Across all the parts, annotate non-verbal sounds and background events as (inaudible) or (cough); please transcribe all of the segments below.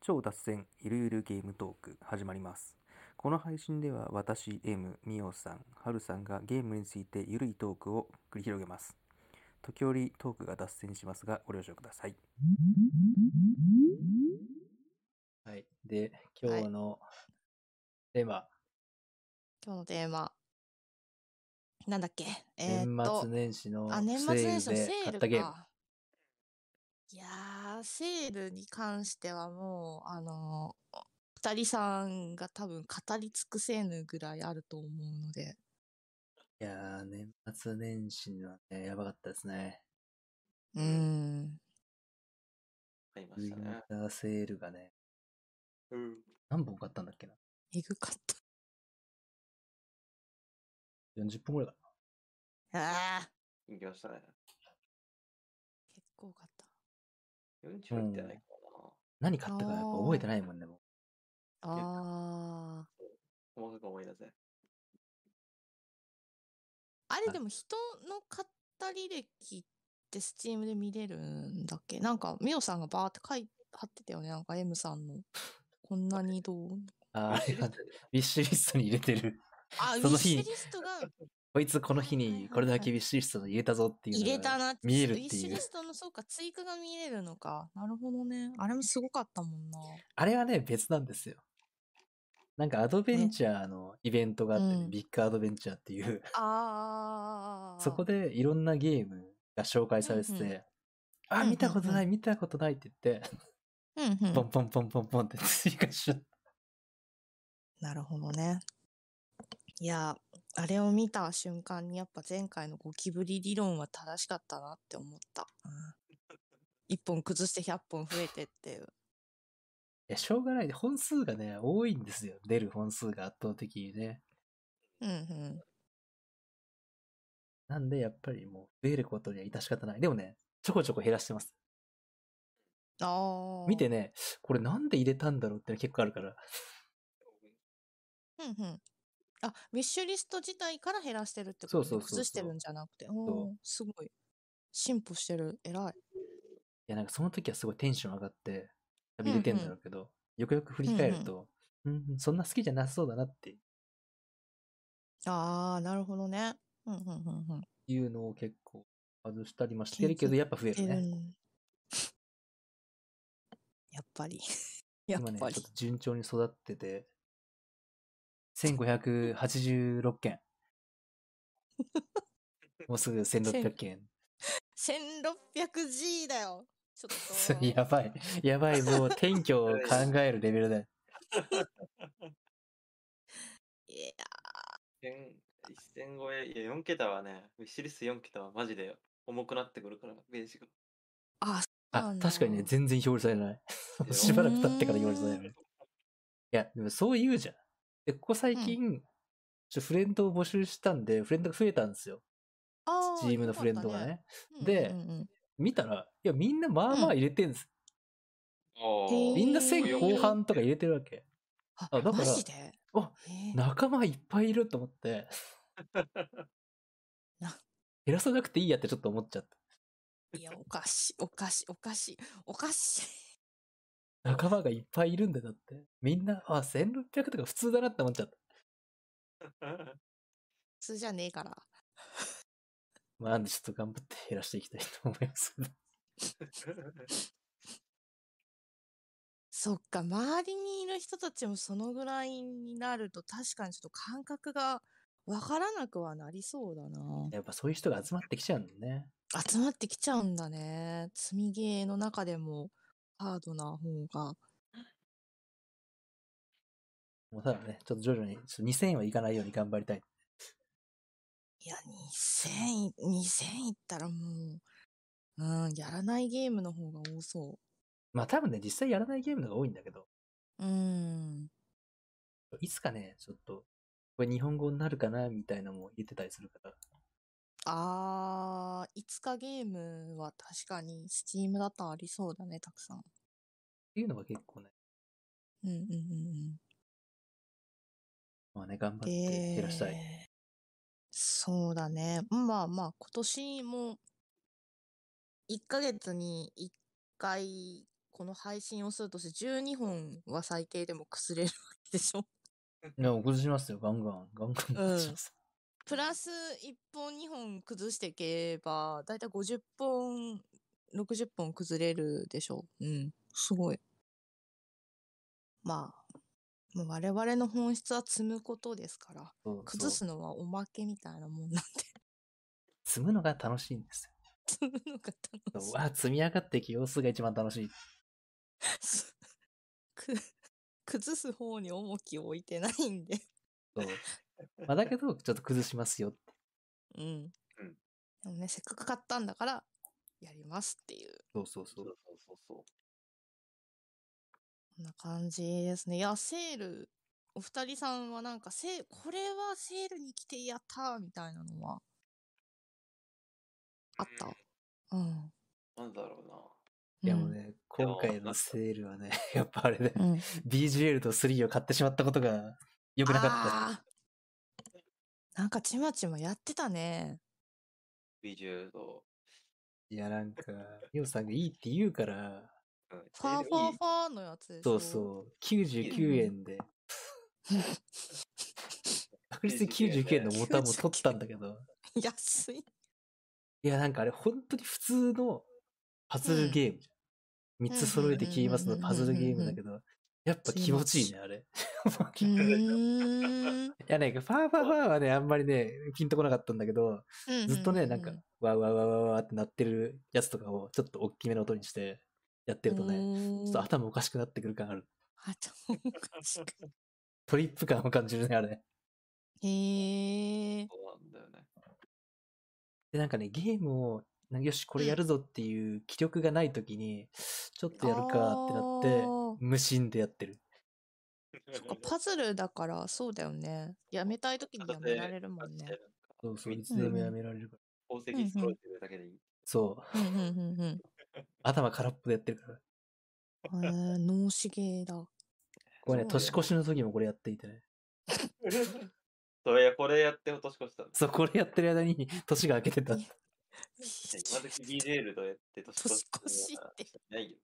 超脱線ゆるゆるゲームトーク始まりますこの配信では私 M みおさんはるさんがゲームについてゆるいトークを繰り広げます時折トークが脱線しますがご了承くださいはい。で、今日のテーマ、今日のテーマ。なんだっけえー、っ年と末年始のあ、年末年始セのーセルで買ーったルゲーム。か。いやー、セールに関してはもう、あのー、二人さんが多分語り尽くせぬぐらいあると思うので、いやー、年末年始のはね、やばかったですね。うーん、買いまウしィたンね。ターセールがね、うん。何本買ったんだっけなえぐかった。 ?40 本ぐらいか (laughs) あー、行きましたね。結構多かった。 40はいってないかな。な。何買ったかやっぱ覚えてないもんね、もあー。細かく思い出せ。あはれいでも人の語り歴ってスチームで見れるんだっけなんか、ミオさんがバーって書い貼ってたよね。なんか M さんの。こんなにどうう。あー、あれは、ビッシュリストに入れてる。あ、ウィそのッ日シにュリストがこいつこの日はいはいにはいこれだけビッシュリストに入れたぞっていうの入がれたなって。見えるっウィッてシュいうリ。ストの、そうか、追加が見れるのか。なるほどね。あれもすごかったもんな。あれはね、別なんですよ。なんかアドベンチャーのイベントがあってね、うんビッグアドベンチャーっていう、あー。そこでいろんなゲームが紹介されてうんうて、うんあ、うん見たことない、見たことないって言って、うんうポんン。ポンポンポンポンって (laughs) 追加しちゃった。なるほどね。いや、あれを見た瞬間にやっぱ前回のゴキブリ理論は正しかったなって思 (laughs) った。うん一本崩して100本増えてっていう。いや、しょうがない。本数がね、多いんですよ。出る本数が圧倒的にね。うんうん。なんで、やっぱりもう、増えることには致し方ない。でもね、ちょこちょこ減らしてます。ああ。見て。ね、これなんで入れたんだろうっての結構あるから。うんうん。あ、ウィッシュリスト自体から減らしてるってことそうねそうそうそう崩してるんじゃなくて。おーうすごい。進歩してる。偉い。いや、なんかその時はすごいテンション上がって、旅出てんだろうけど、よくよく振り返ると、うん、うんそんな好きじゃなさそうだなってああ、なるほどね。うんうんうんうん。いうのを結構外したりもしてるけど、やっぱ増えるうね。んやっぱり。 (laughs) やっ今ね、ちょぱっりと。順調に育ってて、1586件。もうすぐ1600件。 1600G だよ。ちょっと。 (laughs) やばい。やばい、もう天気を考えるレベルだよ。いや1000 1000超え、いや、4桁はね、ウィッシュリスト4桁はマジで重くなってくるから、ベージが。あ、あ、確かにね、全然表示されない。い (laughs) やしばらく経ってから表示される。いや、でもそう言うじゃん。で、ここ最近、ちょフレンドを募集したんで、フレンドが増えたんですよ。あチームのフレンドがね。。でうんうん見たら、いや、みんなまあまあ入れてんです。おへーーみんな1000後半とか入れてるわけ。うあん、だかだからら。マジであえー仲間いっぱいいると思ってな。減らさなくていいやってちょっと思っちゃっいや、おかしい、おかしい、おかしい、おかしい。た。仲間がいっぱいいるんだよだって。みんな、あ、1600とか普通だなって思っちゃった。普通じゃねえから。まあ、なんでちょっと頑張って減らしていきたいと思いますけ (laughs) ど。そっか、周りにいる人たちもそのぐらいになると、確かにちょっと感覚がわからなくはなりそうだな。やっぱそういう人が集まってきちゃうんだね。集まってきちゃうんだね。積みゲーの中でもハードな方が。もうただね、ちょっと徐々に、ちょっと2000はいかないように頑張りたい。いや、2000、2000いったらもう、うん、やらないゲームの方が多そまあ多分ね、実際やらないゲームのが多いんだけど、う。うん。いつかね、ちょっと、これ日本語になるかな、みたいなのも言ってたりするから。あー、いつかゲームは確かに、スチームだとありそうだね、たくさん。っていうのが結構ね、うんうんうんまあね、頑張っうん。て減らしたい。でそうだね。まあまあ、今年も、1ヶ月に1回この配信をするとして12本は最低でも崩れるわけでしょいや、崩しますよ、ガンガン。ガンガン崩します。プラス1本2本崩していけばだいたい50本60本崩れるでしょううんすごいまあもう我々の本質は積むことですからそう崩そうすのはおまけみたいなもんなんで積むのが楽しいんです積むのがよ。そ楽うしいわあ、積み上がっていく様子が一番楽しい。す (laughs) く崩す方に重きを置いてないんで (laughs) そうまあ、だけど、ちょっと崩しますよ。うんうんでもねせっかく買ったんだからやりますっていうそうそうそそうう。そうそうそう。こんな感じですね。いや、セール、お二人さんはなんか、セーこれはセールに来てやったーみたいなのは、あった。うん。なんだろうな。いやもうね、うん今回のセールはね、 (laughs) やっぱあれで、うん。うん。 BGL と3を買ってしまったことが良くなかった。あーなんか、ちまちまやってたね。ビジュアルと。いや、なんか、ミオさんがいいって言うから、うフんァーファーファーのやつでしそょ。うそう、99円で、確率99円のボタンも取ったんだけど、う。安い。いや、なんかあれ、本当に普通のパズルゲームじゃん。3つ揃えて消えますのパズルゲームだけど、やっぱ気持ちいいね、あれ。 (laughs) うーん。いやね、ファーファーファーはね、あんまりね、ピンとこなかったんだけど、 (laughs) ずっとね、なんか、わーわーわーわーわーって鳴ってるやつとかを、ちょっと大きめの音にして、やってちるとね、ちょっとあ頭おかしくなってくる感ある。と、おかしく。トリップ感を感じるね、あれ。へえ。そうなんだよね。で、なんかね、ゲームを、なんかよし、これやるぞっていう気力がないときに、ちょっとやるかってなあっーて、無心でやってる。 (laughs) そっか、パズルだから、そうだよね。やめたいときにやめられるもんねだって。そうそう、うんいつでもやめられるから。宝石揃えてるだけでいい。 (laughs) そう、うんうんうん頭空っぽでやってるから。うん。へえ脳死ゲーだ。これね、そう年越しの時もこれやっていてね。そういや、これやって年越したの。そう、これやってる間 (laughs) に、年が明けてた。い今時 BGL とやって年越し。年越しって。ないよ。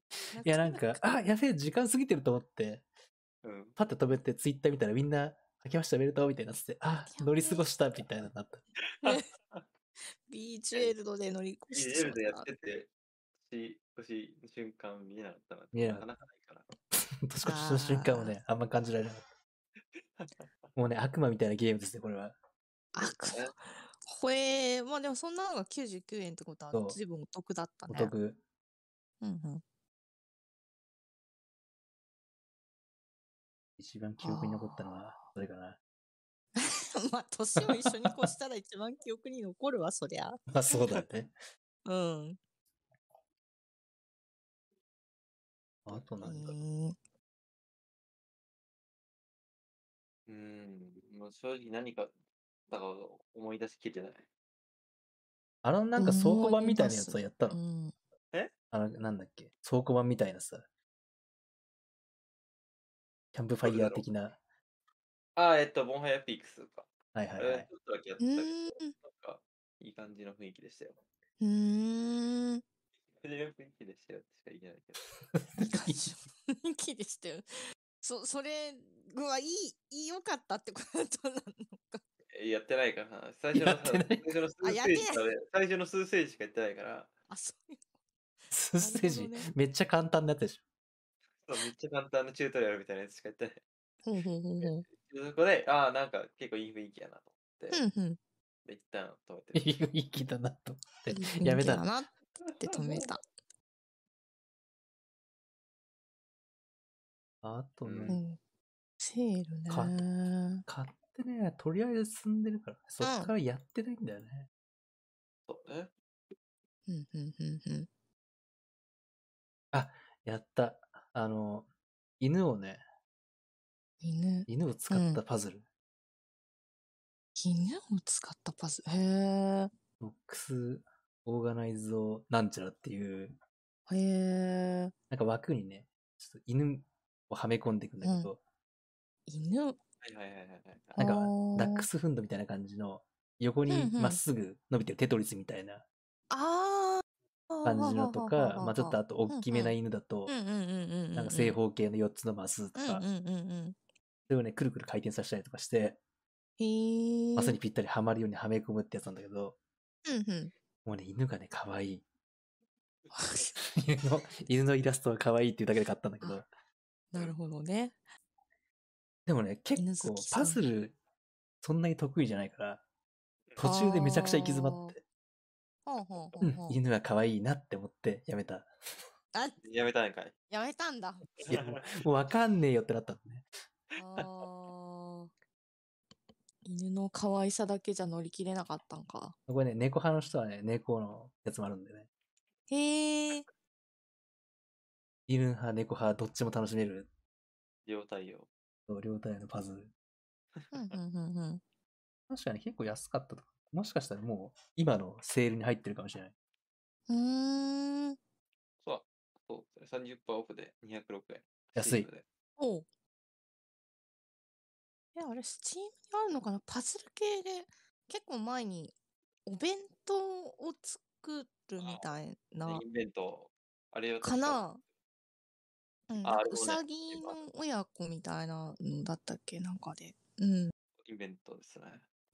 や、なんか、あ、やべえ、時間過ぎてると思って、 (laughs) うん。パッと止めてツイッター見たらみんな、明けましておめでとうみたいになってて、あ、乗り過ごしたみたいなのになった。 (laughs) ビーチエルドで乗り越してしま BGL でやっったてて、年年の瞬間見えなかったな。見えななかったかなかないから。年越しの瞬間をね、あんま感じられなか (laughs) った。もうね、悪魔みたいなゲームですね、これは。悪魔。ほえー、まあでもそんなのが99円ってことはそう随分お得だったね。お得。うんうん。一番記憶に残ったのは、それかな。まあ年を一緒に越したら一番記憶に残るわ、そりゃ。まあ、そうだ (laughs) ね。うん。あとなんだ。うんうん。もう正直何か、だから思い出しきれてない。あの、なんか倉庫版みたいなやつをやったうの。ん。あの、なんだっけ。倉庫版みたいなさ。キャンプファイヤー的な。ああ、えっと、ボンハイアピークスか。はいはいはえ (laughs) いち。ょっとだけやっうてたけど、なんん。か、いい感じの雰囲気でしたよ。うん。いい感じの雰囲気でしたよってしか言えないけど。いい感じの雰囲気でしたよ。そ、それはいい、い良かったってことなのか。えやってないからな。最初のやってない最初の数ペあやってーないジまで最初の数ページしかやってないから、あ、そういう。スステージなるほどね、めっちゃ簡単なやつでしそうめっちゃ簡単なチュートリアルみたいなやつしかやってない。ほうほうほうほう。そこで、ああ、なんか結構いい雰囲気やなと思って、うんうん。で、一旦止ょ。(laughs) (laughs) めいて。い雰囲気だなと思って。いいやめ雰囲気ただの。なって止めた。あとね、うん。セールね。か買ってね、とりあえず進んでるから、そっからやってないんだよね。そうね。うんうんうんうん。やった。あの、犬をね、犬、犬を使ったパズル。犬を使ったパズ。へえ。ボックス、オーガナイズをなんちゃらっていう、へえ。なんか枠にね、ちょっと犬をはめ込んでいくんだけど、犬。はいはいはいはいうはい。んなあんーかダックスフンドみたいな感じの、横にうんうんまっすぐ伸びてるテトリスみたいな、ああ。感じのとか、まあ、ちょっとああと大きめな犬だと、なんか正と方形の4つのマスとかか、それをね、くるくる回転させたりとかして、へーまさにぴったりはまるようにはめ込むってやつなんだけど、うんうんもうね、犬がね、可愛 (laughs) い。犬の、犬のイラストが可愛いっていうだけで買ったんだけどあ、なるほどねでもね、結犬好構きそうパズル、そんなに得意じゃないから、途中でめちゃくちゃ行き詰まって、ほうほううほうんほう、犬が可愛いなって思ってやめた。あやめたんかい。やめたんだい (laughs) や、もうもうわかんねえよってなったのね。あー犬の可愛さだけじゃ乗り切れなかったんかこれね、猫派の人はね、猫のやつもあるんでね。へえ犬派、猫派、どっちも楽しめる。両対応。両体のパズル。うんうんうんうん確かに結構安かったとか。もしかしたらもう、今のセールに入ってるかもしれない。うーん。そう。そう。30%オフで206円。安い Steam でおう。え、あれ、スチームにあるのかなパズル系で、結構前にお弁当を作るみたいな、インベント。あれよ。かなうん、なんかあれもうねさぎの親子みたいなのだったっけなんかで。うん。インベントですね。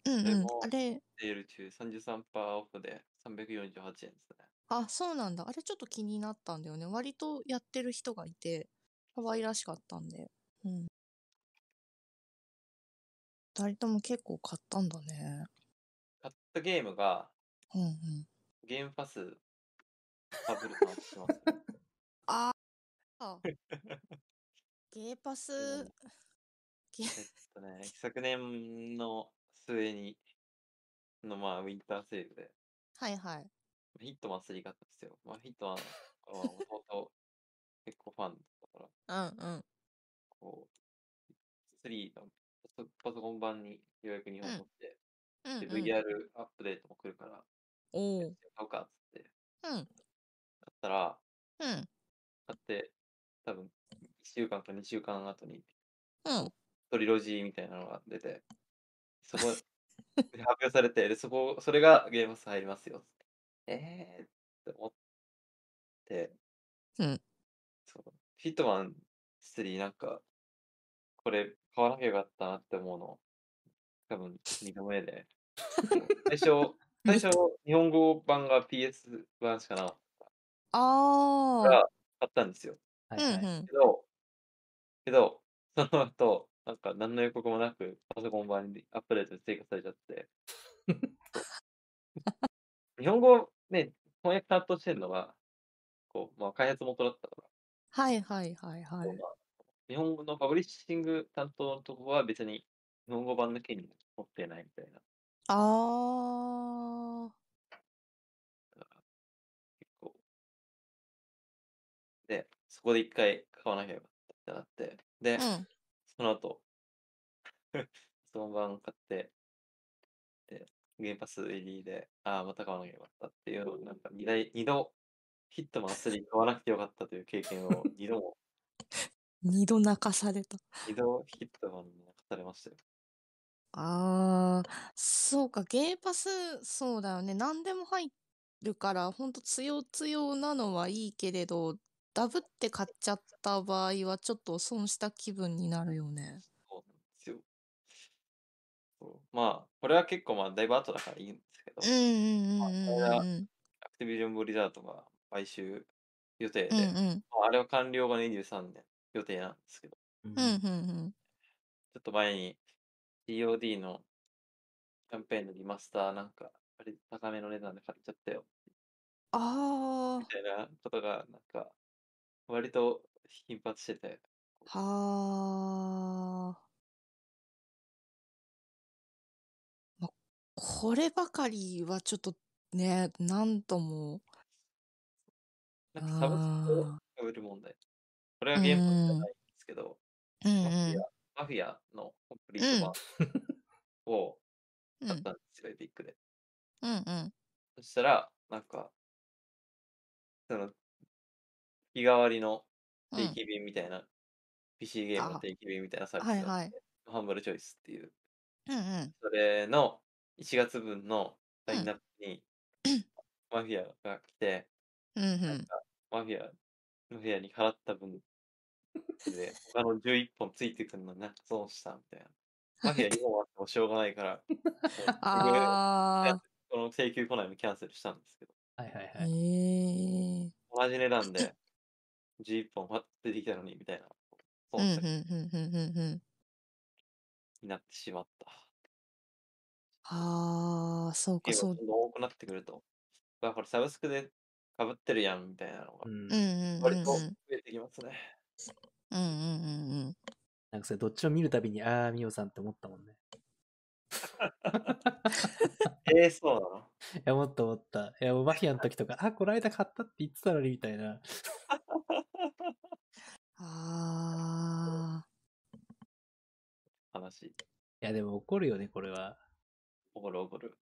うんれうんも。あれ、セール中33%オフで348円ですね。あ、そうなんだ。あれちょっと気になったんだよね。割とやってる人がいて、可愛らしかったんで。うん。二人とも結構買ったんだね。買ったゲームがうんうん。ゲームパスパブルパンします。あ (laughs) あ。ゲーパス、ゲえっとね、昨年の末に、のまあ、ウィンターセールで、はいはい。ヒットマン3買ったんですよ。まあ、ヒットマンはもともと結構ファンだったかうら、んうん。こう、3のパソパソコン版にようやく日本持って、うんでうん、 VR アップデートも来るから、おう。買おうかっつって、うん買ったら、うん買って、多分1週間か2週間後に、うん。トリロジーみたいなのが出て、そ (laughs) こで発表されて、でそこそれがゲームス入りますよって。えーって思って、うんそうフィットマン3なんか、これ買わなきゃよかったなって思うの、多分2度目 (laughs) で。最初、最初、日本語版が PS 版しかなかっあたあから、買ったんですよ。はいー。うんはうい。ん。けど、けど、 (laughs) その後、なんか何の予告もなく、パソコン版にアップデートで追加されちゃって。 (laughs) 日本語ね、翻訳担当してるのは、こう、まあ開発元だったから、はいはいはいはこうい。まあ日本語のパブリッシング担当のとこは別に日本語版の権利持ってないみたいな。ああ。結構。で、そこで一回買わなきゃよかったってなって。で、うん。その後、 (laughs) その晩買って、で、ゲームパス AD で、ああ、また買わなきゃよかったっていうのを、なんか2台、二度、ヒットマン3買わなくてよかったという経験を2度も、 (laughs) 二度泣かされた。 2度ヒットマンに泣かされましたよ。ああ、そうか、ゲーパス、そうだよね。何でも入るから、ほんと強強なのはいいけれど、ダブって買っちゃった場合は、ちょっと損した気分になるよね。そうなんですよ。そうまあ、これは結構、まあ、だいぶ後だからいいんですけど、うんうんうんうんうんうん。アクティビジョンブリザードが買収予定で、うんうんまあ、あれは完了が23年予定なんですけど、うんうんちょっと前に DOD のキャンペーンのリマスターなんか、あれ高めの値段で買っちゃったようん。あみたいなことがなんか、割と頻発してて、あ、はあ。ま、こればかりはちょっとね、なんとも、なんかサブスクをあ被る問題。これはゲームの問題じゃないんですけど、ーうんうマフィんア、マフィアのコンプリート版をうん買ったんですよ、エピックで。うんうん。そしたら、なんか、その、日替わりのうん定期便みたいな、PC ゲームの定期便みたいなサービスはいがあはっいて、。ハンブルチョイスっていううんうん。それの1月分のラインナップにうんマフィアが来て、うんうん。マフィアの部屋に払っ (laughs) た分で、他の11本ついてくるのになんか損したみたいな。マフィア2本あってもしょうがな (laughs) いから、もうあこの請求来ないのキャンセルしたんですけど、はいはいあ。はへい。え。同じ値段で11本パッと出てきたのにみたいうな、んう損んしたにうんうんうんうん。なってしまった。ああ、そうゲかーそムうが。どんどん多くなってくると、あこれサブスクで被ってるやんみたいなのがう、ん。うんうんうんう割ん。と増えてきますね。うんうんうんうん。なんかそれどっちを見るたびに、ああ、みおさんって思ったもんね。えー、そうなのいや、思った思った。いや、もうマフィアの時 (laughs) とか、あ、この間買ったって言ってたのに、みたいな。ああ。話、いや、でも怒るよね、これは。怒る怒る。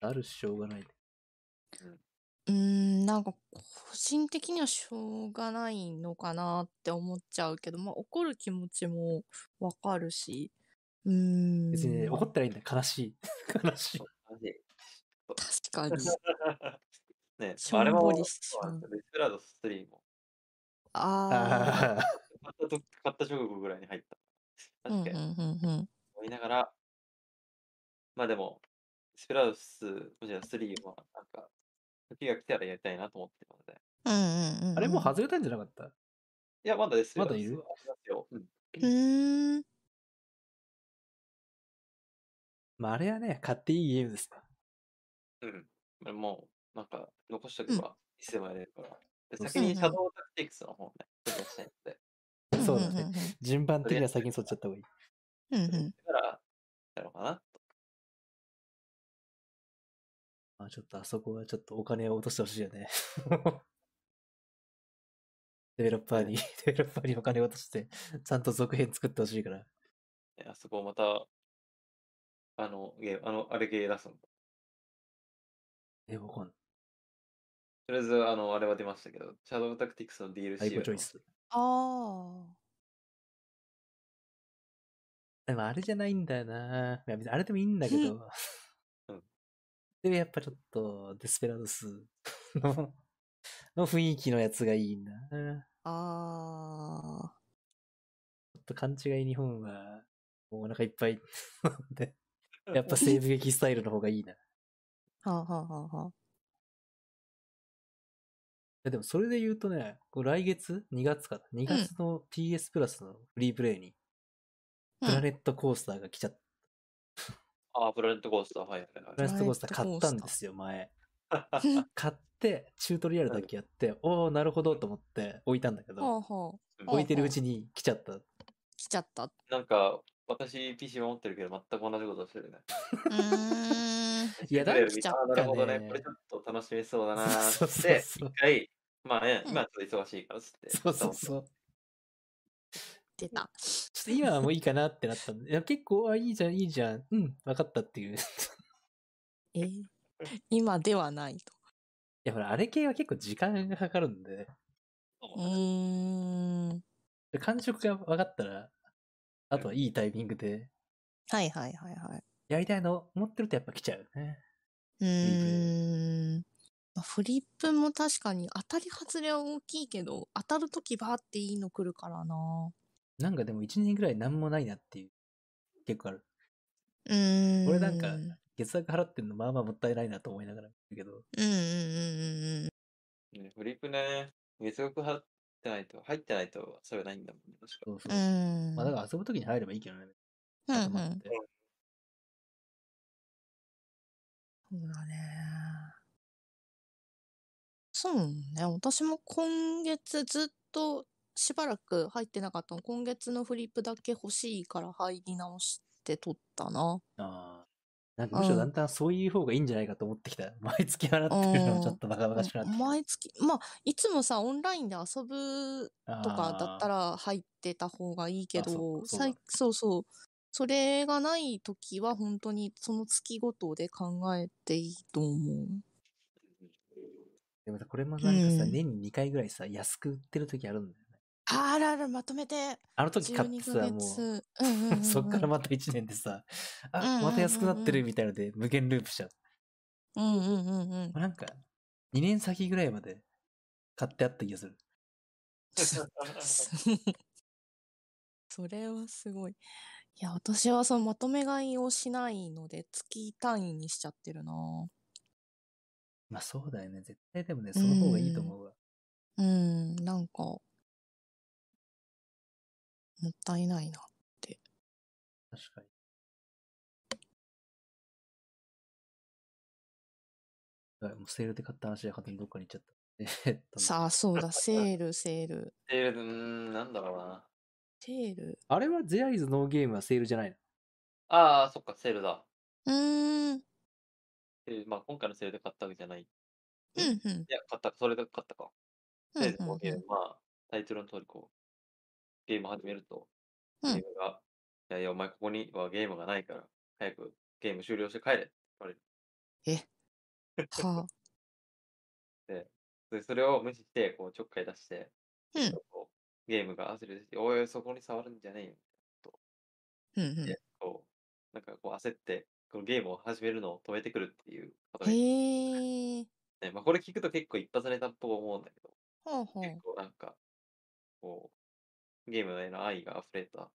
あるししょうがない。うーん、なんか個人的にはしょうがないのかなって思っちゃうけど、まあ怒る気持ちもわかるし、うーん。別にね、怒ってないんだ。悲しい。悲しい。マジ確かに。ねしょあれんもぼそりしちうゃなんうです。よデスペラード3もああ。ああ。買ったと買った直後ぐらいに入った。うんう確んかに。うんうん。思いながら、まあでも、スペラードス、もしろ3は、なんか、時が来たらやりたいなと思ってるので。うんうんうんう (laughs) ん。あれもう外れたんじゃなかったいや、まだですまだいるますよ。うん。うーん。まあ、あれはね、買っていいゲームですよ。うん。もう、なんか、残しとけば、いつでもやれるから。でそう先にシそうャドウタクティクスの方ね、ちょっとしたいので。そうだね。順番的には先にそっちゃった方がいい。うんうんうん。うんうん。だから、やろうかな。まあ、ちょっとあそこはちょっとお金を落としてほしいよね。 (laughs) デベロッパーに、 (laughs) デベロッパーにお金を落として、ちゃんと続編作ってほしいから。ねあそこをまた、あの、ゲーム、あの、あれゲー出すの。でも、こん、とりあえず、あの、あれは出ましたけど、シャドウタクティクスの DLC 最高チョをイス。ああ。でもあれじゃないんだよな。いや別にあれでもいいんだけど。 (laughs) うんでもやっぱちょっと、デスペラードス (laughs) のの雰囲気のやつがいいんだな。あちょっと勘違い日本は、もうお腹いっぱい (laughs) なんで。やっぱ西部劇スタイルの方がいいな。いあ。はあはあはあはあ。やでもそれで言うとね、こう来月 ?2 月かな ?2 月の PS プラスのフリープレイに、うんプラネットコースターが来ちゃった。ああ、プラネットコースター、はいはいプはラい。ネットコースター買ったんですよ、前。は買って、チュートリアルだけやって、おおなるほどと思って置いたんだけあはど、あ。う (laughs) ん置いてるうちに来ちゃった。い来ちゃった。う (laughs) なんか、私、PC 持ってるけど、全く同じことしてるね。ーん。や、だだんよ来ちゃっああなたるね。ほどね。これちょっと楽しめそうだなそーうっそうて、そう一。回、まあね、うん今ちょっと忙しいからっつって。そうそうそう。出た。ちょっと今はもういいかなってなったんで、いや結構、あ、いいじゃん、いいじゃん、うん、分かったっていう。い (laughs) えー今ではないと。や、ほら、あれ系は結構時間がかかるんで、うーん。感触が分かったら、あとはいいタイミングで、はいはいはいはい。やりたいの持ってるとやっぱ来ちゃうね。うーん。まあフリップも確かに当たり外れは大きいけど、当たるときバーっていいの来るからな。なんかでも1年ぐらい何もないなっていう、結構ある。うーん。俺なんかうん月額払ってんのまあまあもったいないなと思いながら見るけど、うんうんうんねフリップね、月額払ってないと、入ってないと、それないんだもんね、確か。そうそうう。ん。まあだから遊ぶときに入ればいいけどね。うん固まって。そうだね。そうね。私も今月ずっとしばらく入ってなかったの。今月のフリップだけ欲しいから入り直して取ったな。ああ。なんかむしろだんだんそういう方がいいんじゃないかと思ってきた。 (laughs) 毎月払ってるのもちょっとバカバカしくなってきた。毎月、まあ、いつもさ、オンラインで遊ぶとかだったら。ら入ってた方がいいけあそっど、かそうだ最そうそう。それがない時は本当にその月ごとで考えていいと思う。でもさ、これもなんかさ、うん年に2回ぐらいさ、安く売ってる時あるんだよね。あらら、まとめて。あの時買って12ヶさ、月。もう、うんうんうんう (laughs) んそっからまた1年でさ、うんうんうんあ、うんまた安くなってるみたいので無限ループしちゃう。 (laughs) うんうんうんうん。なんか、 2年先ぐらいまで買ってあった気がする。それはすごい。いや、私はそのまとめ買いをしないので、月単位にしちゃってるなまあそうだよね。絶対でもね、その方がいいと思うわ。うん、なんか、もったいないな。確かに。あもうセールで買った話で勝手にどっかに行っちゃった。え (laughs) っとね、さあ、そうだ、セール、セール。えー、うーん、なんだろうな。セール。あれはゼアイズノーゲームはセールじゃないのああ、そっか、セールだ。うーん。うん、セールまあ、今回のセールで買ったわけじゃない。いうん、うんや、買った、それで買ったか。うセーんルのゲーム、まあ、タイトルの通りこう、ゲーム始めると、うんゲームが、いやいや、お前ここにはゲームがないから、早くゲーム終了して帰れって言われる。うん。はあ。でそれを無視して、こう、ちょっかい出して、うんちょっとゲームが焦るして、おいおい、そこに触るんじゃねえよ。うん、こう、なんかこう焦って、このゲームを始めるのを止めてくるっていう方うん。がいるへえ。ね。まあ、これ聞くと結構一発ネタっぽく思うんだけど、ほうほう。結構なんか、こう、ゲームへの愛が溢れた、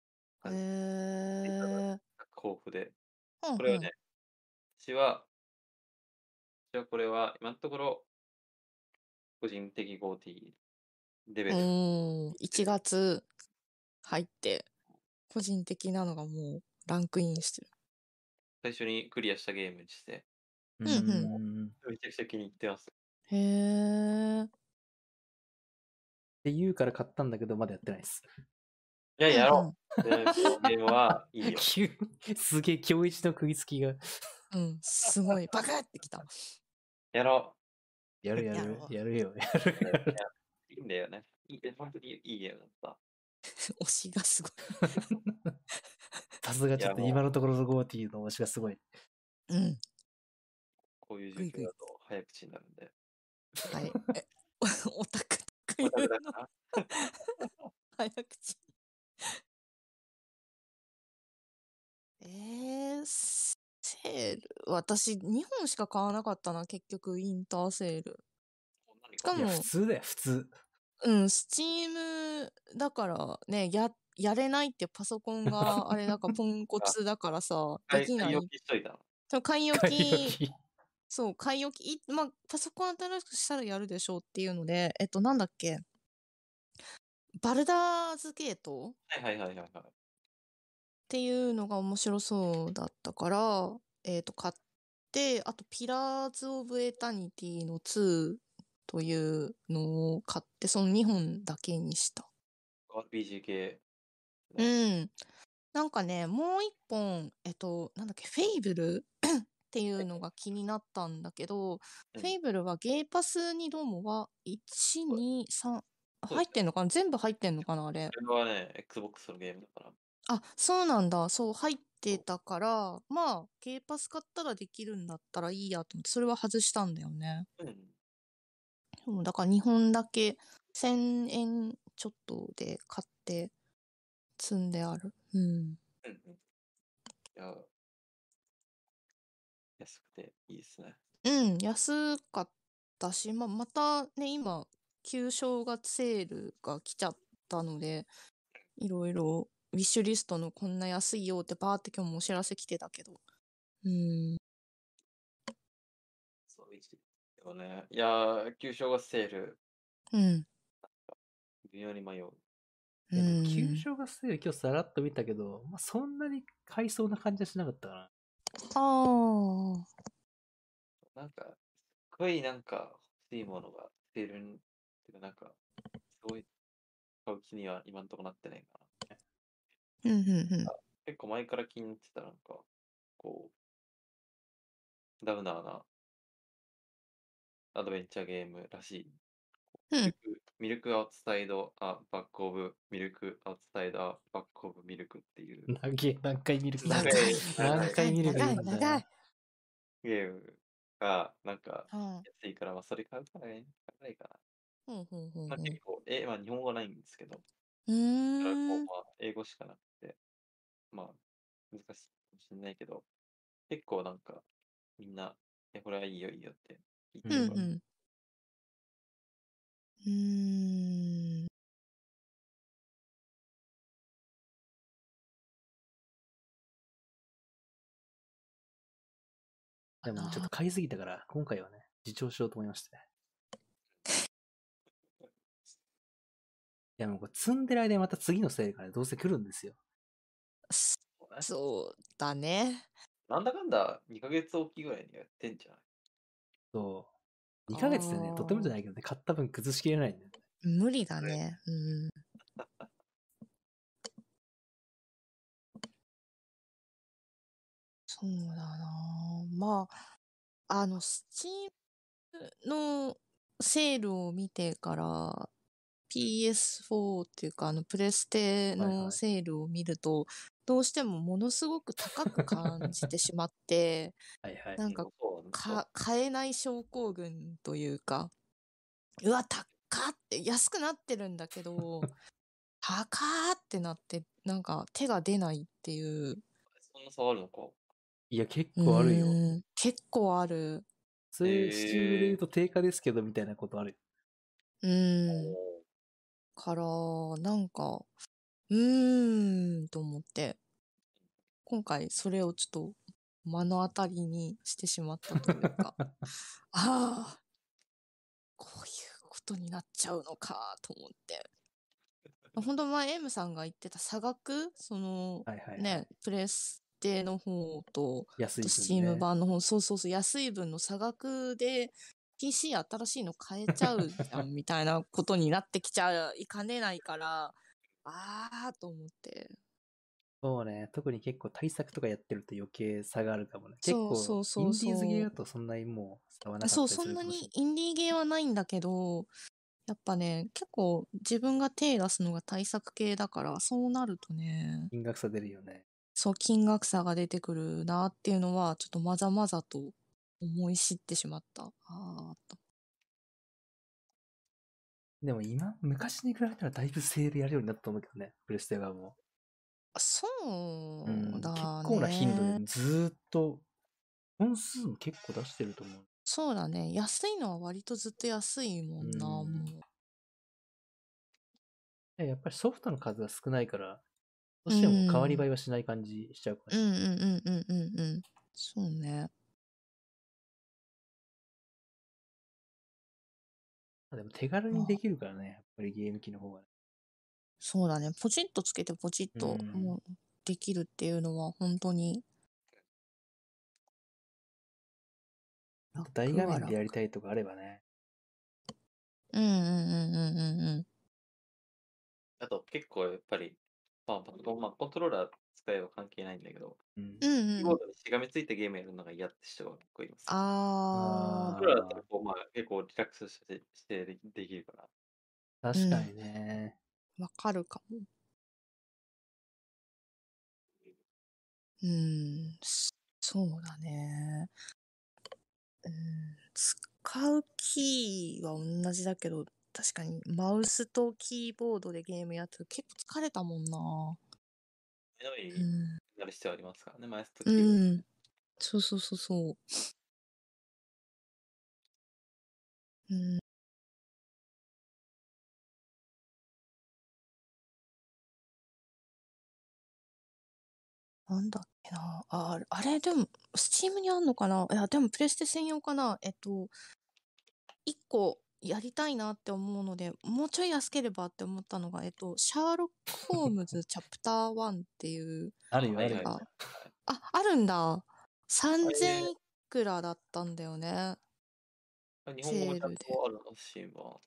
へえ。うん豊富で、うんこれはね、私は、私はこれは今のところ、個人的 5T レベル、うん、1月入って、個人的なのがもうランクインしてる。最初にクリアしたゲームにして、うんうんん。っめちゃくちゃ気に入ってます。へえ。て言うから買ったんだけど、まだやってないです。いや、やうんろう。でこのゲームはい (laughs) (laughs) いよ。急にすげえ、今日一の食いつきが。うん。うん、すごい。バカってきた。 (laughs) やろやるややるろ、うやるよ、 (laughs) やるう。いよ。やいいんだよね。いい本当にいいゲームだった。推しがすごい。さすがちょっといやもう今のところの GOT の推しがすごい。うん。こういうぐい状ぐ況いだと早口になるんで。はい。え (laughs) オタク特オ有タクだの (laughs) から早口。 (laughs) えー、セール。私、2本しか買わなかったな、結局、インターセール。しかいや、も普通だよ、普通。うん、スチームだからね、や、やれないってパソコンが (laughs) あれだからポンコツだからさ、できない買い。置きしといたの。その買い置 (laughs) 買い置き、きそう、買い置き、いまあ、パソコン新しくしたらやるでしょうっていうので、えっと、なんだっけ、バルダーズゲートはいはいはいはいはっい。ていうのが面白そうだったから、えっと、買って、あと、ピラーズ・オブ・エタニティの2というのを買って、その2本だけにした。 RPG 系。うねん。なんかね、もう一本、えっと、なんだっけ、フェイブル (coughs) っていうのが気になったんだけど、うんフェイブルはゲーパスにどうもは、1、2、3、そう入ってんのかな全部入ってんのかなあれこ。れはね、Xbox のゲームだから。あ、そうなんだ。そう、入ってたから、まあ、ゲーパス買ったらできるんだったらいいやと思って、それは外したんだよね。うん。そうだから2本だけ、1000円ちょっとで買って、積んである。うん。うんうん。いや、安くていいですね。うん、安かったし、まあ、またね、今、旧正月セールが来ちゃったので、いろいろ、ウィッシュリストのこんな安いよってバーって今日もお知らせ来てたけど。うん、そう、いいしでもね、いやー、旧正月セール、うん、微妙に迷う。うでもん。急所がすごい今日さらっと見たけど、まあ、そんなに買いそうな感じはしなかったかな。 (laughs) ああ、なんか、すっごいなんか欲しいものがセールに、てかなんか、すごい買う気には今んとこなってないかな。うん、うん、うん。結構前から気になってたなんか、こう、ダウナーなアドベンチャーゲームらしい。うんミルクミルクアウトサイド、あ、バックオブ、ミルクアウトサイダー、バックオブ、ミルクっていう何回何回見るか。長い長い何回見るか。長い長い。ゲームが、なんか、は安いから、まあ、それ買うかね、買わないかあ、うん、うん、うんな。まあ、結構、え、まあ、日本語はないんですけど、だからこう。うんうーんまあ、英語しかなくて、まあ、難しいかもしれないけど、結構なんか、みんな、え、これはいいよ、いいよって言ってうるんかうら、んうーん。でもちょっと買いすぎたから、今回はね、自重しようと思いまして。いや、もうこれ積んでる間にまた次のセールがね、どうせ来るんですよ。そうだね。なんだかんだ2ヶ月おきぐらいにやってんじゃないそう。2ヶ月でねあ、ーとてもじゃないけどね、買った分崩しきれないんだよね。無理だね。うん。そうだなあまあ、あの、スチームのセールを見てから、PS4 っていうか、あの、プレステはいはのいセールを見ると、どうしてもものすごく高く感じてしまって、はいはい。なんか、か買えない症候群というかうわ高っって安くなってるんだけ (laughs) ど高っってなってなんか手が出ないっていうそんな差あるのか。いや、結構あるよう。ん結構あるそういへーう、スチームで言うと定価ですけど、みたいなことあるよ。うんおからなんかうーんと思って今回それをちょっと目の当たりにしてしまったという (laughs) かああこういうことになっちゃうのかと思って本当前 M さんが言ってた差額そのはいはいはい。ねプレステの方と安い分ね。スチーム版の方そうそうそう安い分の差額で PC 新しいの買えちゃうじゃんみたいなことになってきちゃいかねないからああと思ってそうね。特に結構対策とかやってると余計差があるかもね。結そう構、そうそうインディーズゲそーうだとそんなにもう差はなかったそうりするそんなかもにしインディーゲーはないんだけどやっぱね結構自分が手出すのが対策系だからそうなるとねれない金額差出るよね。そう金額差が出てくるなっていうのはちょっとまざまざと思い知ってしまったあーとでも今、昔に比べたらだいぶセールやるようになったと思うけどね。プレステ側も。そううんだね、結構な頻度でずーっと、本数も結構出してると思う。そうだね。安いのは割とずっと安いもんな、うんもえやっぱりソフトの数が少ないから、どうしても変わり映えはしない感じしちゃうかう。うら、んうんうんうんうんうん。そうね。まあでも手軽にできるからね、やっぱりゲーム機の方が、ね。そうだね。ポチッとつけてポチッと、うんもうできるっていうのは本当に。大画面楽でやは楽りたいとかあればね。うんうんうんうんうんうん。あと結構やっぱり、まあ、パソコン、まあ、コントローラー使えば関係ないんだけど、うんう。んキーうんボードにしがみついたゲームやるのが嫌って人が結構います。コンあトローラーだったらこう、まあ、結構リラックスしてしてできできるから。確かにね。ー、わかるかも。うん、そそうだね。うん、使うキーは同じだけど、確かにマウスとキーボードでゲームやってる結構疲れたもんな。目の上うにんなる必要ありますからね、マイスとキーボードうん。そうそうそうそう。うん。なんだっけな。ああれ、あれでも、スチームにあんのかないや、でも、プレステ専用かなえっと、一個やりたいなって思うので、もうちょい安ければって思ったのが、えっと、シャーロック・ホームズ・チャプター1っていう、あるよ、あはいるはいよ。ああ、あるんだ。3000いくらだったんだよね。あ日本語もちゃんとセーあるの、シーンは。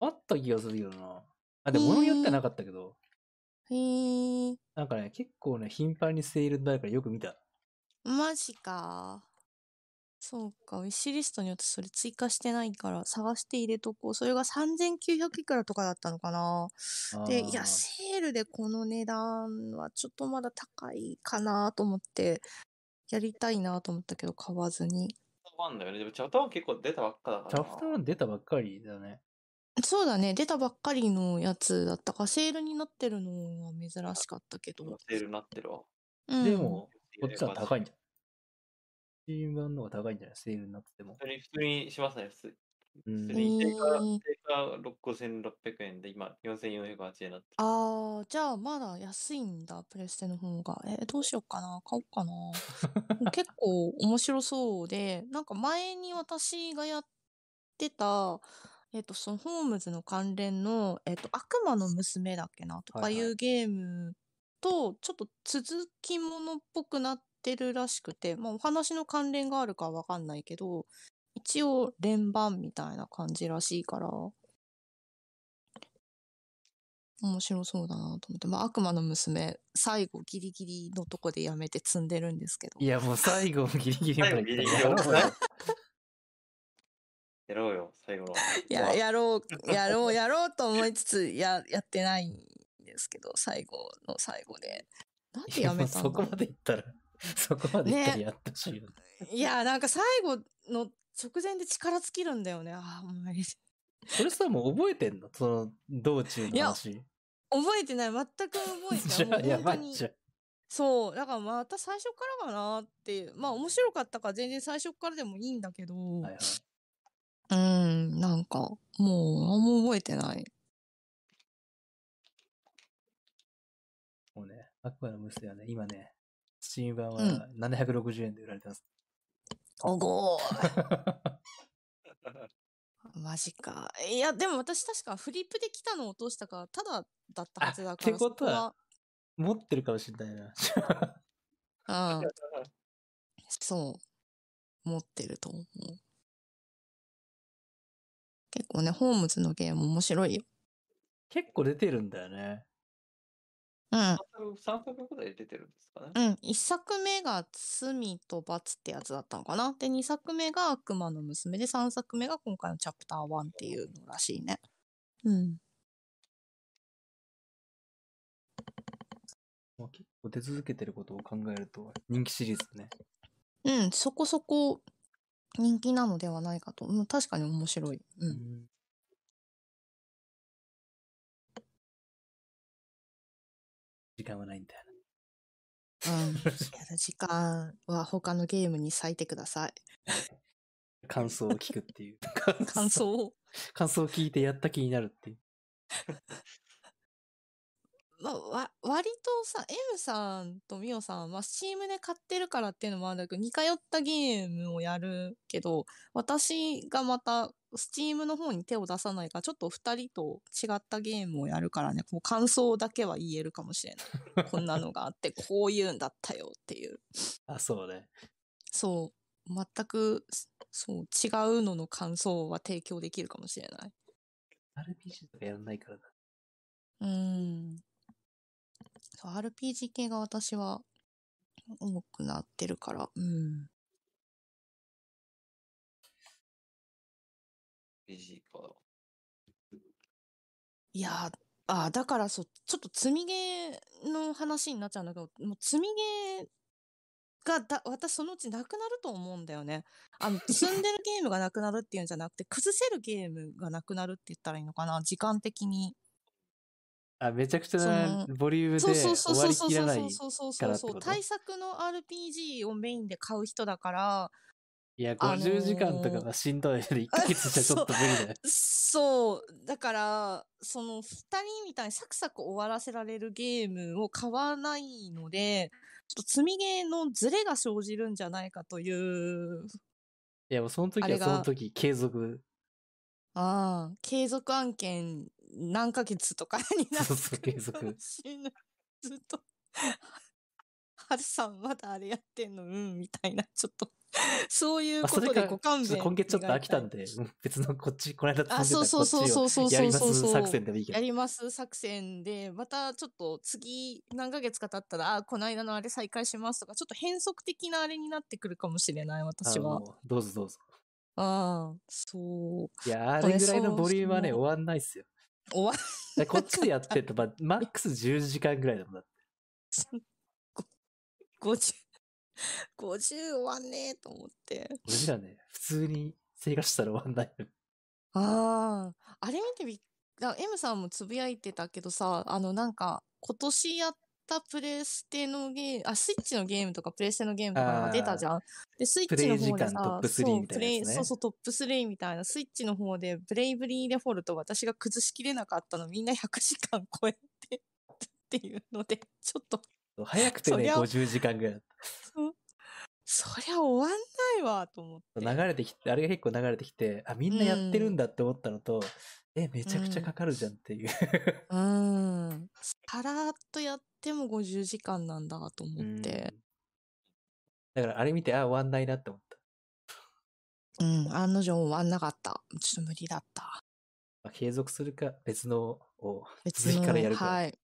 あった気がするよな。あ、でも物によってはなかったけど、へえ、なんかね、結構ね、頻繁にセールになるからよく見た。マジか。そうか、ウィッシュリストによってそれ追加してないから探して入れとこう。それが3900いくらとかだったのかな。で、いあや、ーセールでこの値段はちょっとまだ高いかなと思って、やりたいなと思ったけど買わずに。ワンだよね。でもチャプターワン結構出たばっかだからチな。ャプター1出たばっかりだね。そうだね、出たばっかりのやつだったから、セールになってるのは珍しかったけど。セールになってるわ。うん、でも、こっちは高いんじゃないスチーム版の方が高いんじゃないセールになってても普。通に、普通にしますね、普通。うん定えー価定価5600円で今4408円になってる。ああ、じゃあまだ安いんだ、プレステの方が。えーどうしようかな、買おうかな。結構面白そうで、なんか前に私がやってた、えっ、と、そのホームズの関連の、えっ、と、悪魔の娘だっけな、とかはいはいいうゲームと、ちょっと続きものっぽくなってるらしくて、まあお話の関連があるかわかんないけど、一応連番みたいな感じらしいから、面白そうだなと思って、まあ、悪魔の娘、最後ギリギリのとこでやめて積んでるんですけど。いや、もう最後ギリギリま最後でギ行 (laughs) リっギリたやかろらうよ。やろうよ、最後の。 (laughs) いや、やろう、やろう、 (laughs) やろうと思いつつ、や、やってないんですけど、最後の最後で。なんでいややもめうた (laughs) んそだころまで行ったら、そこまで行ったらねやってほしいよ。う。いや、なんか最後の直前で力尽きるんだよね。ああ、もう無理それさ、もう覚えてんのその道中の話。覚えてない。全く覚 (laughs) えじてゃなあ、い。もうや本当ばいにじゃん。そう。だからまた最初からかなっていう。まあ面白かったから全然最初からでもいいんだけど。はいはい。うん、なんか、もう、何も覚えてない。もうね、悪魔の娘はね、今ね、スチーム版うは760円で売られてます。 (laughs) おごー (laughs) マジか。いや、でも私確かフリップで来たのを落としたから、ただだったはずだから。あってことは持ってるかもしれないな。 (laughs) そこは、うん、そう。持ってると思う。結構ね、ホームズのゲーム面白いよ。結構出てるんだよね。うん。 3作ぐらい出てるんですかね。うん、1作目が「罪と罰」ってやつだったのかなで2作目が「悪魔の娘」で3作目が今回の「チャプター1」っていうのらしいねうんまあ、結構出続けてることを考えると、人気シリーズね。うんそこそこ人気なのではないかと、うん、確かに面白い、う、うん (laughs) ん時間はないんだようん、な。やる時間は他のゲームに割いてください感想を聞くっていう。 (laughs) 感想を (laughs) 感想を聞いてやった気になるっていう。まあ、わ割とさ M さんとミオさんは Steam で買ってるからっていうのもあるんだけど似通ったゲームをやるけど私がまた Steam の方に手を出さないからちょっとお二人と違ったゲームをやるからねこう感想だけは言えるかもしれないこんなのがあってこういうんだったよっていうあ、そうね。そう全くそう違うのの感想は提供できるかもしれない RPG とかやらないからな。うん。そう、RPG 系が私は多くなってるから、うん。 BG か。いやー、あーだからそう、ちょっと積みゲーの話になっちゃうんだけど、もう積みゲーがだ、私そのうちなくなると思うんだよね。(laughs) あの、積んでるゲームがなくなるっていうんじゃなくて、崩せるゲームがなくなるって言ったらいいのかな、時間的に。あ、めちゃくちゃそなボリュームそうでそうそう終わそうりそうきらない。そうそうかそらうってこそとう。対策の RPG をメインで買う人だから、いや、あのー50時間とかがしんどいので、1ヶ月じゃちょっと無理 (laughs) だよ。そう。だから、その、二人みたいにサクサク終わらせられるゲームを買わないので、ちょっと積みゲーのズレが生じるんじゃないかという、いや、もうその時あはれがその時、継続。ああ、継続案件何ヶ月とかになっそてうそう継続るかもしれない (laughs) ずっと、はるさんまだあれやってんのうん、みたいな、ちょっと、 (laughs) そういうあ、こそれとか、でちょごっと勘弁今月ちょっと飽きた願んいいで、うん別のこっち、この間あ、積んそでたうそうそうこっちをそうそうやそりうまそうすそう。作戦でもいいけどや。ります作戦で、またちょっと次何ヶ月か経ったら、あ、この間のあれ再開しますとか、ちょっと変則的なあれになってくるかもしれない、あ私は。もうどうぞどうぞ。ああ、そう。いや、あこれれぐらいのそうボリュームはね、そ終のわんないっすよ。終わだからこっちでやってると、まあ、マックス10時間ぐらいだもんだって。 50、50終わんねえと思って。俺らね、普通に生活したら終わんないよ。ああ、あれ見てびっ、だ M さんもつぶやいてたけどさ、あのなんか、今年やったプレステのゲーム、あ、スイッチのゲームとかプレステのゲームとかなあんかー出たじゃん。で、スイップチレのイ時方で間さ、トップ3そう、みたいなプレやイ、つねそうそう、トップ3みたいな、スイッチの方で、ブレイブリーデフォルト私が崩しきれなかったのみんな100時間超えて (laughs) っていうので、ちょっと、早くてそね、りゃ50時間ぐらいだっそりゃ終わんないわ、と思って。た。流れてきて、あれが結構流れてきて、あ、みんなやってるんだって思ったのと、え、めちゃくちゃかかるじゃんっていう。うーん。さらっとやっても50時間なんだと思って。 (laughs) だからあれ見て、あ、終わんないなって思った。うん、案の定終わんなかった。ちょっと無理だった。まあ継続するか、別のを、別続きからのやるかはい。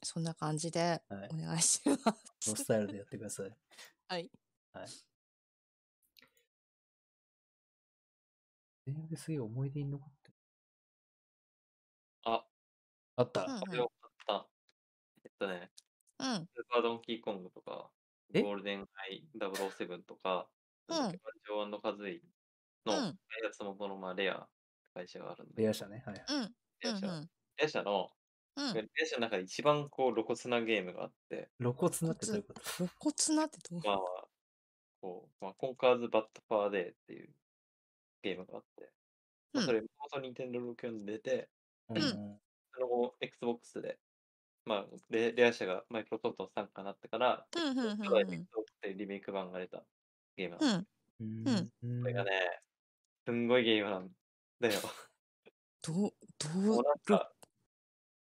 そんな感じではいお願いしまのす。スタイルでやってください。 (laughs) はい。全部すげえ思い出に残ってるあ、あった。うんこれを買った。えっとね、うん。スーパードンキーコングとか、えゴールデンアイ007とか、うんなんだっけジョーンのカズイのうん開発元のまあレアって会社があるんやりでま、したね。はい。うん。うレア社ん。レア社の、うん。レア社の中で一番こう露骨なゲームがあって、露骨なってどういうこと露骨なってどうまあ、こう、まあ、コンカーズ・バット・パー・デーっていうゲームがあって、まあうんそれ、もともと任天堂64に出て、うんん。その後、Xbox で、まあ、レレア社がマイクロソフトの傘下になってから、うんうんうんうん Xbox から Xbox でリメイク版が出たゲームなんですうん。うん。これがね、すんごいゲームなんだよ。どう、もどううなん、か、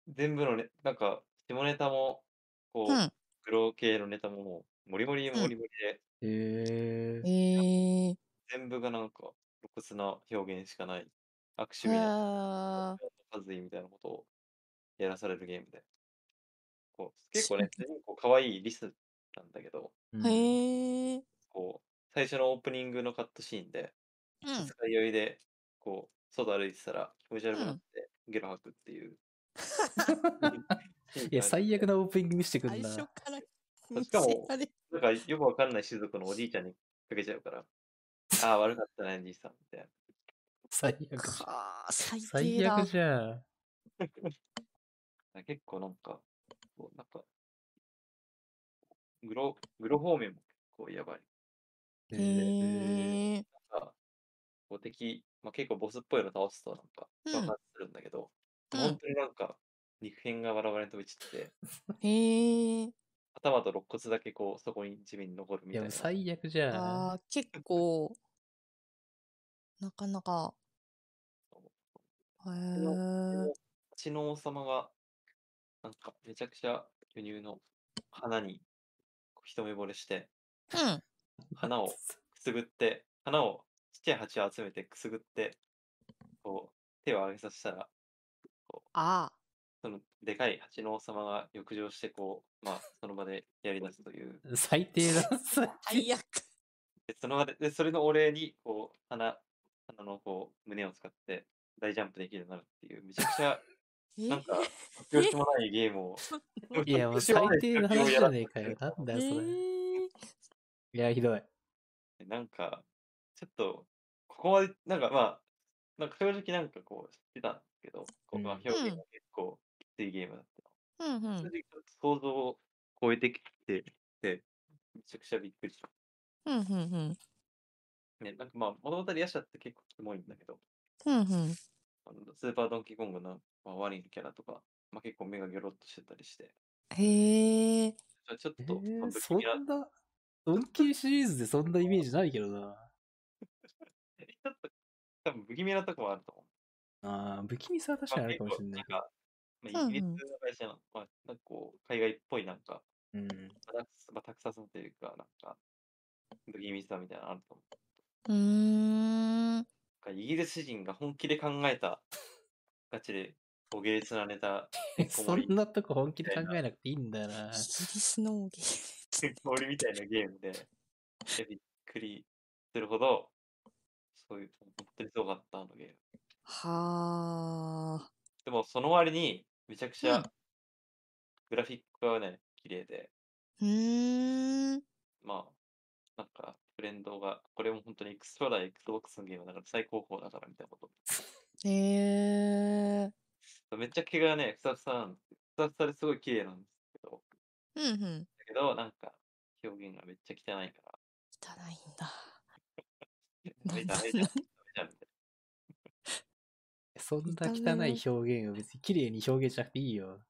全部のね、なんか、下ネタも、こう、うん。グロ系のネタももう、もりもりうんもりもりで、へえ。えー。全部がなんか、露骨な表現しかない、悪趣味な、はカズイみたいなことをやらされるゲームで。こう結構ね、主人公かわいいリスなんだけど、ー。へー。こう、最初のオープニングのカットシーンで、う二ん。日酔いで、こう、外歩いてたら気持ち悪くなって、ゲロ吐くっていう。いや、最悪なオープニング見せてくん最な。初からしかも見せられなんかよくわかんない種族のおじいちゃんにかけちゃうから、ああ、悪かったね、じいさんみたいな。最悪じゃん。か最低最だ悪。じゃん。結構なんか、こうなんかグロ、グロ方面も結構やばい。へへえ。ー。なんか、こう敵、まあ、結構ボスっぽいの倒すとなんかうん爆発するんだけど、うん本当になんか肉片がバラバラに飛び散って、へー。頭と肋骨だけこうそこに地面に残るみいたや、もいな。う最悪じゃ (laughs) ん。あー結構、なかなか、へー。血の王様が、なんかめちゃくちゃ巨乳の花にこう一目惚れして、うん。花をくすぐって、花をちっちゃい鉢を集めてくすぐって、こう手を上げさせたら、あそのでかい蜂の王様が浴場して、こう、まあ、その場でやり出すという。最低 (laughs) だ。あ、最悪。 (laughs) で、その場で、でそれのお礼に、こう、花、花のこう、胸を使って大ジャンプできるようになるっていう、めちゃくちゃ、えな (laughs) んか、発表してもないゲームを。 (laughs) いや、もう最低の話じゃねえかよ。ななんだえよ、それ。い (laughs) ーや、ひどい。なんか、ちょっと、ここまで、なんかまあ、なんか正直なんかこう知ってたんですけど、こうまあうん表現が結構きついゲームだった。うんう正ん直ちょっと想像を超えてきて、で、めちゃくちゃびっくりした。うんうんうんね、なんかまあ、物語やしゃって結構キモいんだけど、うんうんあのスーパードンキーコングの、まあ、ワニのキャラとか、まあ、結構目がギョロッとしてたりして、へえ。ちょっえと、ー感動そ的なんな、ドンキーシリーズでそんなイメージないけどな。ちょっと、多分不気味なとこもあると思う。ああ、不気味さは確かにあるかもしれないけまど。あ結構なんか、まあ、イギうんリスうのん会社の、まあ、なんかこう、海外っぽいなんか、うん。まあ、まあ、たくさんというか、なんか、不気味さみたいなのあると思うう。ーん。なんかイギリス人が本気で考えた、ガチで、こう、芸術なネタ、 (laughs) えこもそりんなとこ本気で考えなくていいんだよイな。ギリスのおげ。 (laughs) てんこ盛りみたいなゲームで、いやびっくりするほど、そういう、本当にすごかったあのゲーム。はあ。でも、その割に、めちゃくちゃ、うんグラフィックがね、綺麗で、うーん。まあ、なんか、フレンドが、これも本当に X プロダ Xbox のゲームだから最高峰だからみたいなこと。へえ。めっちゃ毛がね、ふさふさなんですよふさふさですごい綺麗なんですけど、うんうん。だけど、なんか、表現がめっちゃ汚いか汚いんだ。ら、ダメダメじゃん、ダメじゃんみたいそんな見た汚目い表現を別に綺麗に表現しなくていいよ。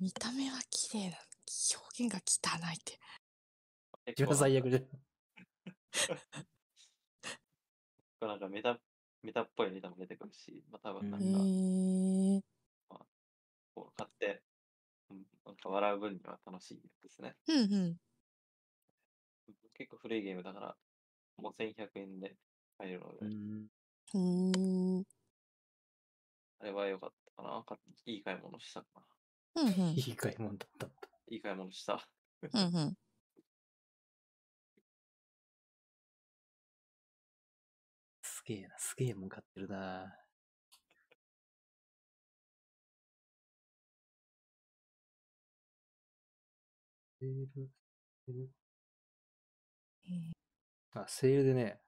見た目は綺麗なの表現が汚いって。な。自結分構は最悪で。なんかメタ、メタっぽいネタも出てくるし、まあ多分なんうかへ、ー。こう買って、うんなんか笑う分には楽しいですね。うんうん。結構古いゲームだから、もう1100円で買えるので、うん。うんあれは良かったかな。買っていい買い物したかな。うんうんいい買い物だった。いい買い物した。うんうん。すげえな、すげえもん買ってるな。セール、セールあ、セールでね、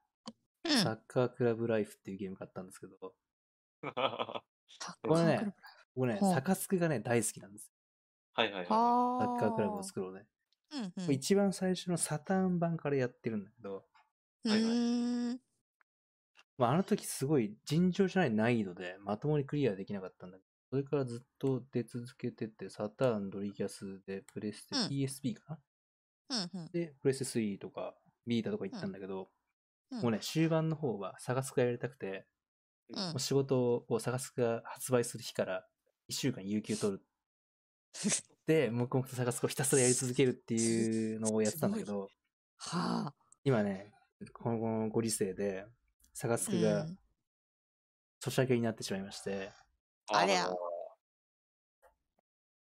うんサッカークラブライフっていうゲーム買ったんですけど、 (laughs) はサッこれねカークラブ僕ね、ほうサカスクがね、大好きなんですいはいはい。はよ。あサッカークラブを作ろうね。る。うんうんこれ一番最初のサターン版からやってるんだけど、うはいはいーんまあ、あの時すごい尋常じゃない難易度でまともにクリアできなかったんだけど、それからずっと出続けてて、サターン、ドリキャスで、プレステ、うん PSP かなうんうんで、プレステ3とか、ビータとか行ったんだけど、うんもうね、終盤の方は探すがやりたくて、うんもう仕事を探すが発売する日から1週間有給取る。で、黙々と探すをひたすらやり続けるっていうのをやってたんだけど、はあ。今ね、このこのご時世で、探すがうん年明けになってしまいまして、ーありゃ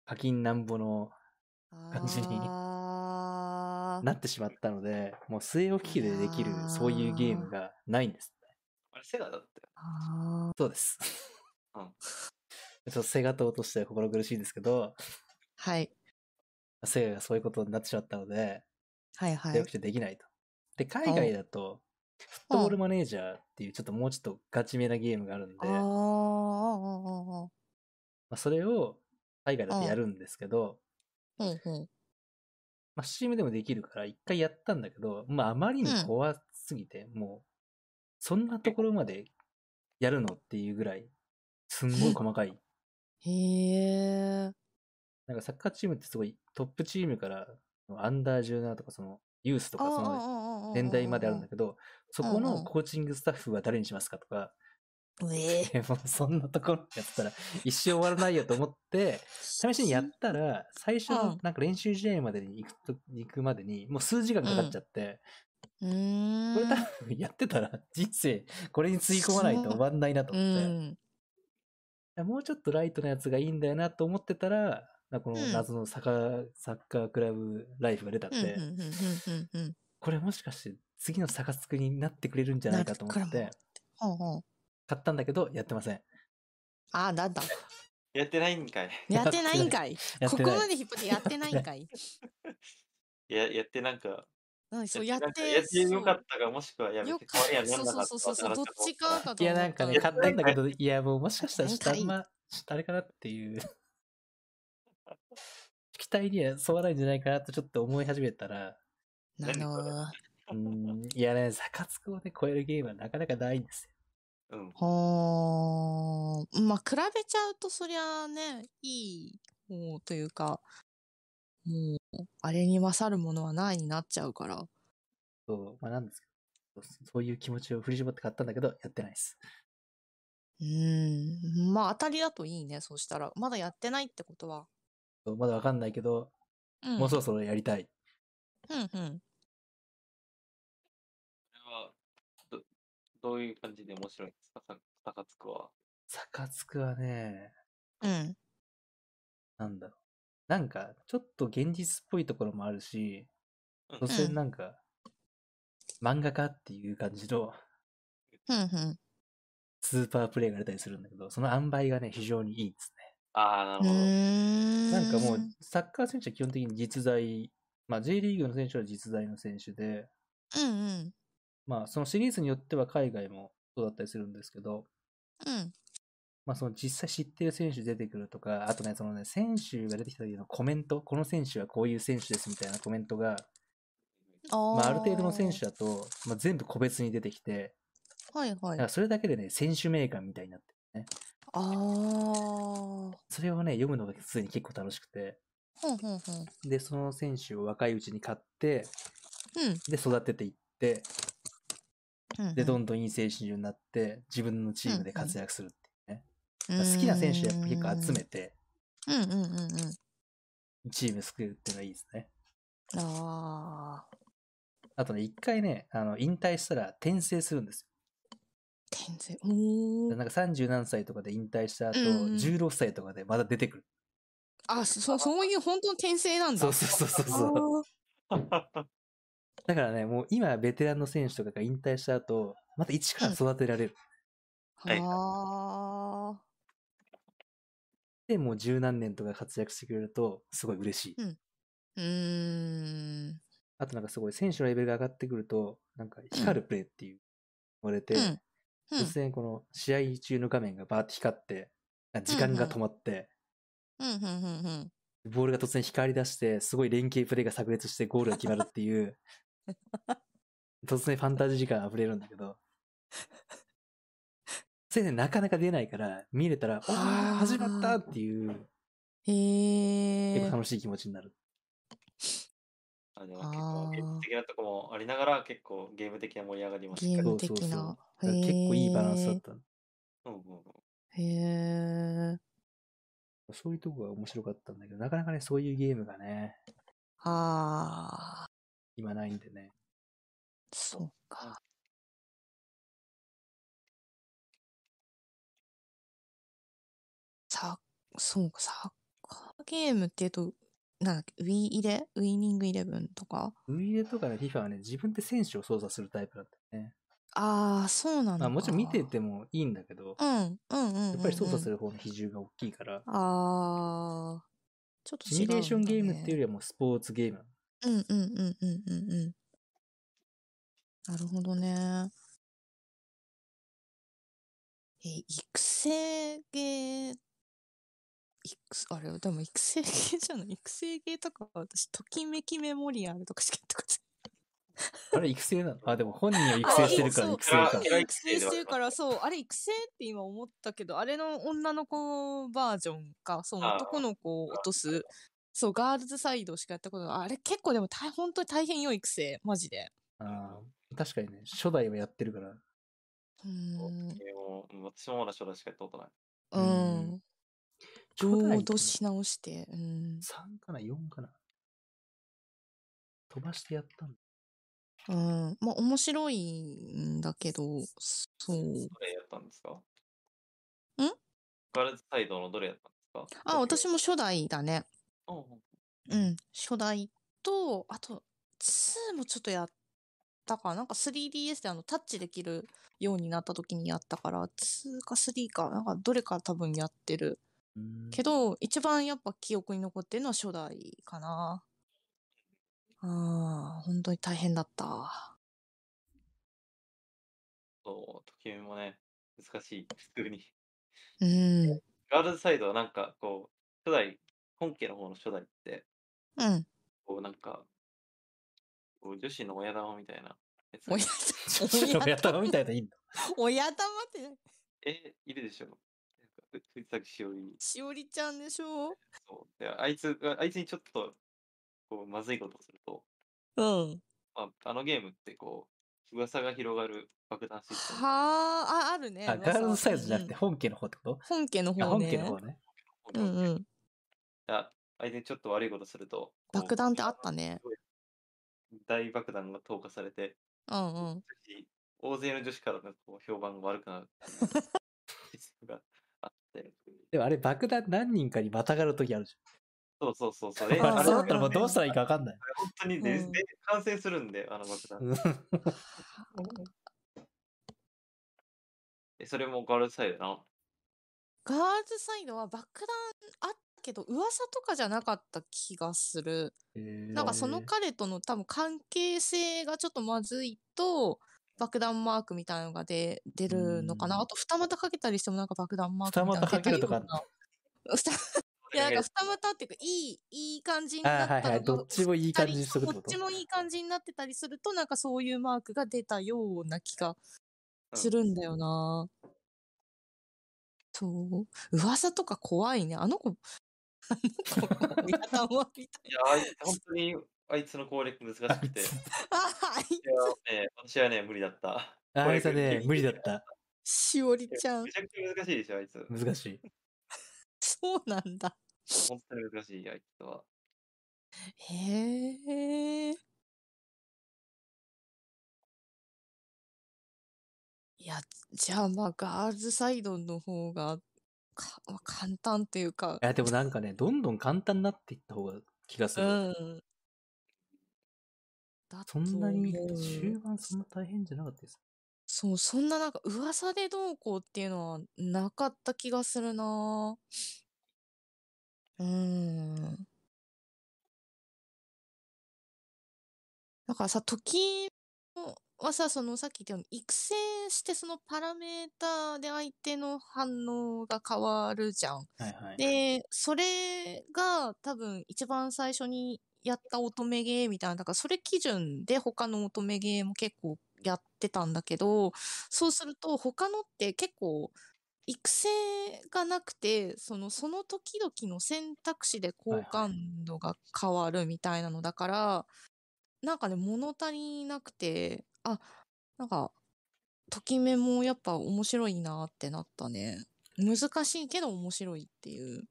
課金なんぼの感じにあーなってしまったので、もう据え置き機でできるいやーそういうゲームがないんです。あれセガだったよ。あそうです。うん (laughs) ちょっとセガ党としては心苦しいんですけど、ーはいセガがそういうことになってしまったので、はいは据えい置き。でできないと。で、海外だと、フットボールマネージャーっていうちょっともうちょっとガチめなゲームがあるんで、あーあーあまーあーあ、それを海外だとやるんですけど、あーうんうんまあ、Steam でもできるから一回やったんだけど、まあ、あまりにうん怖すぎて、もう、そんなところまでやるのっていうぐらい、すんごい細かい。へえ。なんかサッカーチームってすごいトップチームから、アンダー17とか、その、ユースとか、その、の年代まであるんだけけど、そこうんうのんコーチングスタッフは誰にしますかとか、ど。え (laughs) え。えもうそんなところやってたら一生終わらないよと思って、試しにやったら、最初うのんなんか練習試合までに行くと、行くまでに、もう数時間かかっちゃって、うーん。これ多分やってたら (laughs) 人生これにつぎ込まないと終わんないなとう思って、いん。やもうちょっとライトなやつがいいんだよなと思ってたら、なこのうん謎のサッカーサッカークラブライフが出たんうで、んうんうんうんうんうん。これもしかして次のサカスクになってくれるんじゃないかと思なっるかてもほうほう。買ったんだけどやってませんあ (laughs) あ、なんだ。やってないんかい。ややっっててないんかい。やっこてこないまで引っ張ってやってないんかい。ややってなんか、なんかそうやっなんかて。やってよかそっうたか、もしくはやめよて代わりやなそらうなかそうったそうそうそう、どっち側かといや思ったなんかねや買ったんだけどいやもうもしかしたらやちょっってとなあんいんかいまちょっとあれかなっていう (laughs) 期待には沿わないんじゃないかなとちょっと思い始めたらなのーうーんいやね、サカツクをね、超えるゲームはなかなかないんですよ。うん。ほーまあ比べちゃうとそりゃあねいいもうというかもうあれに勝るものはないになっちゃうからそう、まあなんですけど、そうそういう気持ちを振り絞って買ったんだけど、やってないです。うんまあ当たりだといいねそうしたらまだやってないってことは、そうまだわかんないけど、うん、もうそろそろやりたい。うんうんこれはど、どういう感じで面白いんですか、さ高津区は。サカツクはね、うんなんだろう。なんか、ちょっと現実っぽいところもあるし、うん所詮なんか、漫画家っていう感じのうんうんスーパープレイが出たりするんだけど、その塩梅がね、非常にいいですあうあ、なるほど。んね。なんかもう、サッカー選手は基本的に実在、まあ J リーグの選手は実在の選手で、うんうんまあ、そのシリーズによっては海外もそうだったりするんですけど、うんまあ、その実際知ってる選手出てくるとか、あとね、そのね、選手が出てきた時のコメント、この選手はこういう選手ですみたいなコメントが、あまあ、ある程度の選手だと、まあ、全部個別に出てきて、と。はいはだい。かあらそれだけでね、選手名鑑みたいになってるね。あー。ほんそれをね、読むのがすでに結構楽しくて、ほんほん。うで、その選手を若いうちに買って、んで、育てていって、うんうん。で、どんどんいい選手になって、自分のチームで活躍するっていうね。うだーかんら好きな選手やっぱ結構集めて、うんうんうんうん。チーム作るっていうのはいいですね。ああ。あとね、一回ね、あの引退したら転生するんです天然。およ。ーなんか30何歳とかで引退した後、うんうん16歳とかでまた出てくる。あ、そ、そういう本当の転生なんだ。そうそうそうそうそう。あーだからね、もう今ベテランの選手とかが引退した後、また一から育てられる。はいああ。で、もう十何年とか活躍してくれると、すごい嬉しい。うーん。あとなんかすごい選手のレベルが上がってくると、なんか光るプレーっていう、言われて、うんうん突然この試合中の画面がバーって光って、あ時間が止まって、うんうんうんうん。ボールが突然光り出して、すごい連携プレーが炸裂してゴールが決まるって (laughs) いう、突然ファンタジー時間溢れるんだけど、それでなかなか出ないから、見れたら、おー始まったっていう、へ結構え。楽しい気持ちになる。 (laughs) あでも結構あー現実的なとこもありながら結構ゲーム的な盛り上がりもしっゲかーりムそうそう的なそうだから結構いいバランスだった。うんうんうんへえ。そういうとこが面白かったんだけど、なかなかね、そういうゲームがね、ああ。今ないんでね。そうか。さ、そうか、サッカーゲームっていうと、なんだっけ、ウィイレウィニングイレブンとかウイレとかね、FIFA はね、自分で選手を操作するタイプだったよね。ああ、そうなんまだ。あもちろん見ててもいいんだけど、うやん、うん、うんうんうん。っぱり操作する。る方の比重が大きいから、ああ。ちょっと違う、ね。シミュレーションゲームっていうよりはもうスポーツゲームなの。うんうんうんうんうんうん。なるほどね。え、育成ゲー、育あれ、でも育成ゲーじゃない育成ゲーとかは私、ときめきメモリアルとかしかやったことあれ育成なのあ、でも本人は (laughs) 育成してるからあ育成かそそうう。育成してるから、そう、あれ育成って今思ったけど、あれの女の子バージョンか、そう、あー男の子を落とす、そう、ガールズサイドしかやったことない。あれ結構でも大、本当に大変よ、育成。マジで。あー確かにね、初代はやってるから。うーん。ゲームをうん私もまだ初代しかやったことない。ううんん。初代どうし直して。うん。 3かな ?4 かな飛ばしてやったんだ。うん。まあ、面白いんだけど、そう。どれやったんですかんんガールズサイドのどれやったんですかあ、私も。も初代だね。うんうんうん。初代と、あと、2もちょっとやったかな。なんか 3DS であの、タッチできるようになった時にやったから、2か3か、なんかどれか多分やってる。うんけど、一番やっぱ記憶に残ってるのは初代かな。ああ、本当に大変だった。そう、時計もね、難しい。普通に。うん。ガールズサイドはなんかこう、初代、本家の方の初代って、うん。こうなんか、こう女子の親玉みたいなやつがお (laughs) や女子の親やった玉のみたいなのいいんだ。親玉って何え、いるでしょなんかふ藤崎しおり。しおりちゃんでしょそう。で、あいつが、あいつにちょっと、こう、まずいことをすると、うん。まあ、あのゲームってこう、噂が広がる爆弾システム。はあ、あ、あるね。あ、ガールズサイズじゃなくてうん本家の方ってこと本家のあ方本ね。家の方ね。うんうん。あ相手にちょっと悪いことすると、こう爆弾ってあったね。大爆弾が投下されて、うんうん。大勢の女子からのこう評判が悪くなるっていうシステムがあって。でもあれ爆弾何人かにまたがるときあるじそうそうそうそう。えゃん。あああれれだはったらもうどうしたらいいかわかんない。本当にね、うんで完成するんで、あの爆弾。えそれもガールズサイドな。ガールズサイドは爆弾あったけど、噂とかじゃなかった気がする。なんかその彼との多分関係性がちょっとまずいと、爆弾マークみたいなのが出出るのかうな。んあと、二股かけたりしてもなんか爆弾マークみたいなの二股かけるとか出たような。二いや、なんか二股っていうか、いい、いい感じになあっーはいたはのい。どがっ、ちもいい感じにしとくこってっこちともいい感じになってたりすると、なんかそういうマークが出たような気がうんするんだよな。そう。噂とか怖いね。あの子、あの子 (laughs) の見方もみたいいや、あい本当にあいつの攻略難しくて。いな。あはい。や、ね、私はね、無理だった。あ攻あ略れさね、無理だっ。いた。しおりやちゃんめ。ちゃくちゃ難しいでしょ、あいつ。難しい。そうなんだ。本当に難しい、あいつは。へえ。いや、じゃあまあ、ガールズサイドの方が、かまあ簡単というかい、や、でもなんかね、どんどん簡単になっていった方が気がすうる。ん。だそんなにと思う、終盤そんな大変じゃなかったです。そう、そんななんか噂でどうこうっていうのはなかった気がするなぁうーん。だからさ、時はさ、そのさっき言ったように育成してそのパラメーターで相手の反応が変わるじゃん。はいはい。で、それが多分一番最初にやった乙女ゲーみたいな、だからそれ基準で他の乙女ゲーも結構やってたんだけど、そうすると他のって結構育成がなくて、そのその時々の選択肢で好感度が変わるみたいなのだから、なんかね、物足りなくて、あ、なんか、ときめもやっぱ面白いなってなったね。難しいけど面白いっていう。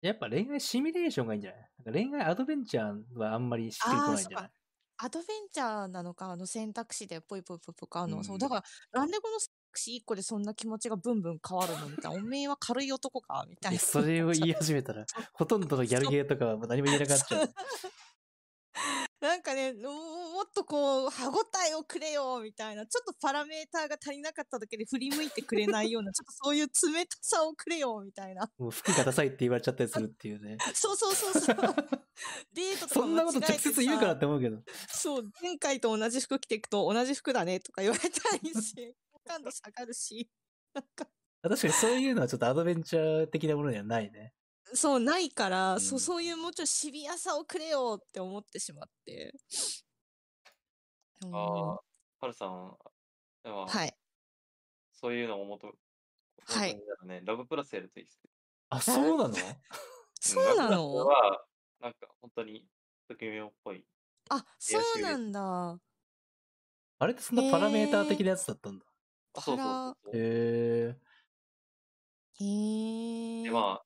やっぱ恋愛シミュレーションがいいんじゃないなんか恋愛アドベンチャーはあんまりしっくりこないんじゃないアドベンチャーなのか、あの選択肢でポイポイポイポイ変わるのは、うんそう。だから、なんでこの選択肢1個でそんな気持ちがブンブン変わるのみたいな。おめえは軽い男かみたいいな。やそれを言い始めたら、ほとんどのギャルゲーとかはもう何も言えなくなっちゃう。 (laughs) なんかね、ももっとこう、歯ごたえをくれよみたいな、ちょっとパラメーターが足りなかっただけで振り向いてくれないような、ちょっとそういう冷たさをくれよみたいな。 (laughs) もう服がダサいって言われちゃったりするって (laughs) いうね。そうそうそう (laughs) そう。デートとかそんなこと直接言うから (laughs) 間違えって思うけど。てさそう、前回と同じ服着ていくと同じ服だねとか言われたりし、好感度下がるし、なんか、確かにそういうのはちょっとアドベンチャー的なものにはないね。そう、ないかうら、んそう、そういうもうちょいシビアさをくれよって思ってしまって。うんああ、はるさん、でははい。そういうのをもと、はい求めたらね、ラブプラスやるといいですね。あ、そうなのそうなラブプラスのは、なんか本当に、ときめもっぽい。あ、いやそうシビアなんだ。あれってそんなパラメーター的なやつだったんだ。あそうそうそうそう。へえ。へえ。で、まあ、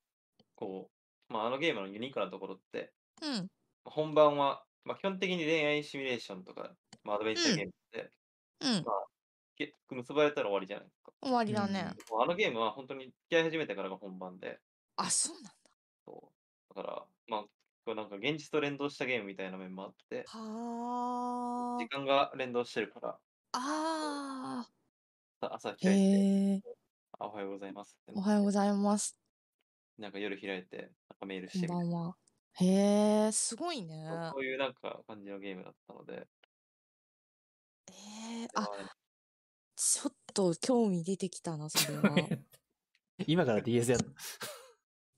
こう、まあ、あのゲームのユニークなところって、うん。本番は、まあ、基本的に恋愛シミュレーションとか、まあ、アドベンチうャーんゲームって、うん。結局結ばれたら終わりじゃないですか。終わりだね。でもあのゲームは本当に付き合い始めてからが本番で、あ、そうなんだ。そうだから、まあ、こうなんか現実と連動したゲームみたいな面もあって、は時間が連動してるから、あ。あさ朝あ。開いて、へえ。あおはようございますっておはようございます。なんか夜開いて、なんかメールこしんてみばたいんは。へえ、すごいね。な、そういうなんか感じのゲームだったので、ええまあ、あねちょっと興味出てきたな、それ (laughs) は。今から DS やるの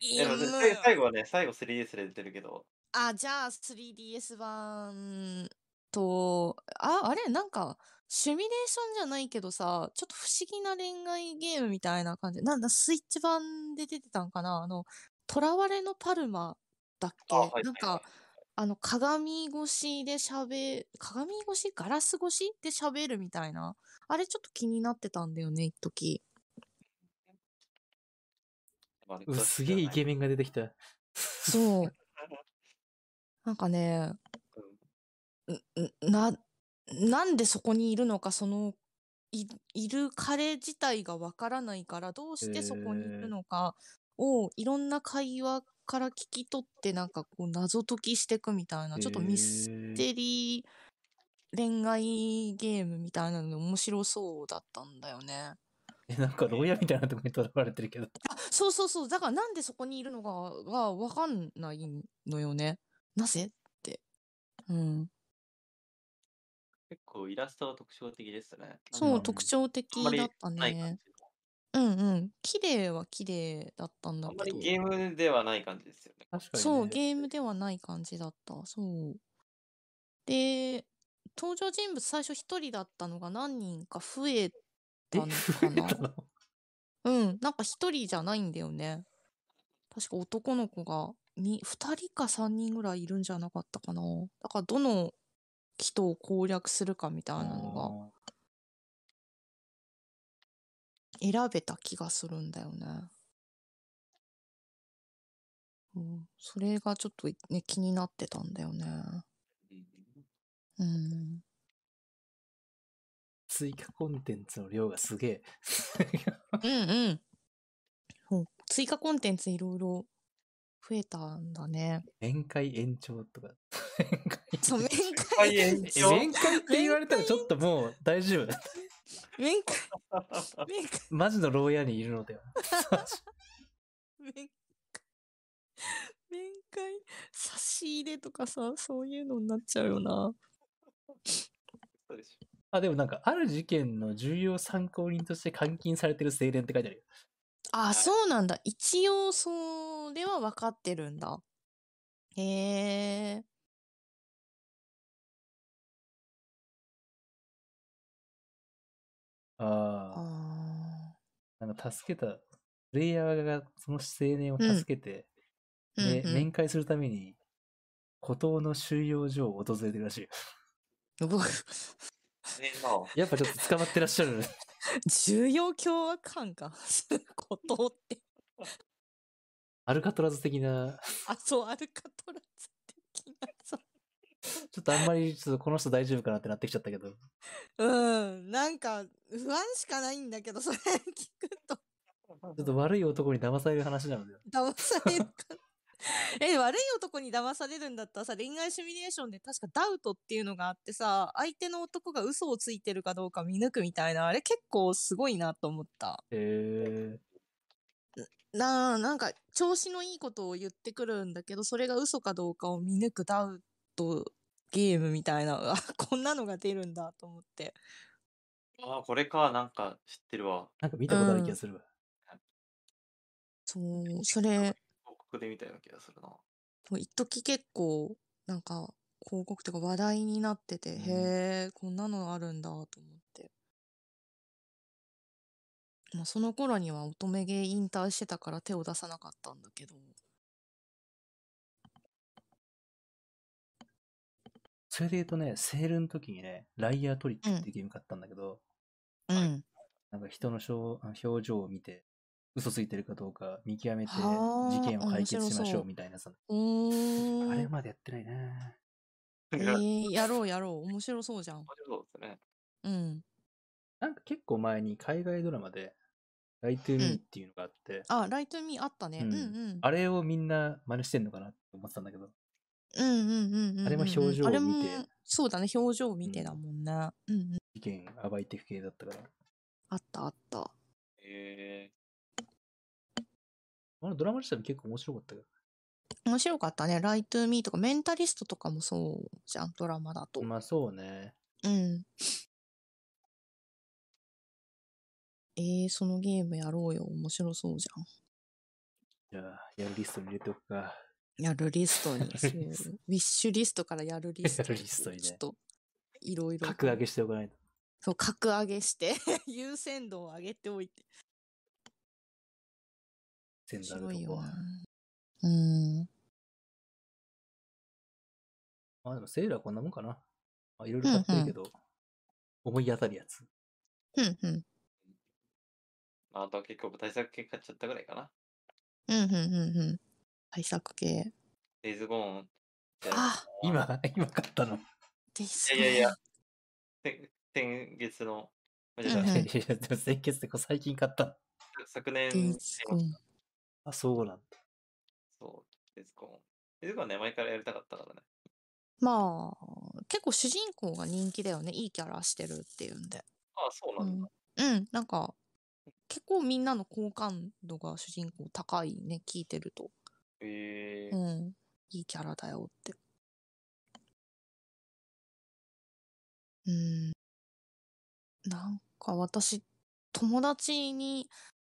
いでやももう最後最後はね、最後 3DS で出てるけど、あ、じゃあ 3DS 版と、あ、あれなんか、シミュレーションじゃないけどさ、ちょっと不思議な恋愛ゲームみたいな感じ。なんだ、スイッチ版で出てたんかなあの、囚われのパルマだっけあはいはいなんはかい、あの、鏡越しで喋、鏡越しガラス越しで喋るみたいな。あれちょっと気になってたんだよね、一時。まあねうわすげえイケ詳しメンが出てきた。そう。なんかね、くはないうんんな、なんでそこにいるのか、その、い、いる彼自体がわからないから、どうしてそこにいへーるのかを、いろんな会話から聞き取って、なんかこう、謎解きしていくみたいな、ちょっとミスへえテリー恋愛ゲームみたいなので面白そうだったんだよね。え、なんか牢屋みたいなとこにとらわれてるけど。あ、そうそうそう。だからなんでそこにいるのかがわかんないのよね。なぜって。うん。結構イラストは特徴的ですね。そう、うん特徴的あんまりだったない感ね。じのうんうん。綺麗は綺麗だったんだあんまけりど。ゲームではない感じですよね。確かに、ね。そう、ゲームではない感じだった。そう。で、登場人物最初一人だったのが何人か増えたのかな。 (laughs) うん、なんか一人じゃないんだよね。確か男の子がに二人か三人ぐらいいるんじゃなかったかな。だからどの人を攻略するかみたいなののが選べた気がするんだよね。うん、それがちょっとね、気になってたんだよね。うん。追加コンテンツの量がすげえ。うんうん。そう追加コンテンツいろいろ増えたんだね。宴会延長とか。そう、面は会、(laughs) い、延え長。面会って言われたらちょっともう大丈夫。面会、面会、マジの牢屋にいるの (laughs) では。面会、面会、差し入れとかさ、そういうのになっちゃうよな。そうでしょあ、でもなんか、ある事件の重要参考人として監禁されてる青年って書いてあるよ。あ、そうなんだ。一応、それは分かってるんだ。へえ。ああ。あなんか助けた、プレイヤーがその青年を助けて、ーで、うんうん面会するために、孤島の収容所を訪れてるらしいよ。うわねまあやっぱちょっと捕まってらっしゃる。 (laughs) (laughs) 重要共和感か。 (laughs) ことって。アルカトラズ的な、あ、そう、アルカトラズ的なさ。ちょっとあんまりちょっとこの人大丈夫かなってなってきちゃったけど。うん、なんか、不安しかないんだけど、それ聞くと、ちょっと悪い男に騙される話なので。騙されるか。 (laughs) え、悪い男に騙されるんだったらさ、恋愛シミュレーションで確かダウトっていうのがあってさ、相手の男が嘘をついてるかどうか見抜くみたいな、あれ結構すごいなと思った。へえなあ、なんか、調子のいいことを言ってくるんだけど、それが嘘かどうかを見抜くダウトゲームみたいな、 (laughs) うわこんなのが出るんだと思って。あー、これか、なんか知ってるわ。なんか見たことある気がするわ。そう、それ、広告で見たような気がするな。 (laughs) そう一時結構なんか広告とか話題になってて、うんへえこんなのあるんだと思って、まあ、その頃には乙女芸引退してたから手を出さなかったんだけどそれで言うとね、セールの時にね、ライアートリックっていうゲーム買ったんだけど、うんなんか人のしょう表情を見て、嘘ついてるかどうか見極めてはあ事件を解決しま面白しそょううみたいなさ。おあれーまでやってないなえ面ー、やろうやろう面白そうじゃん白そうですね。うんなんか結構前に海外ドラマで、ライトゥーミーっていうのがあって、あライトミーあったね、ううんん、うんあれをみんな真似してんのかなって思ってたんだけど、うんうんうんうんうんうんあれは表情を見てあれもそうだね表情を見てだもんね、うんうん、事件暴いていく系だったから。あったあったえあのドラマ自体も結構面白かったけ面白かったね。ライトゥーミーとか、メンタリストとかもそうじゃん、ドラマだと。ど。まあそうね。うん。えー、そのゲームやろうよ。面白そうじじゃあ、やるリストに入れておくか。ゃん。やるリストに。そう (laughs) ウィッシュリストからやるリスト。やるリストにねちょっと、いろいろ。格上げしておかないと。そう、格上げして、 (laughs) 優先度を上げておいて。全面部ある白いとよこな。うん。まあでもセールはこんなもんかな。まあいろいろ買ってるけど、思い当たるやつ。うんうん。ー、あとは結構対策系買っちゃったぐらいかな。うんうんうんうん。対策系。デイズゴーンって。あ今、今買ったの。ですいやいやいや。先先月の、あじゃあうんいうんやいや、でも先月ってこう最近買ったの。昨年デイズゴーンあ、そうなんだ。。そう、デイズゴーン。デイズゴーンね、前からやりたかったからね。まあ、結構主人公が人気だよね。いいキャラしてるっていうんで。ああ、そううなんんだ。。うん、なんか、結構みんなの好感度が主人公高いね、聞いてると。えうー、ん。いいキャラだよって。うん。なんか私、友達に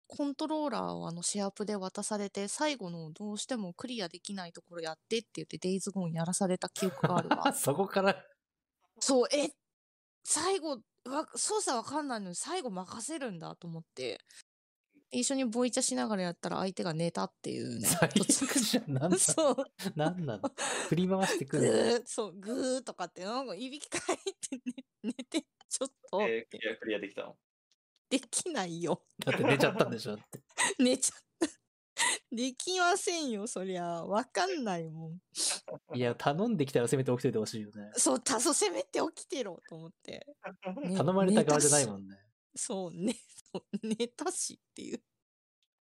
コントローラーをあのシェアプで渡されて、最後のどうしてもクリアできないところやってって言って、デイズゴーンやらされた記憶があるわ (laughs) そこから、そう、え、最後、わ操作わかんないのに最後任せるんだと思って、一緒にボイチャしながらやったら相手が寝たっていうね。最途中悪じゃん。なんだ、(laughs) (laughs) そう、なんなの振り回してくぐるの。ー、そう、ぐーとかって、なんかいびきかいて、ね、 (laughs) 寝て、ちょっと、えークリア、クリアできたの。できないよ。 (laughs) だって寝ちゃったんでしょって。寝ちゃった。できませんよ、そりゃ。わかんないもん。いや、頼んできたらせめて起きといてほしいよね。そう、たそせめて起きてろ、と思って。ね頼まれた側じゃないも。寝んね。たしそう、ね、 (laughs) そう寝たしっていう。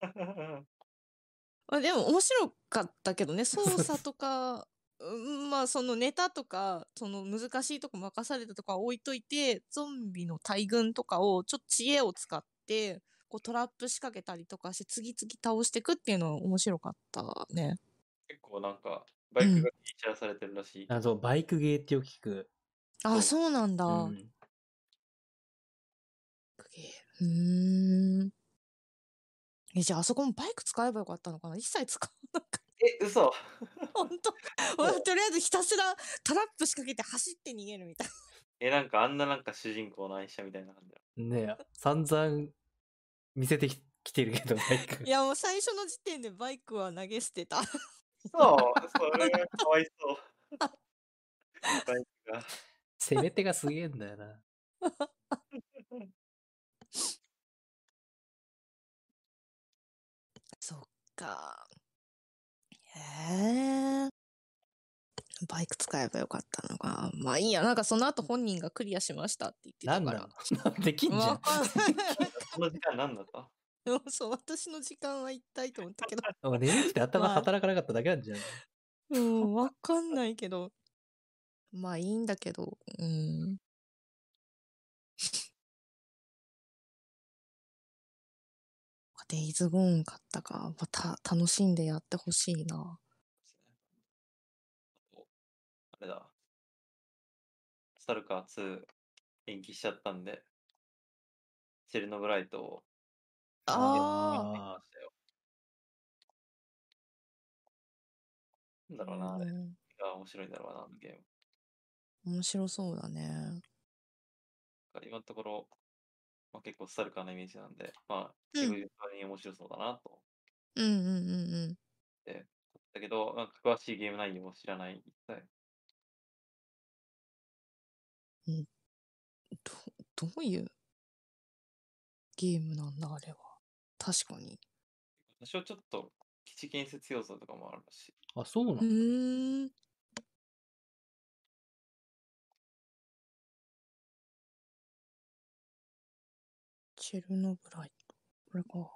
まあ、でも面白かったけど (laughs) ね、操作とか、うんまあそのネタとか、その難しいとこ任されたとかは置いといて、ゾンビの大群とかをちょっと知恵を使って、こうトラップ仕掛けたりとかして次々倒していくっていうのは面白かったね。 (laughs) 結構なんか、バイクがフィーチャーされてるらしい。あ、そう、バイクゲーってよく聞く。あ、そうなんだ。うん。うーん。え、じゃああそこもバイク使えばよかったのかな一切使わなかった。え、嘘ほん (laughs) と。まあとりあえずひたすらトラップ仕掛けて走って逃げるみたいな。え、なんかあんななんか主人公の愛車みたいな感じだ。ねえ、散々見せてききてるけど、バイクい。やもう最初の時点でバイクは投げ捨てた。 (laughs) そう、それがかわいそう。バイクが。攻め手がすげえん (laughs) だよな。そっか。へえ。バイク使えばよかったのか。まあいいや、なんかその後本人がクリアしましたって言ってなたんかなら。のできんじゃわん。かんない (laughs) この時間何だったでもそう、私の時間は一体と思ったけど。お前眠くて頭まあ働かなかっただけなんじゃん。うん、わかんないけど。まあいいんだけど、うん。 (laughs) デイズゴーン買ったか、また楽しんでやってほしいな。あれだ。スタルカー2延期しちゃったんで、チェルノブライトをあ見ましたよ。なんだろうな、あれう。んが面白いんだろうな、あのゲーム。面白そうだね。だから今のところ、まあ、結構スタルカーなイメージなんで、まあ、うん結構順番に面白そうだなと。うんうんうんうん。だけど、なんか詳しいゲーム内容も知らない。一体どどういうゲームなんだあれは。確かに。多少ちょっと基地建設要素とかもあるし、あ、そうなのうーん。チェルノブライト。これか。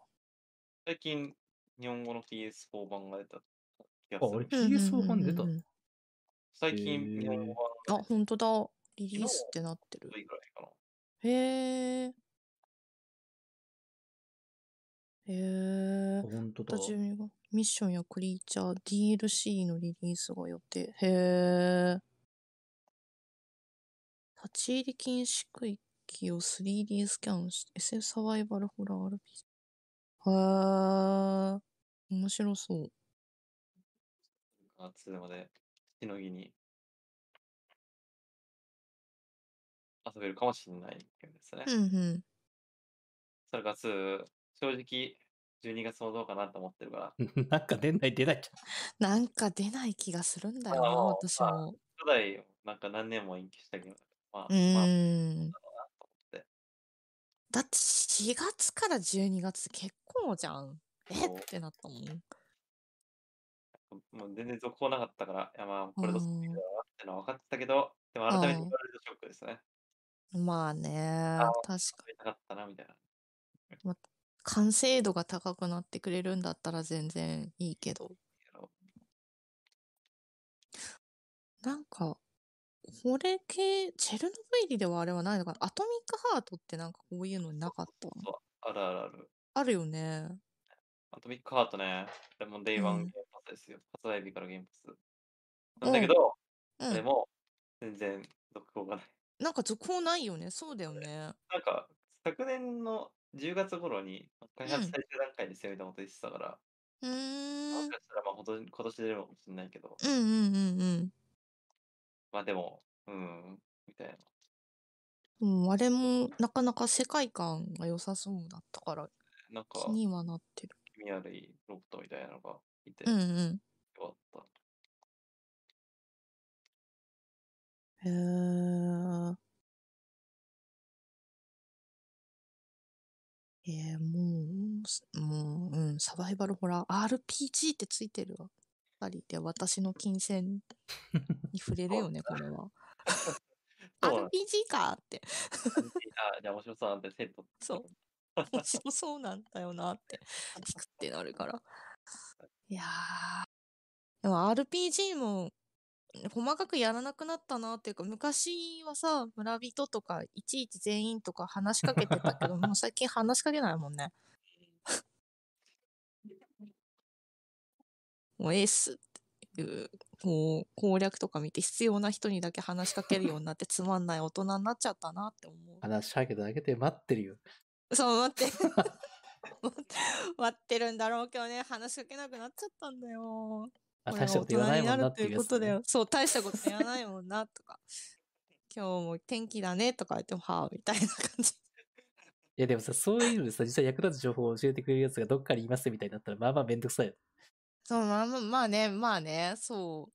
最近、日本語の PS4 版が出た気があ、す俺る。 PS4 版出たうんうんうんうん最近、日本語版あ、ほんとだ。リリースってなってるが。いいぐらいかな。へえ。へえ。ほんとだ。私がミッションやクリーチャー、DLC のリリースが予定。へえ。立ち入り禁止区域を 3D スキャンして、SF サバイバルホラー RPG。へえ。面白そう。夏までしのぎに遊べるかもしれないゲームですね。うんうん。それが2、正直12月もどうかなと思ってるから、 (laughs) なんか年内出ないじなんか出ない気がするんだよな、あの私も。初代なんか何年も延期したけど、まうあ、まあ、とーん。思ってだって4月から12月って結構じゃん。えっそうてなったもん。もう全然続報なかったから、いやまあ、これとうスんピードだなってのは分かってたけど、でも改めてうん言われるとショックですね。まあね、確か遊びたかったな、みたいな。完成度が高くなってくれるんだったら全然いいけど。なんか、これ系、チェルノブイリではあれはないのかなアトミックハートってなんかこういうのなかったそうあるあるある。あるよね。アトミックハートね、でもデイワうンんゲームパスですよ。発売日からゲームパス。うなんんだけど、うでん。も、全然続報がない。 (laughs) なんか続報ないよね。そうだよね。なんか、昨年の10月頃に開う発ん最終段階ですよみたいなこと言ってたから、うーもんし。かしたらまあほとん今年出るのかもしれないけど、うんうんうんまあでも、うん、みたいな。うん。うん、あれもなかなか世界観が良さそうだったからなんか、気にはなってる。気味悪いロボットみたいなのがいて、うんうよん。かった。へーえー、もうす、もう、うん、サバイバルホラー、RPG ってついてるわ。やっぱり、で、私の金銭に触れるよね、これは。 (laughs) そうな RPG んかって。あ、じゃあ、面白そうなんてセット。そう。 (laughs) 面白そうなんだよなって、聞くってなるから。いやー、でも RPG も、細かくやらなくなったなっていうか、昔はさ、村人とか、いちいち全員とか話しかけてたけど、もう最近話しかけないもんね。もうエースっていう、こう、攻略とか見て必要な人にだけ話しかけるようになって、つまんない大人になっちゃったなって思う。話しかけただけで待ってるよ。そう、(laughs) 待って。 (laughs) 待ってるんだろうけどね、話しかけなくなっちゃったんだよ。あ、こ大れはしたこと言わないもんなっ大人にるとていういうやこつとだね、よ。そう、大したこと言わないもんな、とか。今日も天気だね、とか言っても、はあ、みたいな感じ。 (laughs) いや、でもさ、そういうのでさ、実際役立つ情報を教えてくれるやつがどっかにいますみたいになったら、まあまあめんどくさいよ。そう、まあまあまあね、まあね、そ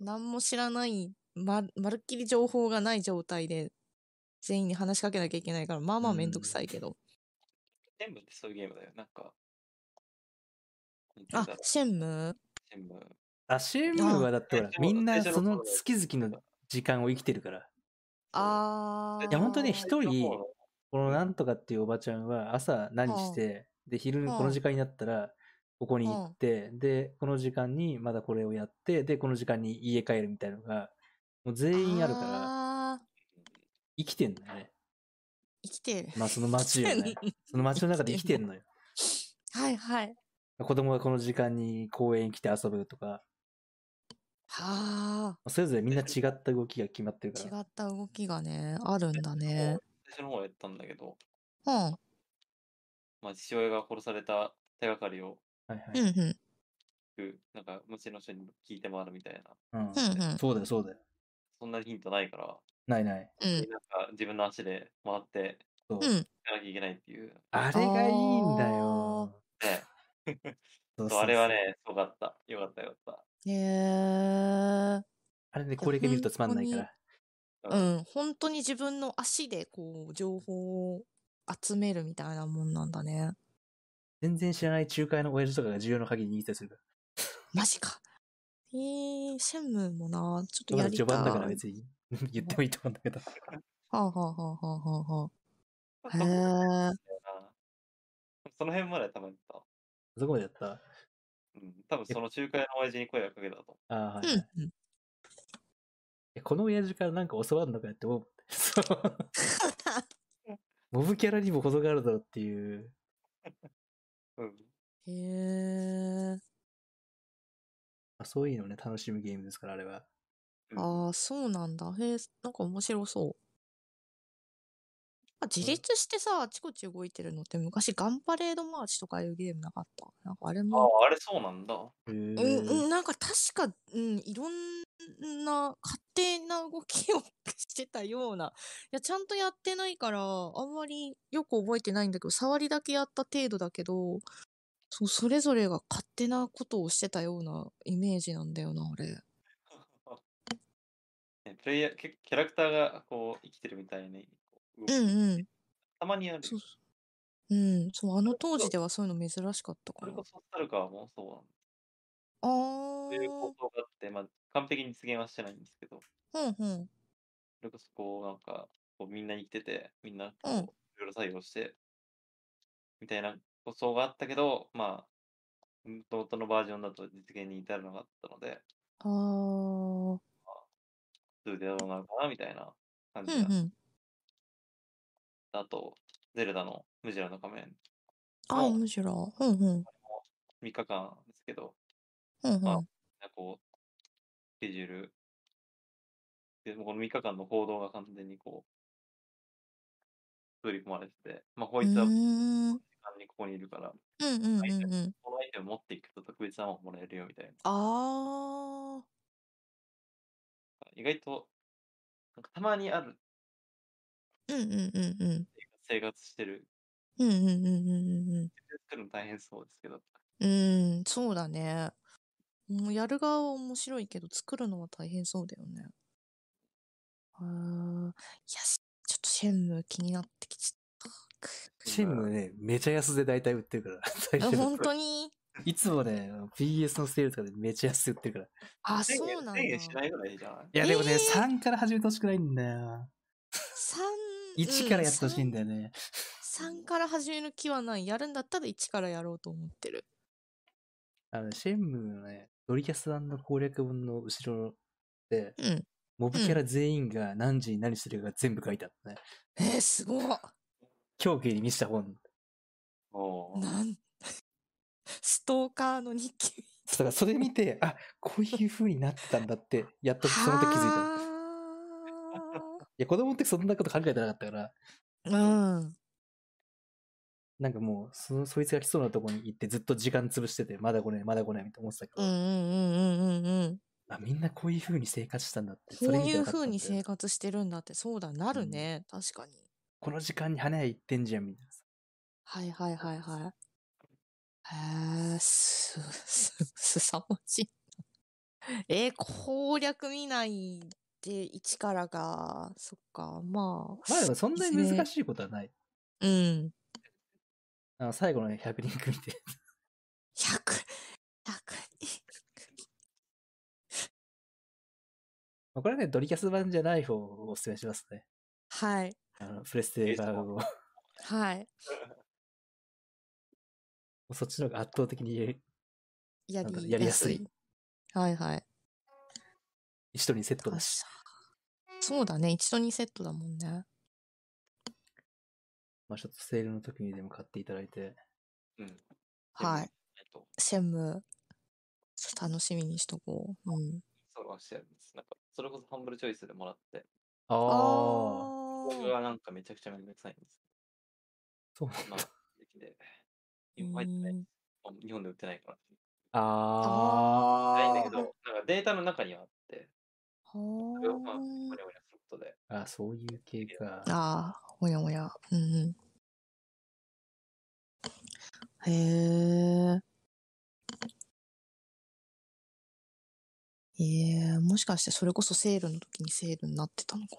う。何も知らない、ま、まるっきり情報がない状態で、全員に話しかけなきゃいけないから、まあまあめんどくさいけど。全部ってそういうゲームだよ。なんか、なんて言うんあだろ、うシェンム新聞。あ、シェンムはだってほらあ、みんな最初そのの頃好き好きの時間を生きてるから。あー。いや本当に最初の一人方のこのなんとかっていうおばちゃんは朝何して、で、昼はあこの時間になったら、ここに行って、で、この時間にまだこれをやって、で、この時間に家帰るみたいなのが、もう全員あるから、あー生きてんだよね。生きてる。まあ (laughs) その街を生きねてん。その街の中で生きてんのよ。はいはい。子供がこの時間に公園に来て遊ぶとか、はあ、それぞれみんな違った動きが決まってるか違ら。った動きがね、あるんだね。最初の方やったんだけど、うん、うん、まあ、父親が殺された手がかりを、はいうはい。ん、うん、なんか、虫の人に聞いて回るみたいな。うんうん。そうだよ、そうだよ。そんなヒントないから、ないない。うん、なんか自分の足で回って、そううん。行かなきゃいけないっていう。あれがいいんだよ。ね、 (laughs) そうそうあれは、ね、すごかった。よかったよかっへえ。あれね、これが見るとつまんないかいやら。た。ううんん、本当に自分の足でこう、情報を集めるみたいなもんなんだね。全然知らない仲介の親父とかが重要な鍵握ってたりするかマジか。えー、シェンムーもな、ちょっら。とまやだり序たい。盤だからは別に (laughs) 言ってもいいと思うんだけど。あ、はあはあはあはあはまああ、そこまでやっへえ。たよなその辺まで多分やった。そこまでやった。あうん、多分その仲介の親父に声をかけたと思あ、はいはいうん、うん。えこの親父からなんか教わるのかよって思う。 (laughs) そうモブキャラにも程があるだろうっていう。う。うん。 (laughs) へえ。まあそういうのをね、楽しむゲームですから、あれは。うんああ、そうなんだ。へえ、なんか面白そう。あ自立してさ、あちこち動いてるのって昔、ガンパレードマーチとかいうゲームなかった。なんかあれあも、あ、あれそうなんだ。ううん、んうん、なんか確か、うん、いろんな勝手な動きを (laughs) してたような。いや、ちゃんとやってないから、あんまりよく覚えてないんだけど、触りだけやった程度だけど、そう、それぞれが勝手なことをしてたようなイメージなんだよな、あれ。ねプレイヤー、キャキャラクターがこう生きてるみたいにこう動く、うんうん。たまにあるよ。そうそう。うん、そう、あの当時ではそういうの珍しかったそかれら。こそ、サルカーもそうなんだ。あそういう構ー、想があって、まあ、完璧に実現はしてないんですけど、うんうん。それこそこう、なんか、こうみんな生きてて、みんなこうう、んいろいろ作業して、みたいな構想があったけど、まあ、もともとのバージョンだと実現に至らなかったので、あー、普通でどうなるかなみたいな感うじんうが。ん。あと、ゼルダのムジュラの仮面、あー、のむしろ。うんうん。 3日間ですけど、うんうん。なんかこう、スケジュールでもこの3日間の行動が完全にこう、取り込まれてて、まあ、こういったうー時んうん間にここにいるから、うんうんうん。このアイテム持っていくと特別なものもらえるよみたいな。ああ。意外と、なんかたまにあるうんうんうんうん。生活してる、うんうんうんうんうんうん。作るの大変そうですけど、うーん、そうだね。もうやる側は面白いけど、作るのは大変そうだよね。あーいや、しちょっとシェンムー気になってきちゃったシェンムね、めちゃ安で大体売ってるから、 (laughs) 大あ。丈本夫。当にいつもね、PS のセールとかでめちゃ安で売ってるから。いあ、 1000そう円なん1000だ。円しないぐらいじゃないや、でもね、えー3から始めてほしくないんだよ。三1からやってほしいんだよね。 3から始める気はない。やるんだったら1からやろうと思ってる。あの、シェンムーのね、ドリキャスの攻略本の後ろで、うん。モブキャラ全員が何時に何してるかが全部書いてあったね。えー、すごい。狂気に見せた本。おーなん、 (laughs) ストーカーの日記。だからそれ見 (laughs) て、あ、こういう風になってたんだって、やっ (laughs) とその時気づいた。いや、子供ってそんなこと考えてなかったから、た。 (laughs) うん。なんかもう、その、そいつが来そうなとこに行ってずっと時間潰してて、まだ来ない、まだ来ない、みたいな思ってたけうど、んうんうんうんうんうん。あ、みんなこういう風に生活したんだって、こういう風に生生活。活してるんだって、そうだ、なうるんね。確かに。この時間に花屋行ってんじゃん、みたいなさ。はいはいはいはい。へえ、す、 (laughs) す、すさまじい (laughs) な。えー攻略見ないで1からが、そっか、まあ、まあでもそんなにいずれ難しいことはない。うん。あの最後のね100人組で。 100、100。 (laughs) まあこれはね、ドリキャス版じゃない方をお勧めしますね。はい、あのプレステ版を。はい。そっちの方が圧倒的にやなんだろうりやりやすいやすいはいはい。一人にセットあだし。そうだね、一度にセットだもんね。まあちょっとセールの時にでも買っていただいて。うん。はい。えっと、専務、ちょっと楽しみにしとこう。うん。ソロはしてるんです。なんか、それこそハンブルチョイスでもらって、ああ。僕ああ。がなんかめちゃくちゃめんどくさいんです。そうなんまあ、できて、う今入ってないんあ日本で売ってないから。ないんだあけど、なんかデータの中にはあって、それをまあ、ほにゃほにゃすることで、あ。あ、そういう系か。ああ、おやおや。うんうん。へえ。いえもしかしてそれこそセールの時にセールになってたのか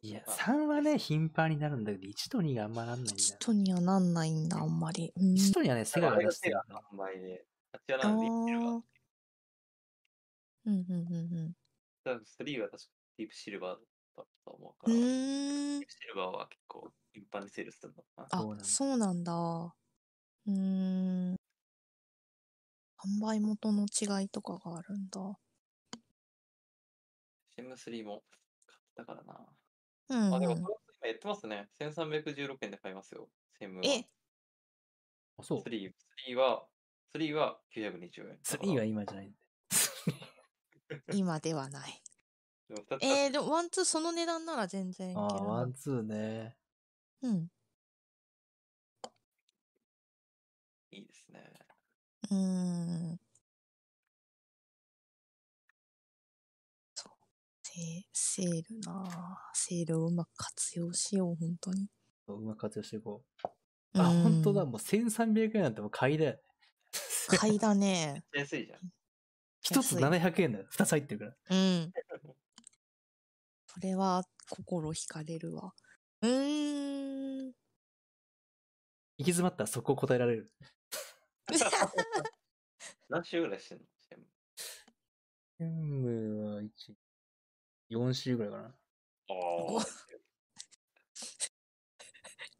いや、3はね、頻繁になるんだけど、1と2があんまなんないなんだよ。人にはなんないんだ、あんまり。うん、 1と2はね、セガあがれ出がして手るがから。販売で、あちらなんで生きてるあがー、うんうんうんだから3は確かディープシルバーだったと思ううから、ディん。うーんープ。シルバーは結構一般にセールするんだったな。そあうなん、だそうなんだ。うーん。販売元の違いとかがあるんだ。シム3も買ったからな。うん、あ、でうもんこ。れも今やってますね。1316円で買いますよ。シムは。え、あそう。 3, 3は、3は920円。 3は今じゃないんだよ。今ではない。だから、でも2つ買っえー、でもワンツーその値段なら全然いけあるあ、ワなン、。ツーね。うん。ていいですね。うーん。そう。セセールなあセールをうまく活用しよう、本当に。そううまく活用していこう。あ、うーん本当だ。。もう1300円なんてもう買いだよね。買いだね。めっちゃ安いじゃん。一つ700円だよ。二つ入ってるから。 (laughs) うん。それは心惹かれるわ。うー (laughs) ん。行き詰まったらそこ答えられる。何週ぐらいしてんのゲシムームは1、4週ぐらいかな。あごあ。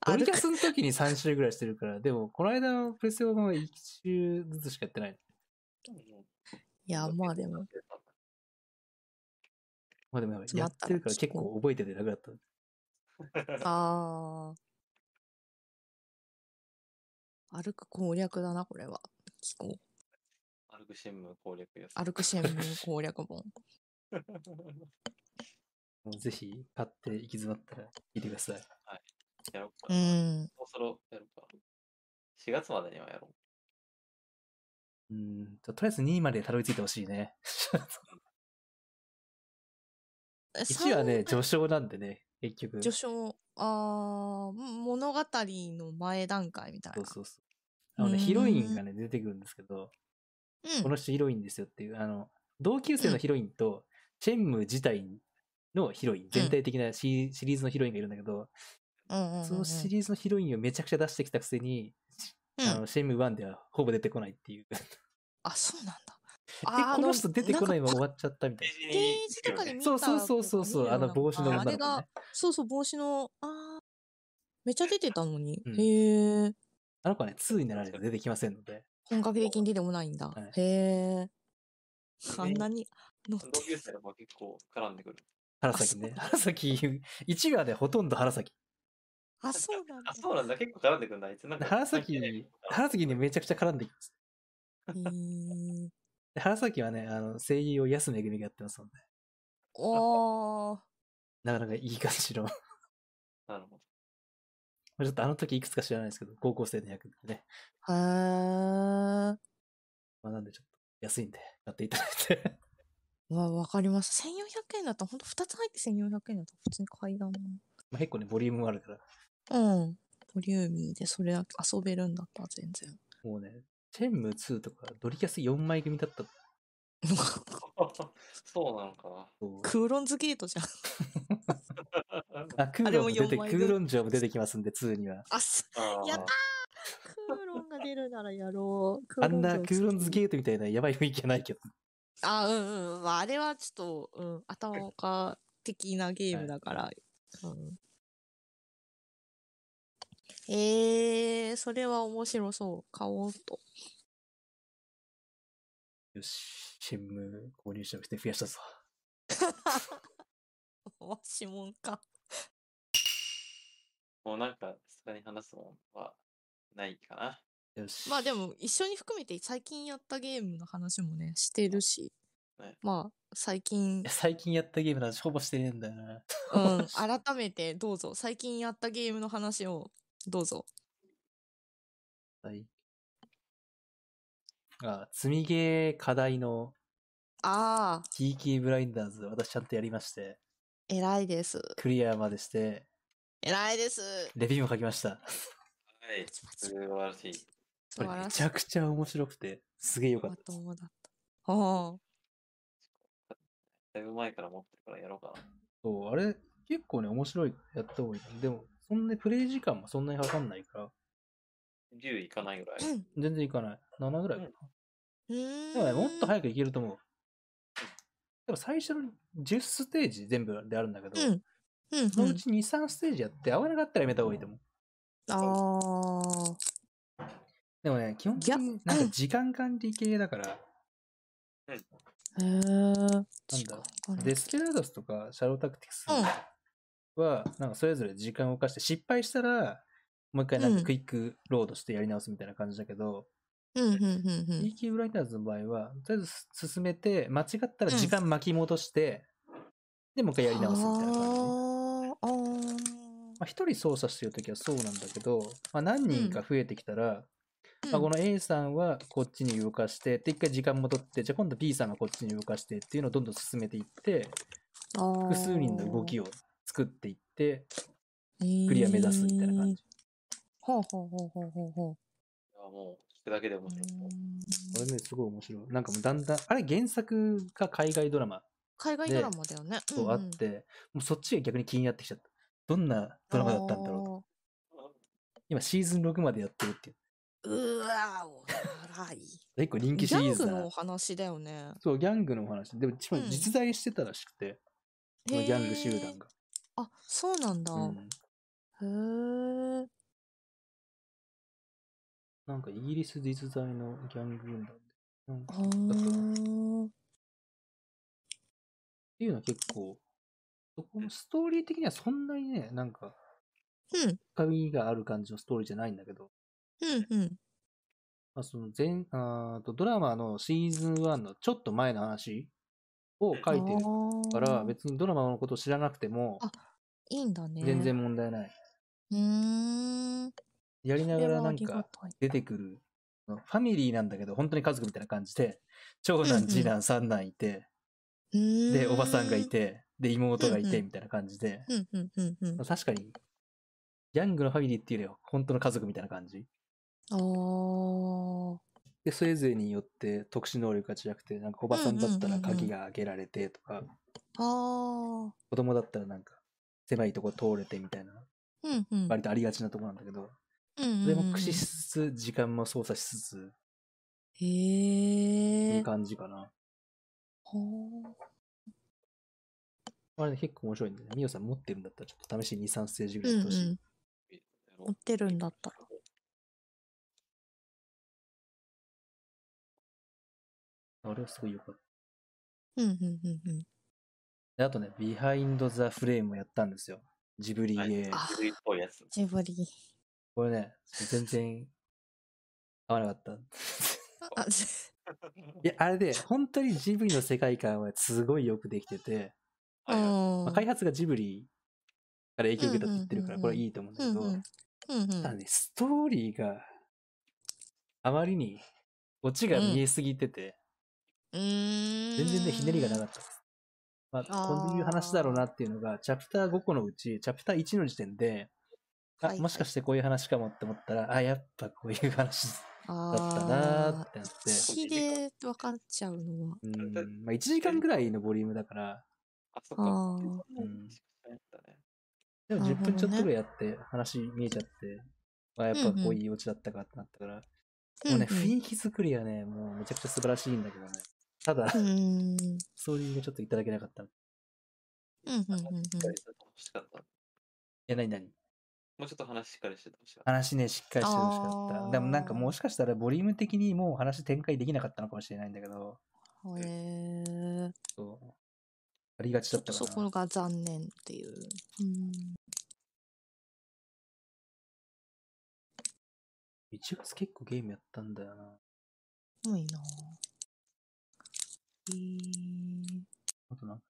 ド (laughs) 歩リキくャスの時に3週ぐらいしてるから、でも、この間のプレステ版は1週ずつしかやってない。いや、まあでも。まあでもやばい、詰やまっったてらるから結構覚えてて楽だった。ああ。歩く攻略だな、これは。聞こう。歩く新聞攻略やすい歩く新聞攻略本。もうぜひ買って行き詰まったら聞いてください。 (laughs) やろうかうな。もん。うそろやろうか。4月までにはやろうんととりあえず2位までたどり着いてほしいね。1はね、序章なんでね、結局。序章、あー物語の前段階みたいそうな。そうそう。あのね、うーんヒロインがね、出てくるんですけど、うんこの人ヒロインですよっていう、あの、同級生のヒロインと、チェンム自体のヒロイン、全体的なシシリーズのヒロインがいるんだけど、うんうんうんうんそのシリーズのヒロインをめちゃくちゃ出してきたくせに、あの、シェンム1ではほぼ出てこないっていう。あ、そうなんだ。え、あーこの人出てこないんまかま終わっちゃったみう。たいな。ページとかで見たそうそうそうそうそうこと見るよあの帽子の女なのんか子あれがね、そうそう、帽子の、あーめっちゃ出てたのに。うんへえ。あの子はね、2になられて出てきませんので、本格的に出てこないんだ。はいへえ。あんなに乗って同。級生の方が結構絡んでくる。原崎ね。原崎、1話でほとんど原崎。あ、そうなんだあ、。そうなんだ。結構絡んでくるな。あいつなんか。原崎に、原崎にめちゃくちゃ絡んできます。へーで原崎はね、あの、声優を安めぐみがやってますので、おー。なかなかいい感じの。ま (laughs) なるほど。あちょっとあの時いくつか知らないですけど、高校生の役でね。へー。まあなんでちょっと安いんで、買っていただいて。 (laughs) わ、わかります。1400円だったら、ほんと2つ入って1400円だったら普通に買いだな。まあ結構ね、ボリュームもあるから、うん。ボリューミーで、それ遊べるんだったら全然。もうね、チェンム2とかドリキャス4枚組だったと。 (laughs) そうなのかクーロンズゲートじゃん。な。あ、クーロンも出あれて、もク4枚組ーロン城も出てきますんで、2には。あ、すあーやったクーロンが出るならやろう。クあんな城クーロンズゲートみたいなやばい雰囲気はないけど。あ、うんうん。まあ、あれはちょっと、うん、頭おか的なゲームだから。うん、えー、それは面白そう。買おうと。 (laughs) よし、新聞購入者の人増やしたぞ。わしもんか。もうなんか、さすがに話すもんはないかな。よし。まあでも、一緒に含めて最近やったゲームの話もね、してるし。ねまあ、最近 (laughs) いや、最近やったゲームの話ほぼしてねえんだよな。うん、改めてどうぞ。最近やったゲームの話をどうぞ。はい。あ、積みゲー課題のああ、キーキーブラインダーズ、私ちゃんとやりまして、偉いです。クリアまでして、偉いです。レビューも書きました。はい。素晴らしい。こ素れ晴めらしちい。ゃくちゃ面白くて、すげえよかっまたと。もだった。あだいぶ前から持ってるからやろうかな。そう、あれ、結構ね、面白いからやった方がいい。でも、そんなにプレイ時間もそんなにかかんないから、 10いかないぐらい。あ。全然いかない。7ぐらいかな。うーん。でもね、もっと早くいけると思う。でも最初の10ステージ全部であるんだけど、うん。うん、そのう。うんち2、3ステージやって、合わなかったらやめた方がいいと思う。ああ。でもね、基本的になんか時間管理系だから、へえ。なだんデスペラードスとかシャロータクティクスは、なんかそれぞれ時間を動かして、失敗したら、もう一回なんうかんクイックロードしてやり直すみたいな感じだけど、うん、うん、うん、うん。 EQ ブライターズの場合は、とりあえず進めて、間違ったら時間巻き戻して、で、もう一回やり直すみたいな感じ。あーまあ、1人操作してるときはそうなんだけど、まあ、何人か増えてきたら、まあ、この A さんはこっちに動かして、で、一回時間戻って、じゃあ今度 B さんがこっちに動かしてっていうのをどんどん進めていって、あー。複数人の動きをを作っていって、ククリア目指すみたいな感じ。。ほうほうほうほうほうほう。いやもう、聞くだけで面白い。これね、すごい面白い。なんかもうだんだん、あれ原作が海外ドラマ海外ドラマだよね。とあって、もうそっちが逆に気になってきちゃった。どんなドラマだったんだろうと。ろ今シーズン6までやってるっていう。う。うわおらい。結構人ギ気シリャーンズグだのなお。話だよね。そう、ギャングのお話。でも、しかもうん実在してたらしくて、そのギャング集団が。あ、そうなんだ。うへんえ。なんかイギリス実在のギャング軍団で。なんかあーーっていうのは結構、そこのストーリー的にはそんなにね、なんか、うん。深みがある感じのストーリーじゃないんだけど、うんうん。まあ、その前、あーとドラマのシーズン1のちょっと前の話を書いてるかから、別にドラマのことを知らなくてもあ、いいんだね。全然。問題ない。うーん。やりながらなんそれはかありがたい出てくる、ファミリーなんだけど、本当に家族みたいな感じで、長うんう男、ん次男、三男いて、うーんで、おばさんがい。て、で、妹がいうんうて、んみたいな感じで、うんうんうんうん。確かに、ヤングのファミリーっていうよりは、本当の家族みたいな感じ。おー。で、それぞれによって特殊能力が違くて、なんかおばさんだったらうんうんうんうん鍵が開けられてとか、あー。子供だったらなんか狭いとこ通れてみたいな、うんうん。割とありがちなとこなんだけど、うそんうんうれんも駆使しつつ、時間も操作しつつ、へいえい。感じかな。ほーあれね、結構面白いんでね、みおさん持ってるんだったらちょっと試しに2、3ステージぐうらいんやっうてほしい。ん。持ってるんだったら。あれはすごい良かっうんうんうんうん。た。であとね、ビハインド・ザ・フレームをやったんですよ。ジブリゲー。あ古いっぽいやつ。ジブリ。これね、全然合わなかった。いあ、や、あれで、本当にジブリの世界観はすごいよくできてて、 (laughs) はいはいまあ、開発がジブリから影響を受けたって言ってるかうら、んこれはいいと思うんだうけんど、うん。うんうたんだね、ストーリーがあまりにオチが見えすぎてて、うーん。全然ね、ひねりがなかったです。まあ、あーこういう話だろうなっていうのが、チャプター5個のうち、チャプター1の時点で、あはい、はいもしかしてこういう話かもって思ったら、あ、やっぱこういう話だったなーってなって、気で分かっちゃうのは。うん、まあ1時間ぐらいのボリュームだから、あ、そっあか。ーうんそうなんだねでもなる10ほど分ちょっとねぐらいやって、話見えちゃって、あ、やっぱこういうオチだったかってなったから、もうね、うんうん雰囲気作りはね、もうめちゃくちゃ素晴らしいんだけどね。ただ、うーん。ストーリーがちょっといただけなかった。いうんうんうんうん。しっかりしててほしかった。や、なになにもうちょっと話しっかりしててほしかった。話ね、しっかりしてほしかっあた。ーでもなんかもしかしたらボリューム的にもう話展開できなかったのかもしれないんだけど、へえ。そうありがちちだょっったとかそな。こが残念っていう。うん。 1月結構ゲームやったんだよな。多いな。えー、あとなんか、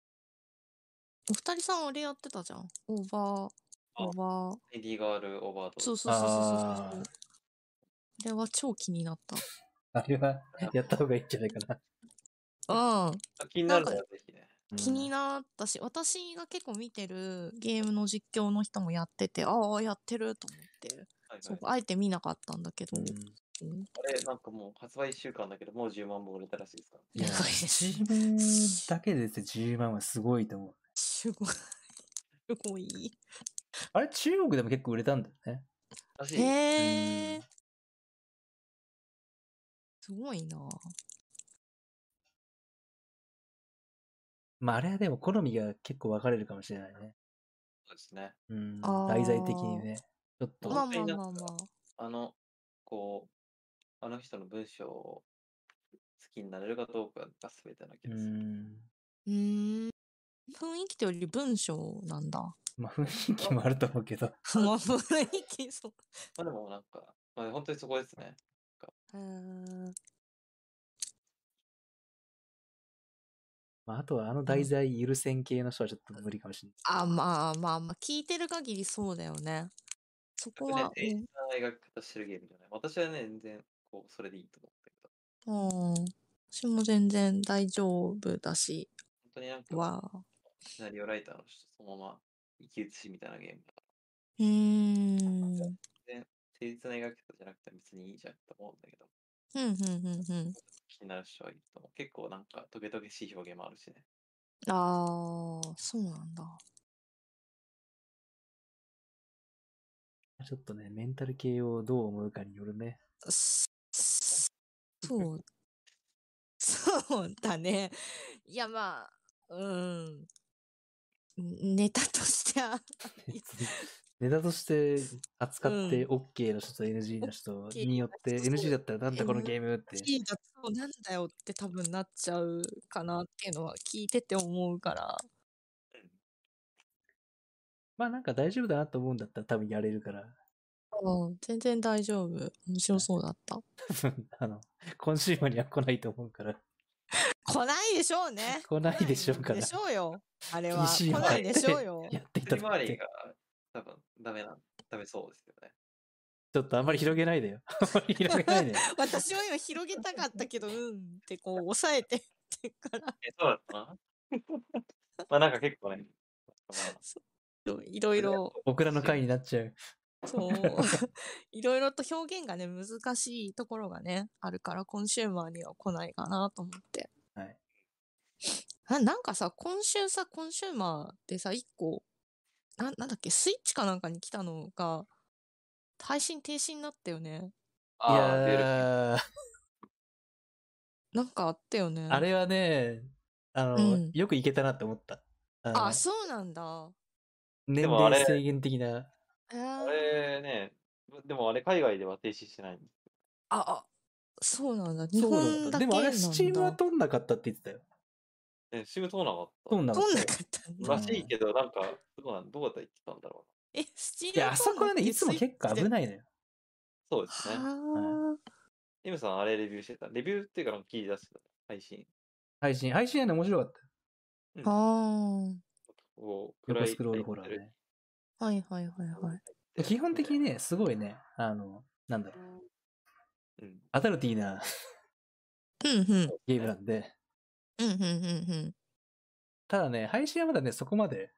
お二人さんあれやってたじゃん。オーバー、あオーバー。エディガール・オーバード。そうそうそうそうあそう。あれは超気になった。ーあれはやった方がいいんじゃないか (laughs) な。うん。気になるのはぜひね。気にななったし、私が結構見てるゲームの実況の人もやってて、ああ、やってると思って。はいそはうい、あえて見なかったんだけど。うんあれ、なんかもう発売1週間だけど、もう10万本売れたらしいですから。いや、長い (laughs) ですチームだけでですね、10万はすごいと思う。すごい。すごい。あれ、中国でも結構売れたんだよね。らしい。へうえん。すごいな。まあ、あれはでも好みが結構分かれるかもしれないね。そうですね。うん。あー題材的にね。ちょっと。まあ気まあになまったあまあ。あの、こう、あの人の文章を好きになれるかどうかが全てな気うがする。ん。うーん。雰囲気というより文章なんだ。まあ、雰囲気もあると思うけど。まあ雰囲気そう。まあでもなんか、まあ、本当にそこですね。へーまあ、あとはあの題材許せん系の人はちょっと無理かもしれあまあまあまあ聞いてる限りそうだよね。そここれねは、、演出の描き方してるゲームじゃない。私はね、全然、こう、それでいいと思ったけど、うん、うん私も全然大丈夫だし、本当になんか、は。シナリオライターの人、そのまま生き写しみたいなゲームだから、うーん。誠実な描き方じゃなくて別にいいじゃんと思うんだけど、うんうんうんうん。気になる人はいると思う。結構なんか、トゲトゲしい表現もあるしね。ああ、そうなんだ。ない。ちょっとね、メンタル系をどう思うかによるね。 (laughs) そそう。そうだね。いや、まあ、うん。ネタとしては、ネタとして扱って OK の人と NG の人 OK によって、そう NG だったらなんだこのゲームって。 G だとなんだよって多分なっちゃうかなっていうのは聞いてて思うから。まあなんか大丈夫だなと思うんだったら多分やれるから。 (laughs) うん、全然大丈夫。面白そうだった。多分あの、コンシューマーには来ないと思うから。 (laughs) 来ないでしょう (laughs) ね。来ないでしょうからでしょうよ。あれは。 PC 来をないでしょうよ。やっていた一人だ回いりてが多分ダメな、ダメそうですよね。ちょっとあんまり広げないでよ。あんまり広げないでよ。私は今広げたかったけど、うんってこう抑えてってから、え、そうだったな。まあなんか結構ね、 (laughs) いろいろ、僕らの会になっちゃう。そう、 (laughs) いろいろと表現がね、難しいところがね、あるから、コンシューマーには来ないかなと思って。はい。ななんかさ、今週さ、コンシューマーでさ、一個、ななんだっけ、スイッチかなんかに来たのが、配信停止になったよね。いああ、出る。やー、なんかあったよね。あれはね、あの、うんよくいけたなって思った。あのあ、そうなんだ。年でもあれ齢制限的な。えーあれね、でもあれ海外では停止してないんです。あ、あ、そうなんだ。日そうなんだ本だでけもあなれ、んだ。スチームはと取んなかったって言ってたよ。え、シム通らなかった。取んなかっんたなよか。ったんだ。らしいけど、なんか、どうなんどうやって言ってたんだろえ、スチームいや、あそこはね、いつも結構危い。ないのよ。うな。そうですね。はエムさん、あれレビューしてた。レビューっていうか、なんか切り出してた。配信配信。配信はね、面白かったよ。あ。はを横スクロールホラーね。あ。はいはいはいはい。基本的にね、、すごいね、あの、なんだろう、うん、アダルティーな (laughs) うんうん。ゲームなんで、うんうんうんうん。ただね、配信はまだね、そこまで、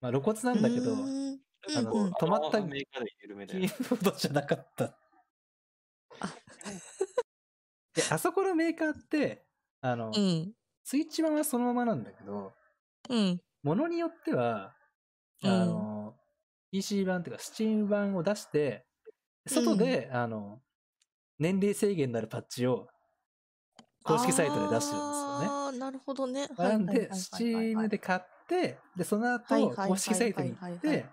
まあ露骨なんだけどう、ーんああのの、うんうん止まったアメリカで緩めキ (laughs) で、ーボードじゃなかった。いあ (laughs) や、あそこのメーカーって、あの、うん。スイッチ版はそのままなんだけど、うん。ものによっては、あの、PC 版っていうか、スチーム版を出して、外で、あの、年齢制限のあるパッチを公式サイトで出してるんですよね。ああ、なるほどね。はいないはんはいはいで、スチームで。買って、で、そのはい後、はいはい公式サイトに行っはいはいては、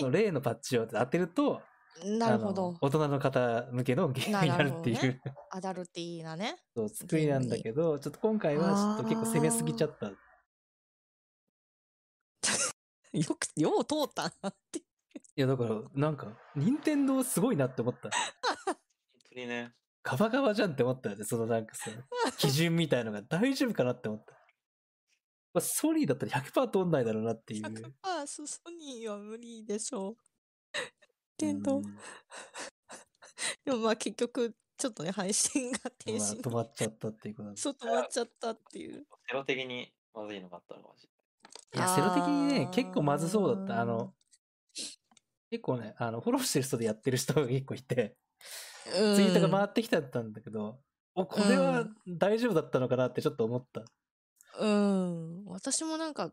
その例のパッチを当てると、でなるほあどの。大人の方向けのゲームになるっていなるう、アダルティーなね。 (laughs) そう作りなんだけど、ちょっと今回はちょっと結構攻めすぎちゃった。よく、よう通ったな (laughs) って。いや、だから、なんか、任天堂すごいなって思った。本当にね、ガバガバじゃんって思ったよね、そのなんか (laughs) さ、基準みたいのが大丈夫かなって思った。まあ、ソニーだったら100%通んないだろうなっていう。ああ、ソソニーは無理でしょう。天う童んでもまあ結局、ちょっとね、配信が停まあ止止まっちゃったっていうことなんでそう止まっちゃったっていう。セロ的にまずいのがあったのかもしいや、セロ的にねあ、ー結構まずそうだった。あの、結構ね、あの、フォローしてる人でやってる人が結構いて、うんツイートが回ってきたんだけど、お、これは大丈夫だっだったのかなってちょっと思った。うん。私もなんか、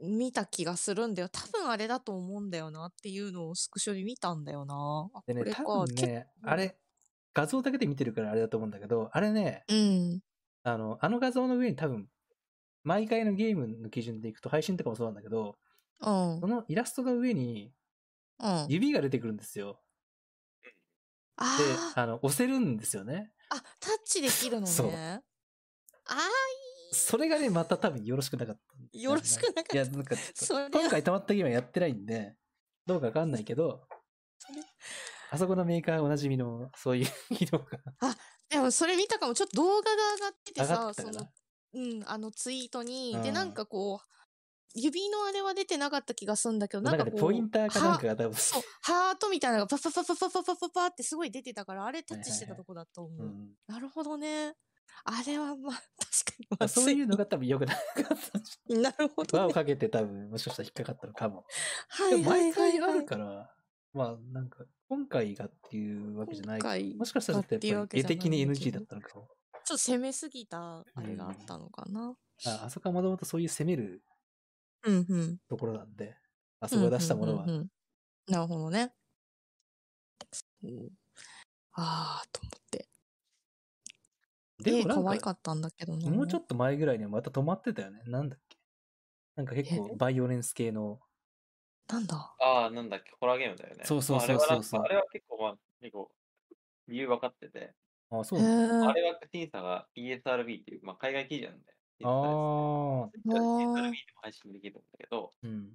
見た気がするんだよ。多分あれだと思うんだよなっていうのをスクショで見たんだよな。あでこね、れか。多分ね、あれ、画像だけで見てるからあれだと思うんだけど、あれね、けうん。あの、あの画像の上に多分、毎回のゲームの基準でいくと配信とかもそうなんだけど、うん。うそのイラストが上にん。あ指が出てくるんですよ。で、あー、あの、押せるんですよね。あ、タッチできるのそうね。ああ、それがね、また多分よろしくなかった。よろしくなかっ (laughs) たいや、なんかちそょれはっと、今回溜まったゲームはやってないんで、どうかわかんないけどれ、あそこのメーカーおなじみの、そういう (laughs) 機能がでもそれ見たかも。ちょっと動画が上がってて上がさっ、てたそかのら。うん、あのツイートに、うで、んなんかこう、指のあれは出てなかった気がするんだけど、ななんんかかね、こう、ポインターかなんかはが多分、そう、ハートみたいなのがパパパパパパパパパってすごい出てたから、あれタッチしてたはいはいはいとこだと思うう。んなるほどね。あれはまあ、確かにまあまそうずいい。うのが多分良くなかった。なるほ輪どをね。かけて多分、もしかしたら引っかかったのかも。は (laughs) でいもはい毎はい、回あはい。るから、まあなんか、今回がっていうわけじゃない今。回もしかしたらちょっとやっぱり絵的に NG だったのかも。ちょっと攻めすぎた、あれがあったのかな。ああそこはもともとそういう攻めるうんうん。ところなんで、あそこが出したものはうんうんうんうんなるほどね。うんああ、と思って。でもええなんか可愛かったんだけどな。もうちょっと前ぐらいにはまた止まってたよね。なんだっけなんか結構バイオレンス系の。なんだれない。ああ、なんだっけ、ホラーゲームだよね。そうそうそうまああれはなんそうそうかあれは結構、まあ、結構、理由分かってて、あ、そへうなんだ。ーあれは審査が ESRB っていう、まあ、海外記事なんで、ああ、 Twitter であー ESRB でも配信できるんだけど、うん。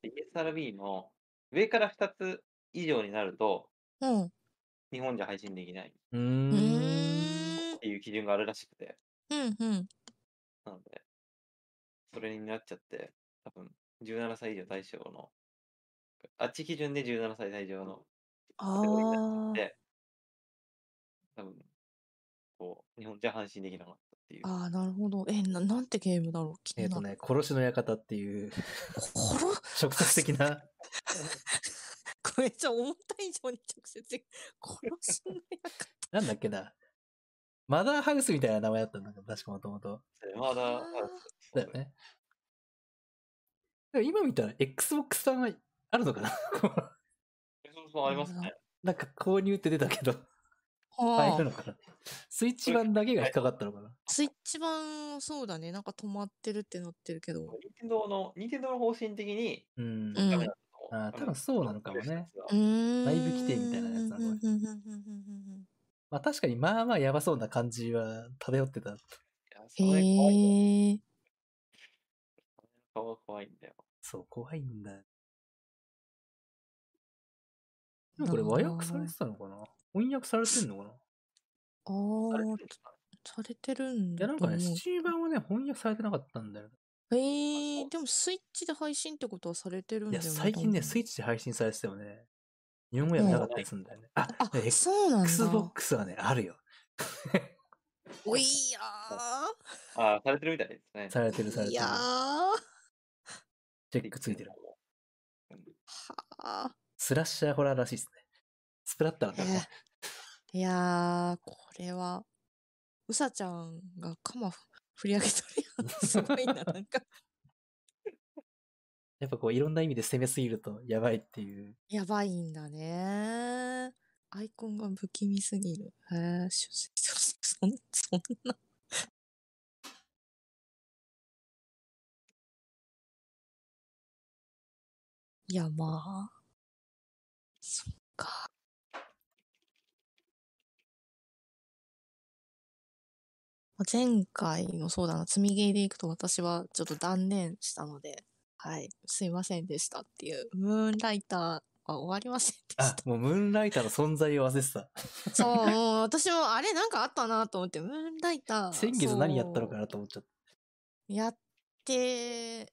で ESRB の上から2つ以上になると、うん。日本じゃ配信できないっうーうーん。ん。ていう基準があるらしくて、うんうん。なので、それになっちゃって、多分17歳以上対象の、あっち基準で17歳対象のあゴリになっちゃーって、多分こう、日本じゃ安心できなかったっていう。あー、なるほど。え、ななんてゲームだろう気えっ、になとる。ね、殺しの館って (laughs) いうころ直接的な、これじゃ思った以上に直接殺しないやか。なんだっけな。マダーハウスみたいな名前だったんだけど、確かもともと。まだ、あーだよね。でも今見たら Xbox 版はあるのかな (laughs) そうそうありますね。なんか購入って出たけど、あはるのかなスイッチ版だけが引っかかったのかなあ、スイッチ版はそうだね。なんか止まってるってなってるけど。任天堂の、任天堂の方針的にうん。うんダメだったと思う。あー多分そうなのかもね。多う分ーん。内部規定みたいなやつだこれうんうんうんうんうんまあ確かにまあまあやばそうな感じは漂ってた。いやそれ怖いんだよ。へえ。顔が怖いんだよ。そう、怖いんだ。でもこれな和るほど訳されてたのかな翻訳されてんのかなああれあ、されてるんいやだなんとか思うね、。スチーム版はね、翻訳されてなかったんだよ。えー、でもスイッチで配信ってことはされてるんいだや、よね。最近ね、スイイッチ。ッチで配信されててもね、日本語訳なかったりするんだよね。あ、あ、ねそうなんだ。 Xbox はね、あるよ。おいやあー、されてるみたいですね。されてるさー。れいてるや。ー。はチェックついてる。あ。スラッシャーホラーらしいですね。スプラッターだったのね。いやー、これは、うさちゃんがカマ (laughs) 振り上げとるやん。すごいな、なんか。やっぱこう、いろんな意味で攻めすぎるとやばいっていう。やばいんだね。アイコンが不気味すぎる。へえ、しゅそん、そんな。いや、まあ。そっか。前回のそうだな、積みゲーでいくと私はちょっと断念したので、はい、すいませんでしたっていう、ムーンライターは終わりませんでしあた、。もうムーンライターの存在を忘れてた。そう、もう私もあれなんかあったなと思って、ムーンライター。先月何やったのかそうなと思っちゃった。やって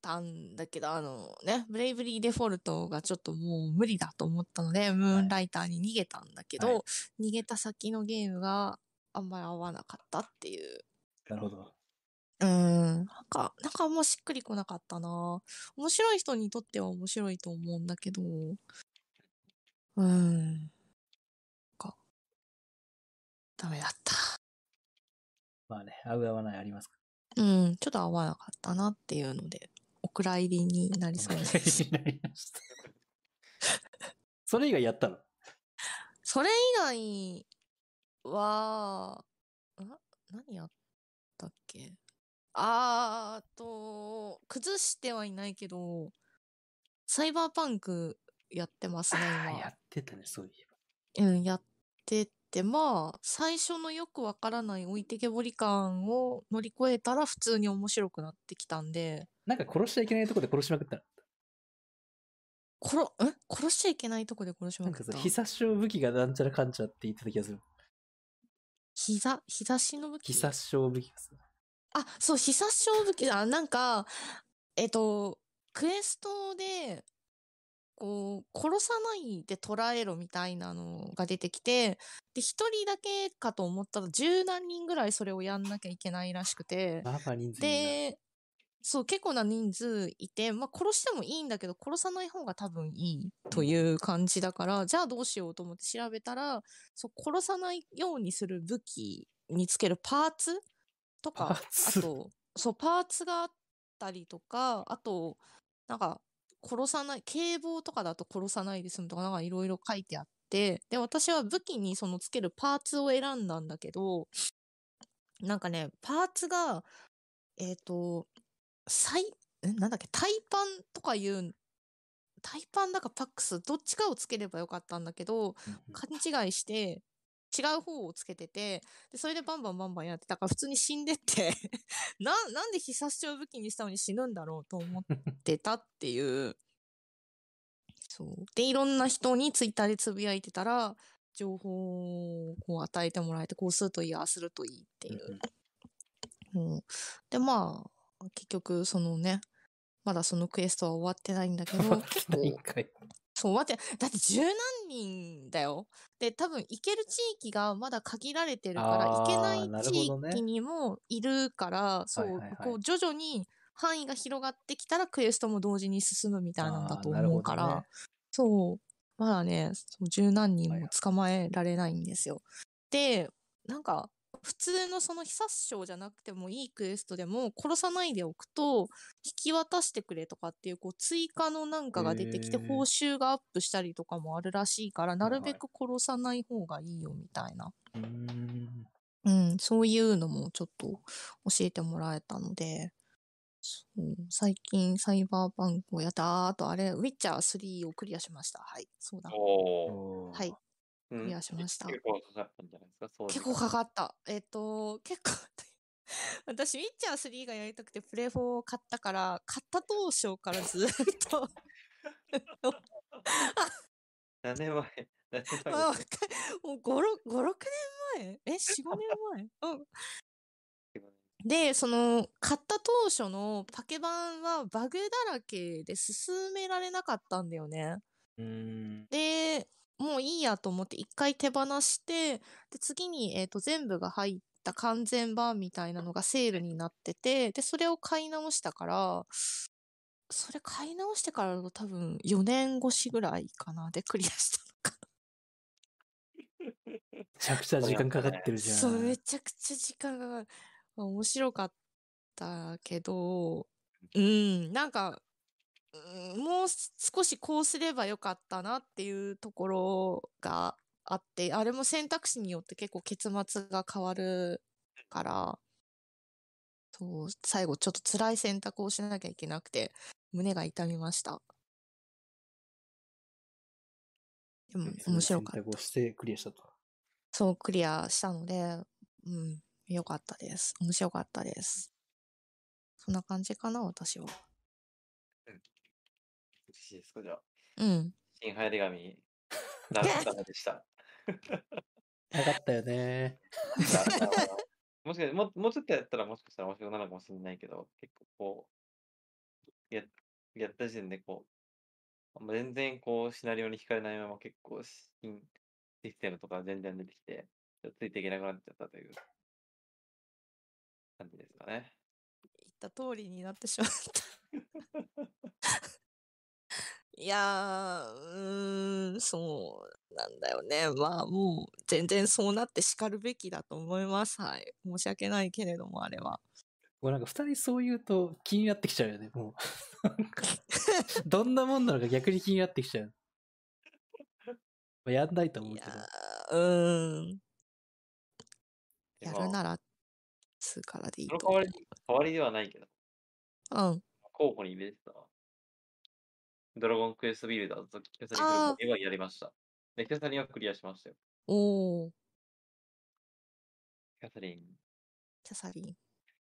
たんだけど、あのね、ブレイブリーデフォルトがちょっともう無理だと思ったので、ムーンライターに逃げたんだけど、はい逃げた先のゲームがあんまり合わなかったっていう。なるほど。うーん、なんか、なんかあんましっくりこなかったな面白い人にとっては面白いと思うんだけど、うーん、なんか、ダメだった。まあね、合う合わないありますかうん、ちょっと合わなかったなっていうので、お蔵入りになりそうでら。す。になりました。 (laughs) それ以外やったのそれ以外は、ん何やったっけあーと、崩してはいないけど、サイバーパンクやってますね、あ今ー。やってたね、そういえうん、やってって、まあ、最初のよくわからない置いてけぼり感を乗り越えたら普通に面白くなってきたんで、ば。なんか殺しちゃいけないとこで殺しまくったの。殺、ん殺しちゃいけないとこで殺しなまんかくったさ、。必殺傷武器がなんちゃらかんちゃって言ってた気がする。膝、膝しの武器必殺傷武器がさ。あ、そう、必殺勝負機、あ、なんか、えっと、クエストで、こう、殺さないで捕らえろみたいなのが出てきて、で、一人だけかと思ったら、十何人ぐらいそれをやんなきゃいけないらしくて、まあまあ人数いるなで、そう、結構な人数いて、まあ、殺してもいいんだけど、殺さない方が多分いいという感じだから、じゃあどうしようと思って調べたら、そう、殺さないようにする武器につけるパーツとパかー、ツあと、そう、パーツがあったりとか、あと、なんか、殺さない、警棒とかだと殺さないで済むとか、なんかいろいろ書いてあって、で、私は武器にそのつけるパーツを選んだんだけど、なんかね、パーツが、えっ、と、最、んなんだっけ、タイパンとかいう、タイパンだかパックス、どっちかをつければよかったんだけど、うんうん勘違いして、違う方をつけてて、で、それでバンバンバンバンやってたから、普通に死んでって、 (laughs) な、なんで必殺傷武器にしたのに死ぬんだろうと思ってたっていう。そう。で、いろんな人にツイッターでつぶやいてたら、情報をこう与えてもらえて、こうするといい、ああするといいっていう。うん、で、まあ、結局、そのね、まだそのクエストは終わってないんだけど、結構、一回。そう、待って、だって十何人だよ。で、多分行ける地域がまだ限られてるから、あー行けなないるほ地どね域にもいるから、そう、はいはいこう徐々に範囲が広がってきたらクエストも同時に進むみたいなんだとあーなるほど思うねから、そう、まだね、そう十何人はいはもい捕まえられないんですよ。で、なんか、普通のその被殺傷じゃなくてもいいクエストでも殺さないでおくと引き渡してくれとかっていうこう追加のなんかが出てきてへー報酬がアップしたりとかもあるらしいからなるべはいく殺さない方がいいよみたいな、うーん。うん、そういうのもちょっと教えてもらえたのでそう最近サイバーパンクをやったあとあれウィッチャー3をクリアしましたはいそうだおお。おーはい。クリアしました結構かかったんじゃないですか、そう結構かかった。えっ、と、結構、 (laughs) 私、ウィッチャー3がやりたくて、プレフォを買ったから、買った当初からずっと何年前何年前まあ、若いもう5、6年前え、4、5年前うん。で、その、買った当初のパケ版はバグだらけで進められなかったんだよね。うーん。で、もういいやと思って一回手放して、で、次に、えっ、と、全部が入った完全版みたいなのがセールになってて、で、それを買い直したから、それ買い直してからの多分4年越しぐらいかなでクリアしたのかめちゃくちゃ時間かかってるじゃん。そう、めちゃくちゃ時間がかかる。まあ面白かったけど、うん、なんか、うんもう少しこうすればよかったなっていうところがあって、あれも選択肢によって結構結末が変わるから、そう、最後ちょっと辛い選択をしなきゃいけなくて、胸が痛みました。でも面白かった選。択をしてクリアしたと。そう、クリアしたので、うん、良かったです。面白かったです。そんな感じかな、私は。嬉しいですか、じゃあ。うん。新流行り紙、 (laughs) なかったのでした。なかったよね。 (laughs) あのもしかしてもう、もうちょっとやったらもしかしたら面白くなるかもしれないけど、結構こう、ややった時点でこう、あんま全然こう、シナリオに惹かれないまま結構、新システムとか全然出てきて、ちょっとついていけなくなっちゃったという感じですかね。言った通りになってしまった。 (laughs) いやー、うーん、そうなんだよね。まあ、もう、全然そうなって叱るべきだと思います。はい。申し訳ないけれども、あれは。もうなんか二人そう言うと気になってきちゃうよ (laughs) ね、もう。なんかどんなもんなのか逆に気になってきちゃう。まあやんないと思ういけやど。ー、うーん。でやまあるなら、2からでいいそのと代思わり、代わりではないけど、う。うん。候補に入れてた。ドラゴンクエストビルダーズとキャサリンフあールボーイはやりました。で、キャサリンはクリアしましたよ。おー、キャサリン。キャサリン。ど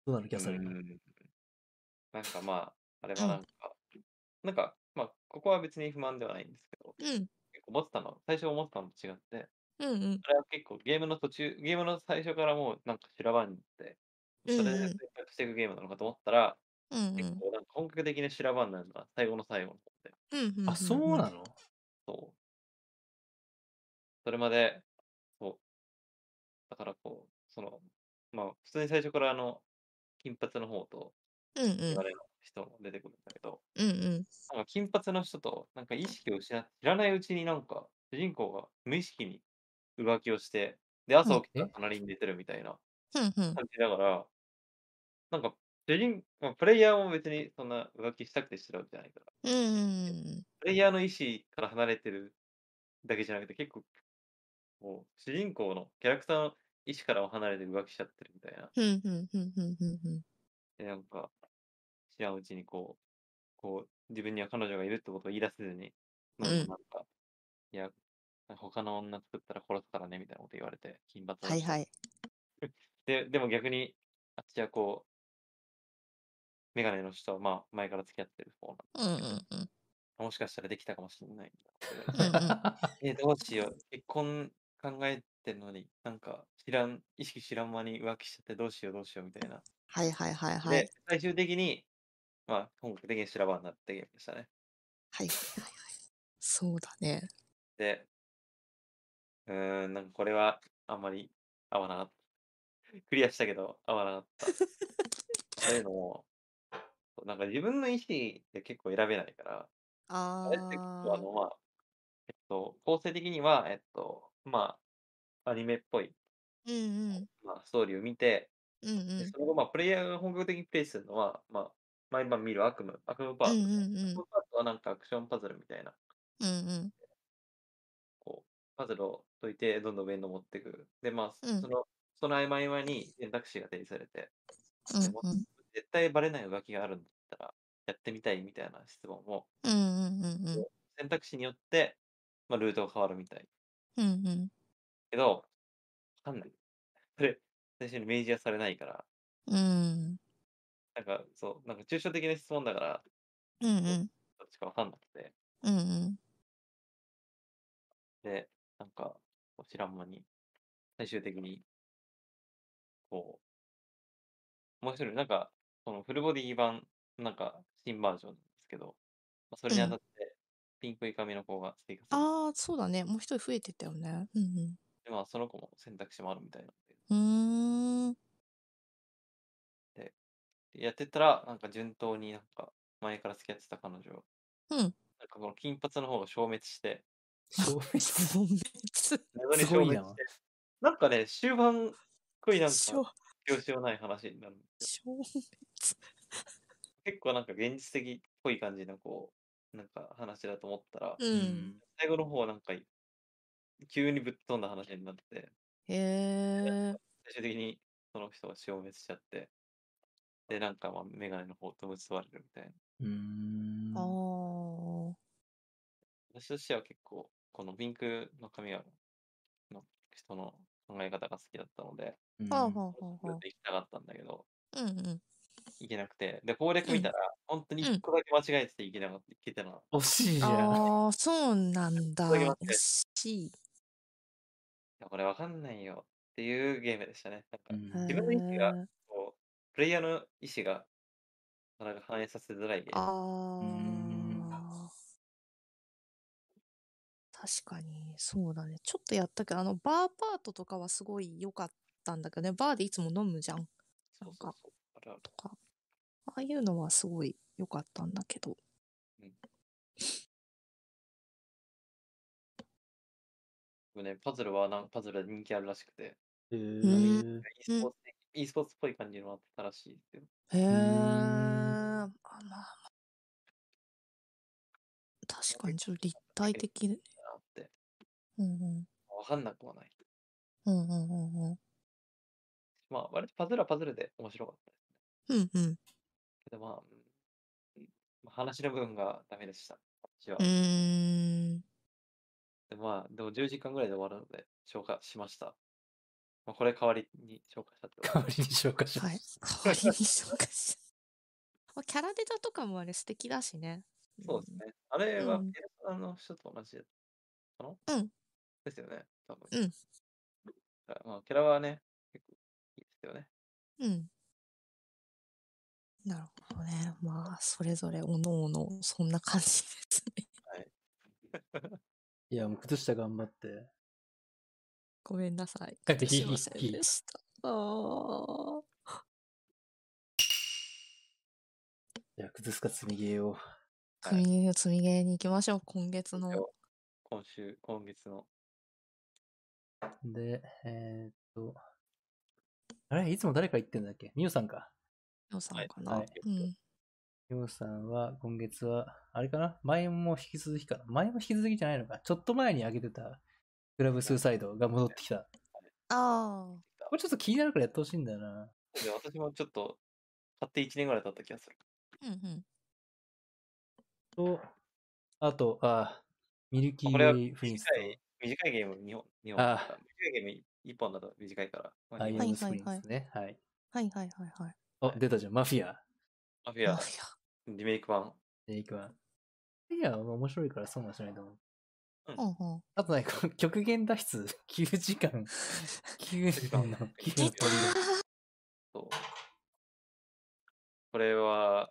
うなのキャサリうン。んなんかまあ、あれうはんなんか、なんか、まあ、ここは別に不満ではないんですけど、うん。結構思ってたの、最初思ってたのと違って、うんうん。あれは結構ゲームの途中、ゲームの最初からもうなんか修羅場に行って、それで選択していくゲームなのかと思ったら、うんうん結構なんか本格的な修羅場になるのが最後の最後の方で、うんうんあ、そうなのそう。それまで、そう。だからこう、その、まあ、普通に最初からあの、金髪の方と、うん我うん々の人も出てくるんだけど、うんうんなんか金髪の人と、なんか意識を失って、知らないうちになんか、主人公が無意識に浮気をして、で、朝起きたらえ隣に寝てるみたいなうんうん感じだから、なんか、主人、まあ、プレイヤーも別にそんな浮気したくてしてるわけじゃないから、うんうんプレイヤーの意思から離れてるだけじゃなくて、結構、こう、主人公のキャラクターの意思からも離れて浮気しちゃってるみたいな。うんうんうんうんうんうんで、なんか、知らんうちにこう、こう、自分には彼女がいるってことを言い出せずに、なんか、うんなんかいや、他の女作ったら殺すからね、みたいなこと言われて、金髪のはい人はい。で、でも逆に、あっちはこう、メガネの人は、まあ、前から付き合ってる方なうんんうんうん (laughs) もしかしたらできたかもしれないみたいなこと言われて。うんうんえ、どうしよう。結婚考えてるのに、なんか知らん、意識知らん間に浮気しちゃってどうしようどうしようみたいな。はいはいはいはい。で、最終的に、まあ、本格的に修羅場になったゲームでしたね。はいはいはいはい。そうだね。で、うーん、なんかこれはあんまり合わなかった。 (laughs) クリアしたけど合わなかった。というのも、なんか自分の意思で結構選べないから、ああれって結構あーの、まあ、えっと、構成的には、えっと、まあ、アニメっぽい、うんうんまあ、ストーリーを見て、うんうんでその後、まあ、プレイヤーが本格的にプレイするのは、まあ、毎晩見る悪夢、悪夢パート。うんう悪んうん夢パートはなんかアクションパズルみたいな、うんうんこう、パズルを解いて、どんどん上に登っていく。で、まあ、うんその、その合間合間に選択肢が提示されて、うんうん絶対バレない浮気があるんだったら、やってみたいみたいな質問も、うんうんうんうん選択肢によって、まあ、ルートが変わるみたい。うんうんけど、わかんない。それ、最初に明示はされないから、うんなんか、そう、なんか抽象的な質問だから、うんうんどっちかわかんなくて、うんうんで、なんか、こう知らん間に、最終的に、こう、もう一人、なんか、このフルボディ版、なんか、新バージョンなんですけど、まあ、それにうあんたって、ピンクい髪の子が追加されて、ああそうだねもう一人増えてたよねうんでまあ、その子も選択肢もあるみたいなんで、うんうーんでやってたら、なんか順当になんか、前から付き合ってた彼女、うんなんかこの金髪の方が消滅して、 (laughs) 消滅消滅謎にすご消い滅なして、なんかね、終盤、すごいなんか、消表紙のない話になるんですよ。消滅結構なんか現実的っぽい感じのこう、なんか話だと思ったら、うん最後の方はなんか、急にぶっ飛んだ話になって、へえ最終的にその人が消滅しちゃって、で、なんかまあ、メガネの方と結ばれるみたいな。うーんあー私としては結構、このピンクの髪がの人の考え方が好きだったので、うんはあはあはあずっはと行きたかったんだけど、あうんうん行けなくて、で、攻略見たら、本当にうん一個だけ間違えてて行けなかった、行けてなかった。惜しいじゃん。ああそうなんだこれが惜間違いしいいやこれわかんないよっていうゲームでしたね。うなんかへ自ん分の意思がーこう、プレイヤーの意思がなかなか反映させづらいゲーム。あんあ。確かに、そうだね。ちょっとやったけど、あの、バーパートとかはすごい良かったんだけどね。バーでいつも飲むじゃん、そうそうそう。あるあるとか。ああいうのはすごい良かったんだけど。でもね、パズルはなんパズルで人気あるらしくて、へんー e スポーツ的 e スポーツっぽい感じのあったらしいですよ。へえ。んあ、まあまあ。確かに、ちょっと立体的。うんあって、うん。わかんなくはない。うんうんうんうん。まあ、割とパズルはパズルで面白かったですね。うんうん。けどまあ、うんまあ話の部分がダメでした。私はう。ーん。でまあ、でも10時間ぐらいで終わるので、消化しました。まあ、これ代わりに消化したってこと代わりに紹介しまはすい。代わりに紹介しまあ (laughs) キャラデザとかもあれ素敵だしね。そうですね。あれうは、んペルソナの人と同じだったのうんですよね、多分。うんだからまあ、キャラはね、結構いいですよね。うん。なるほどね。まあ、それぞれおのおの、そんな感じですね。 (laughs) いや、もう靴下頑張って。ごめんなさい。帰ってきすいませんでした。あーいや、靴下積みゲーを。はい組みの積みゲーに行きましょう。今月の。一応今週、今月の。で、えーっと。あれいつも誰か言ってんだっけみおさんか。予算かな、はいはいうん。みおさんは今月は、あれかな前も引き続きかな前も引き続きじゃないのか。ちょっと前に上げてた、クラブスーサイドが戻ってきた。ああ。これちょっと気になるからやってほしいんだよな。で私もちょっと、買って1年ぐらい経った気がする。うんうん。と、あと、あ、ミルキーこれはウェイ・プリンス短い、短いゲーム2本、2本。あー短いゲーム1本だと短いから。まと、あ、ア2イ本アはいム・スプリンですね。はい。はいはいはいはい。あ、出たじゃん。マフィア。マフィアマフィアリメイク版。で、いくわ。いや、面白いから損はしないと思う。ほんほん。あとね、この (laughs) 極限脱出、9時 (laughs) 間、9時間の9の (laughs) 出トたリそう。これは、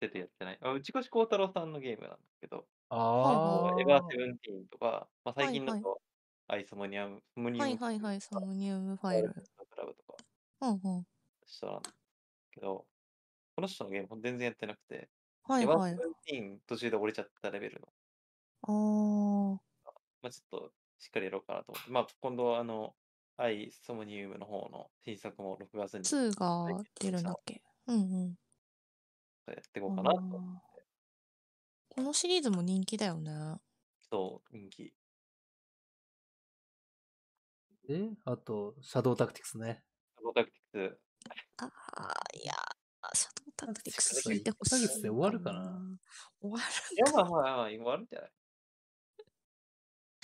出てやってない。あ内越幸太郎さんのゲームなんですけど、あはあエヴァーセブンティーンとか、まあ、い最近だと、アイソモニアム、ソムニアはムいはいはい、サムニウムファイル。クラブとか、ほんほん。人なんですけど、この人のゲーム全然やってなくて、はいエヴァはーいセ。ブンティーン途中で折れちゃったレベルの、あー。まあ、ちょっとしっかりやろうかなと思って、まあ、今度はあの、アイソムニウムの方の新作も6月にちょっ2が出るんだっけうんとやっていこうん。うかあなーと思って。このシリーズも人気だよね。そう、人気。で、あと、シャドウタクティクスね。サボタクティクス、ああ、いやー、シャドウタクティクシャスドウ見てほしい。タクティクスで終わるかな終わいや、まあまあまあ、終わるんじゃない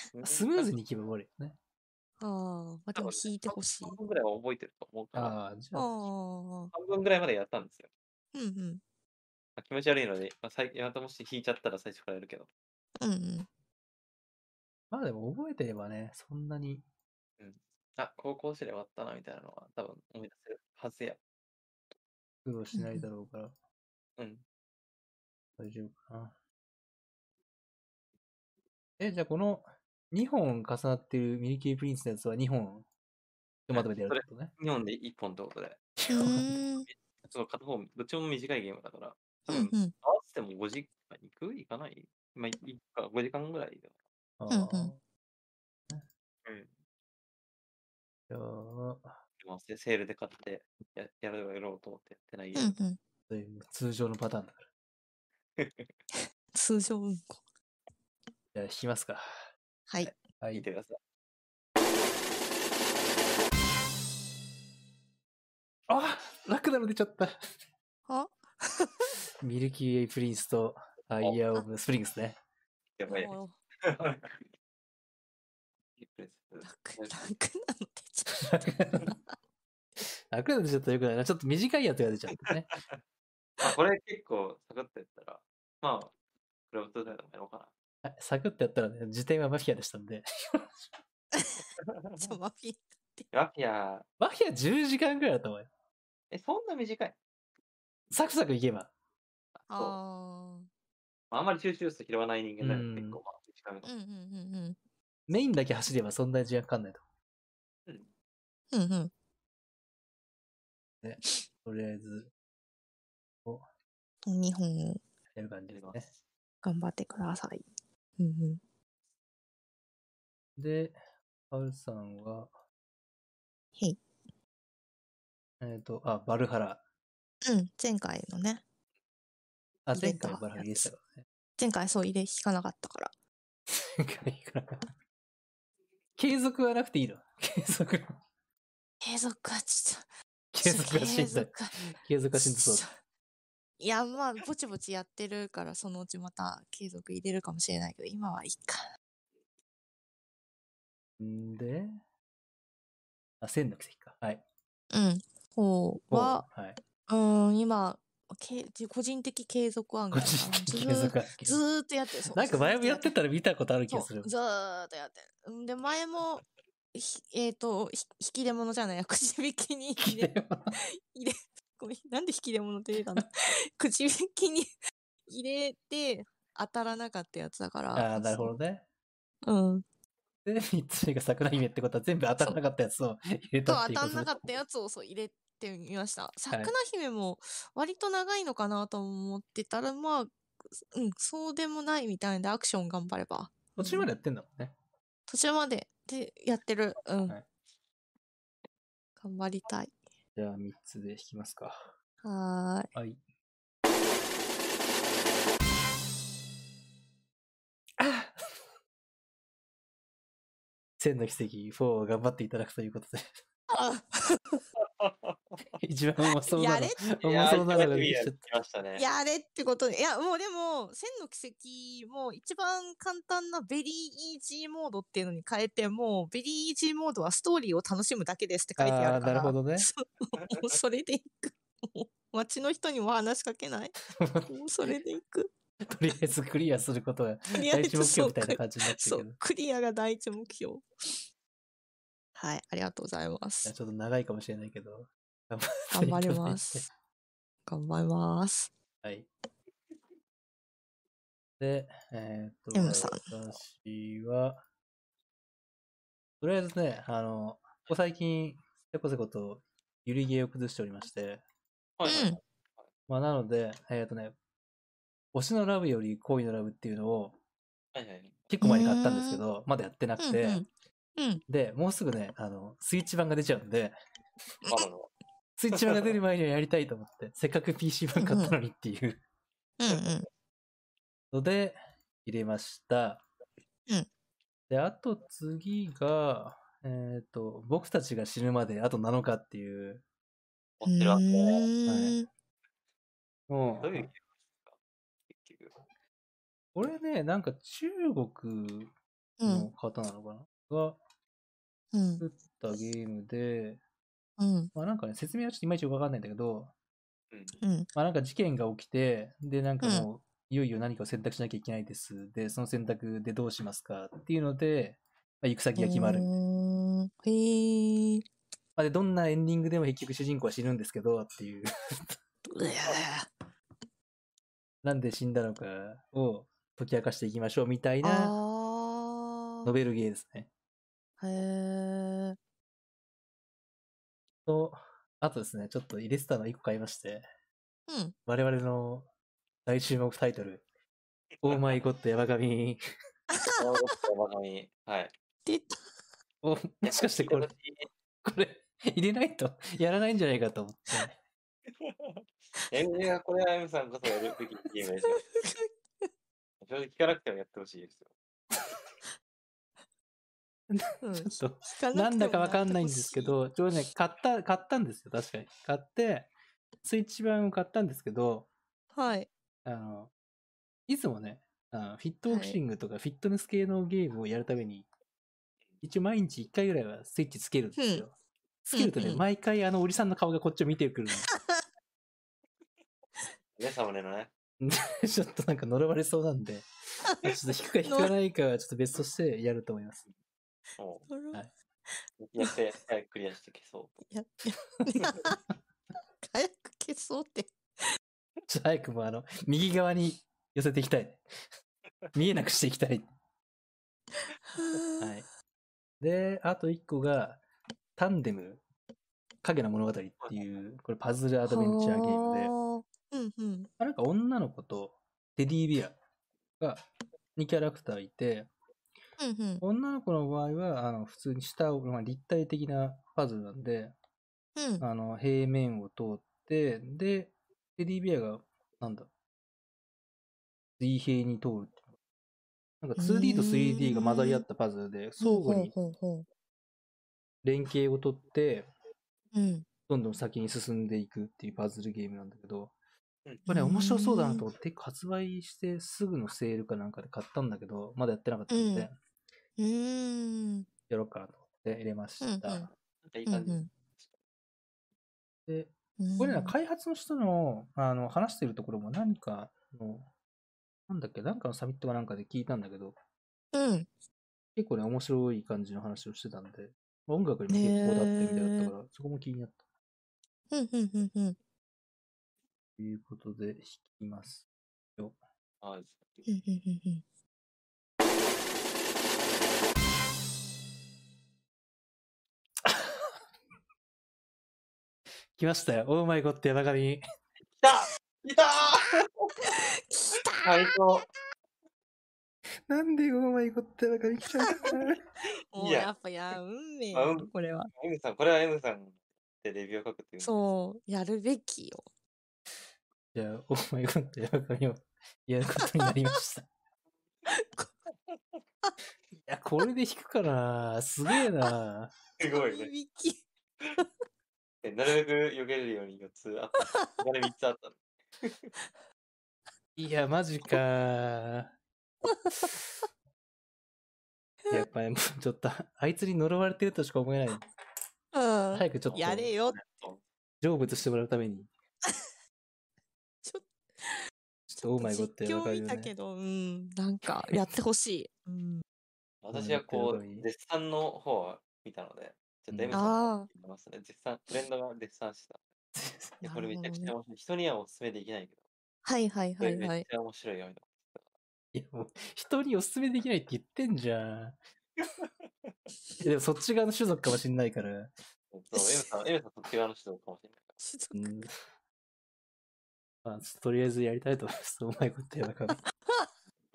(laughs) スムーズににいけば終わるよね。る。ああ、まあでも弾いてほしい。半分ぐらいは覚えてると思うから、ああ、じあゃあ、あ、うん半分ぐらいまでやったんですよ。うん。まあ気持ち悪いので、まあ、最またもし引いちゃったら最初からやるけど。うんうん。まあでも覚えてればね、そんなに。あ、高校生で終わったな、みたいなのは多分思い出せるはずや。苦労しないだろうから、うん。大丈夫かな。え、じゃあこの2本重なってるミルキープリンスのやつは2本、まとめてやるってことね。日本で1本ってことで。うーんその片方、どっちも短いゲームだから、多うん分うん。合わせても5時間いくいかないまあ、いいか、5時間ぐらいだ。あんうんあうん。じゃあ、でもセセールで買ってや、やろうやろうと思ってやってないゲうームん。うん。そういう通常のパターンだから。通常運行。じゃあ、引きますか。はい。は聞いい。てください。あラクダの出ちゃった。あミルキーウェイプリンスと、アイヤーオブスプリングスね。やばい。もう楽、楽なの出ちゃう。 (laughs) ラクダの出ちゃったらよくないな。ちょっと短いやつが出ちゃったね。 (laughs) あ、これ結構サクッとやったら、まあ、クラブトゥーサイドもやろうかな。はいサクッとやったらね、時点はマフィアでしたんで。じゃあマフィン。マフィア、マフィア10時間ぐらいだと思うよ。え、そんな短いサクサクいけば。あそうあまああんまり収集数拾わない人間なのうで、ん結構まあ、短めのあ。うんうんうんうん。メインだけ走ればそんなに時間かかんないとうんうん。思う。とりあえず、 2本をやる感じでやりすまね。す。頑張ってください。うんうん。で、ハルさんは、へい。えっ、と、あ、バルハラ。うん、前回のね。あ、入前れ回たバルハラでしたからね。前回そう、入れ引かなかったから。前回いくら (laughs) 継続はなくていいの。継続。継続はちょっと。継続がしんどい。継続がしんどそうだ。いや、まあ、ぼちぼちやってるから、そのうちまた継続入れるかもしれないけど、今はいいか。んで、あ、千の奇跡か。はい。うん。こうは、おうはい。うーん、今、け個人的継続案個件人的継ず続ー案件ずーっとやってる。そうなんか前もやってたら見たことある気そがうする。ずーっとやってるうんで、前も、ひえっ、と、ひ引き出物じゃないや、 (laughs) くじ引きに入 (laughs) れ、入れ、ごめん、なんで引き出物って出たの (laughs) くじ引きに入れて当たらなかったやつだから。ああ、なるほどね。そう。うん。で、三つ目が桜姫ってことは全部当たらなかったやつを入れとたっ当ていうたことんでなかったやつをそう入れてみました。桜姫も割と長いのかなと思ってたら、まあ、うん、そうでもないみたいでアクション頑張れば。途中までやってんだもんね。途中まででやってる。うん。はい頑張りたい。じゃあ三つで引きますか。ははーい。い。あ (laughs) 千の奇跡4を頑張っていただくということで、 (laughs) 一番重 (laughs) そうなのやれ。 (laughs) い重やーそうなのが久できちゃしぶりやりった。ましたね。やれってことで。いや、もうでも、千の奇跡も一番簡単なベリーイージーモードっていうのに変えて、もうベリーイージーモードはストーリーを楽しむだけですって書いてあああるー、かなるら。ほどね。そうも (laughs) うそれでいく。もう街の人にも話しかけない。もうそれでいく。とりあえずクリアする (laughs) ことがとりあ第え一ず目そ標うみたいな感じになってそるけどう、クリアが第一目標。はい、ありがとうございま (laughs) いやす。ちょっと長いかもしれないけど、頑頑張ってりいただいてます。頑張ります。はい。で、えっ、と、 M さん私は、とりあえずね、あの、ここ最近、せこせこと、ゆりゲーを崩しておりまして、はいはいはい。うんまあ、なので、えっ、とね、推しのラブより恋のラブっていうのを、はいはい。結構前に買ったんですけど、まだやってなくて、うんうん。うん。で、もうすぐね、あの、スイッチ版が出ちゃうんで、あらら。スイッチ版が出る前にはやりたいと思って、せっかく PC 版買ったのにっていううんので、入れました。うんで、あと次が、えっ、と、僕たちが死ぬまであと7日っていう、おうん。ってらっしゃる。うーんもどういうゲームでう、す (laughs) か結局。これね、なんか中国うのん。方なのかな、がうん。作ったゲームで、うん。まあなんかね、説明はちょっといまいちよくわかんないんだけど、うん。うん。まあなんか事件が起きて、で、なんかもう、いよいよ何かを選択しなきゃいけないです。で、その選択でどうしますかっていうので、まあ、行く先が決まる。うまーんへえ。あ、で、どんなエンディングでも結局主人公は死ぬんですけど、っていう。うわなんで死んだのかを解き明かしていきましょうみたいなあノベルゲーですね。あ。へえ。と、あとですね、ちょっと入れてたの1個買いまして、うん。我々の大注目タイトル、オーマイゴッド山神ワンゴッド山神。はい。出た。を、もしかしてこれ、これ、入れないとやらないんじゃないかと思って。エムがこれは M さんこそやるべきゲーム (laughs) ですよ。正直聞かなくてもやってほしいですよ。うんちょっと聞かくてもなんだかわかんないんですけやっど、ちょうどね、買った、買ったんですよ、確かに。買って、スイッチ版を買ったんですけど、てほしい。はい。あの、いつもね、あのフィットボクシングとかフィットネス系のゲームをやるために、一応毎日1回ぐらいはスイッチつけるんですよ。つけるとうんね、うん毎回あの、おじさんの顔がこっちを見てくる皆様ねのね。 (laughs) のちょっとなんか呪われそうなんで、ちょっと引くか引かないかはちょっと別としてやると思います。もそれははいやって、早くクリアして消そう。やっ (laughs) 早く消そうって。ちょっと早くもあの、右側に寄せていきたい。見えなくしていきたい。はい。で、あと一個が、タンデム、影の物語っていう、これパズルアドベンチャーゲームで、まムで。うんうん。あなんか女の子とテディビアが2キャラクターいて、うんうん。女の子の場合は、あの、普通に下を、まあ、立体的なパズルなんで、うんあの、平面を通って、で、テディベアが、なんだ、水平に通るっていうの。なんか 2D と 3D が混ざり合ったパズルで、相互にほうほうほ連携をとって、ううん。どんどん先に進んでいくっていうパズルゲームなんだけど、うんこれね、面白そうだなと思って、発売してすぐのセールかなんかで買ったんだけど、まだやってなかったんで、うんうーん。やろうかなと思って入れました。うんうんなんかいいうん感じ。で、うんこれね、開発の人のあの話してるところも何かの、なんだっけ、なんかのサミットかなんかで聞いたんだけど、うん。結構ね、面白い感じの話をしてたんで、まあ音楽にも結構だってみたいだったから、そこも気になった。うんうんうんうん。ということで、弾きますよ。はい。うんうんうんうん来ましたよ。オーマイゴッド山神。来た来た来た最高なんでオーマイゴッド山神来たんだもうやっぱや運命あうよんこれは。 !M さん、これは M さんでレビューを書くっていう。う。そう、やるべきよ。じゃあ、オーマイゴッド山神をやることになりま (laughs) した。いや、これで弾くかなすげえなすごいね。響き。えなるべく避けれるように4つあった。他に3つあ (laughs) ったの。いや、マジ (laughs) かー。やっぱりもうちょっと、あいつに呪われてるとしか思えない。う早くちょっん。と、やれよ。 (laughs) 成仏してもらうために。ちょっオーマイゴッド実やば況かい見よたねけ。ど、うん、なんかやってほしい。うん、私はこやってる方がいうい、絶賛の方は見たので、ちょっとエミさんあの方を見ますね。絶賛、フレンドが絶賛してた。 (laughs) いやこれめちゃくちなゃるほどね面白い。人にはお勧めできないけど、はいはいこはれいはめっい。ちゃ面白いよ。みたいいやもう人におすすめできないって言ってんじゃん。い (laughs) やでもそっち側の種族かもしんないから。なそう、エミさ (laughs) ん、エミさん、そっち側の人かもしれないかちうょっんまあ、とりあえずやりたいと思います。オーマイゴッドやばかい。ら。頑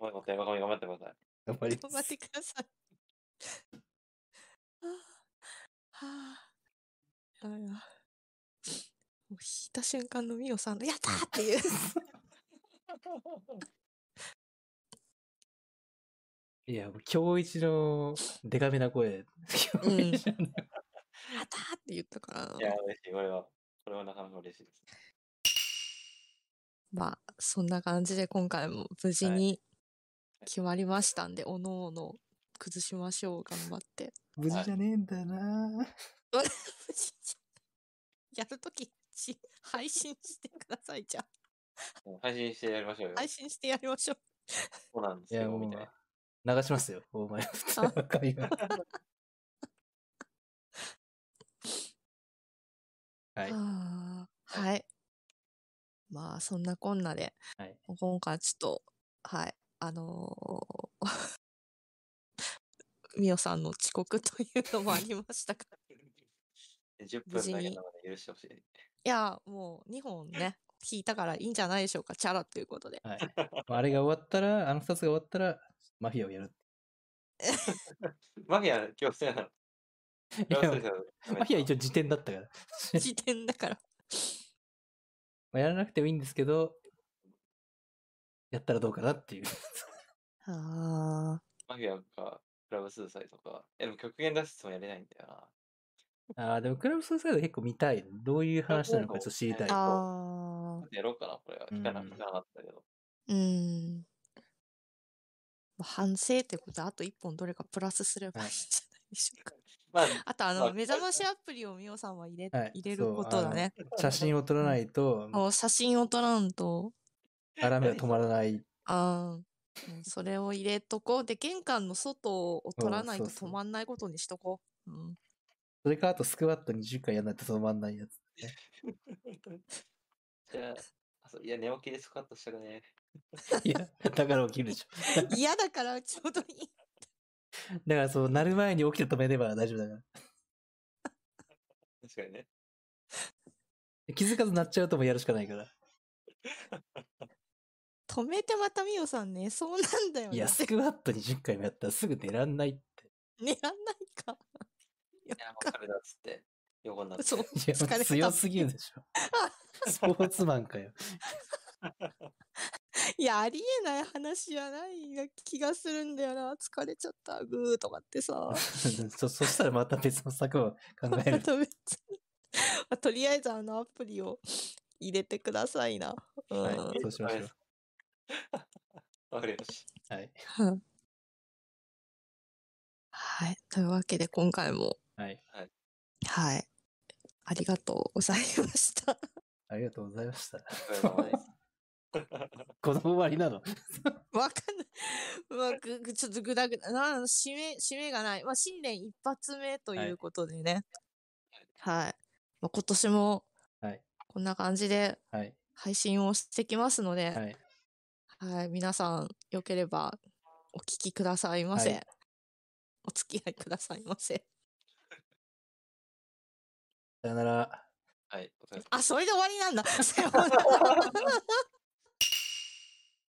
張って、山上頑張ってください。頑張り (laughs) と頑張まっすて。ください。はあはあ。いやいや。もう引いた瞬間のミオさんの、やったーっていう。いや、もう今日一のデカめな声。今日一のやったーって言ったからいや、嬉しい、これは。これはなかなか嬉しいです。まあそんな感じで今回も無事はいに決まりましたんで、おのおの崩しましょう頑張って無事じゃねえんだよな。 (laughs) やるときし配信してくださいじゃあうん配信してやりましょうよ。 (laughs) 配信してやりましょうそうなんですいや、よ、もうみたいな。流しますよ。オーマイゴッドやばかい (laughs) は。はい。はあはいまあそんなこんなで、はい今回ちょっとはいあのー (laughs) みおさんの遅刻というのもありましたが10無分事だけになので許してほしい。いや、もう2本ね、引いたからいいんじゃないでしょうか、チャラということで。はい。まああれが終わったら、あの2つが終わったら、マフィアをやる。マフィア、強制なの。 (laughs) いや強制なのマフィア一応辞典だったから。時点だから。まあやらなくてもいいんですけど、やったらどうかなっていう。 (laughs) あマフィアか、クラブスーサイとか。え、でも極限脱出もやれないんだよな。ああ、でもクラブスーサイド結構見たい。どういう話なのかちょっと知りたい。ああちょっとやろうかな、これは。聞かなうん聞かなかったけど。ー、うん。まあ反省ってことは、あと1本どれかプラスすればいいんじゃないでしょうか。まあ、あと、あまの、あ目覚ましアプリをみおさんは入れ,、はい入れることだね。写真を撮らないと、もう写真を撮らんと、アラームが止まらない。あーうんそれを入れとこう。で、玄関の外を撮らないとそうそう止まんないことにしとこう。うん、 (laughs) それか、あとスクワット20回やらないと止まらないやつ。じゃああそう、いや、寝起きでスクワットしたくね。 (laughs) いや、だから起きるでしょ。嫌だからちょうどいい。だから、そう、なる前に起きて止めれば大丈夫だから。確かにね。気づかずなっちゃうともうやるしかないから。止めてまたみおさん寝そうなんだよいや、ね。スクワット20回もやったらすぐ寝らん (laughs) ないって。 (laughs) 寝らんないか。いやいや、もう疲れたっつって、横になって。 (laughs) そいう。や、疲れた強すぎるでし (laughs) ょ。スポーツマンかよ。 (laughs) いや、ありえない話じゃない気がするんだよな。疲れちゃった。ぐーとかって (laughs) さ。 (laughs) そ、そしたらまた別の策を考える。と別に (laughs) まあとりあえずあのアプリを入れてくださいな。うんはいは、そうしましょう。わかりましはい。い、はい。というわけで今回も、はい。はい。ありがとうございました。ありがとうございました。た。お疲れ様です (laughs) 子供割りなの。わかんない。 (laughs) まあ、ぐ、ぐちょっとぐだぐだ、なん、締め、締めがない。まあ、新年一発目ということでね。はい。まあ、今年も、はいこんな感じではい。配信をしてきますので、はい。はい、皆さん、よければ、お聞きくださいませ。はいお付き合いくださいませ。さよなら。はい、お疲れ様です (laughs) あ、それで終わりなんだ。さようなら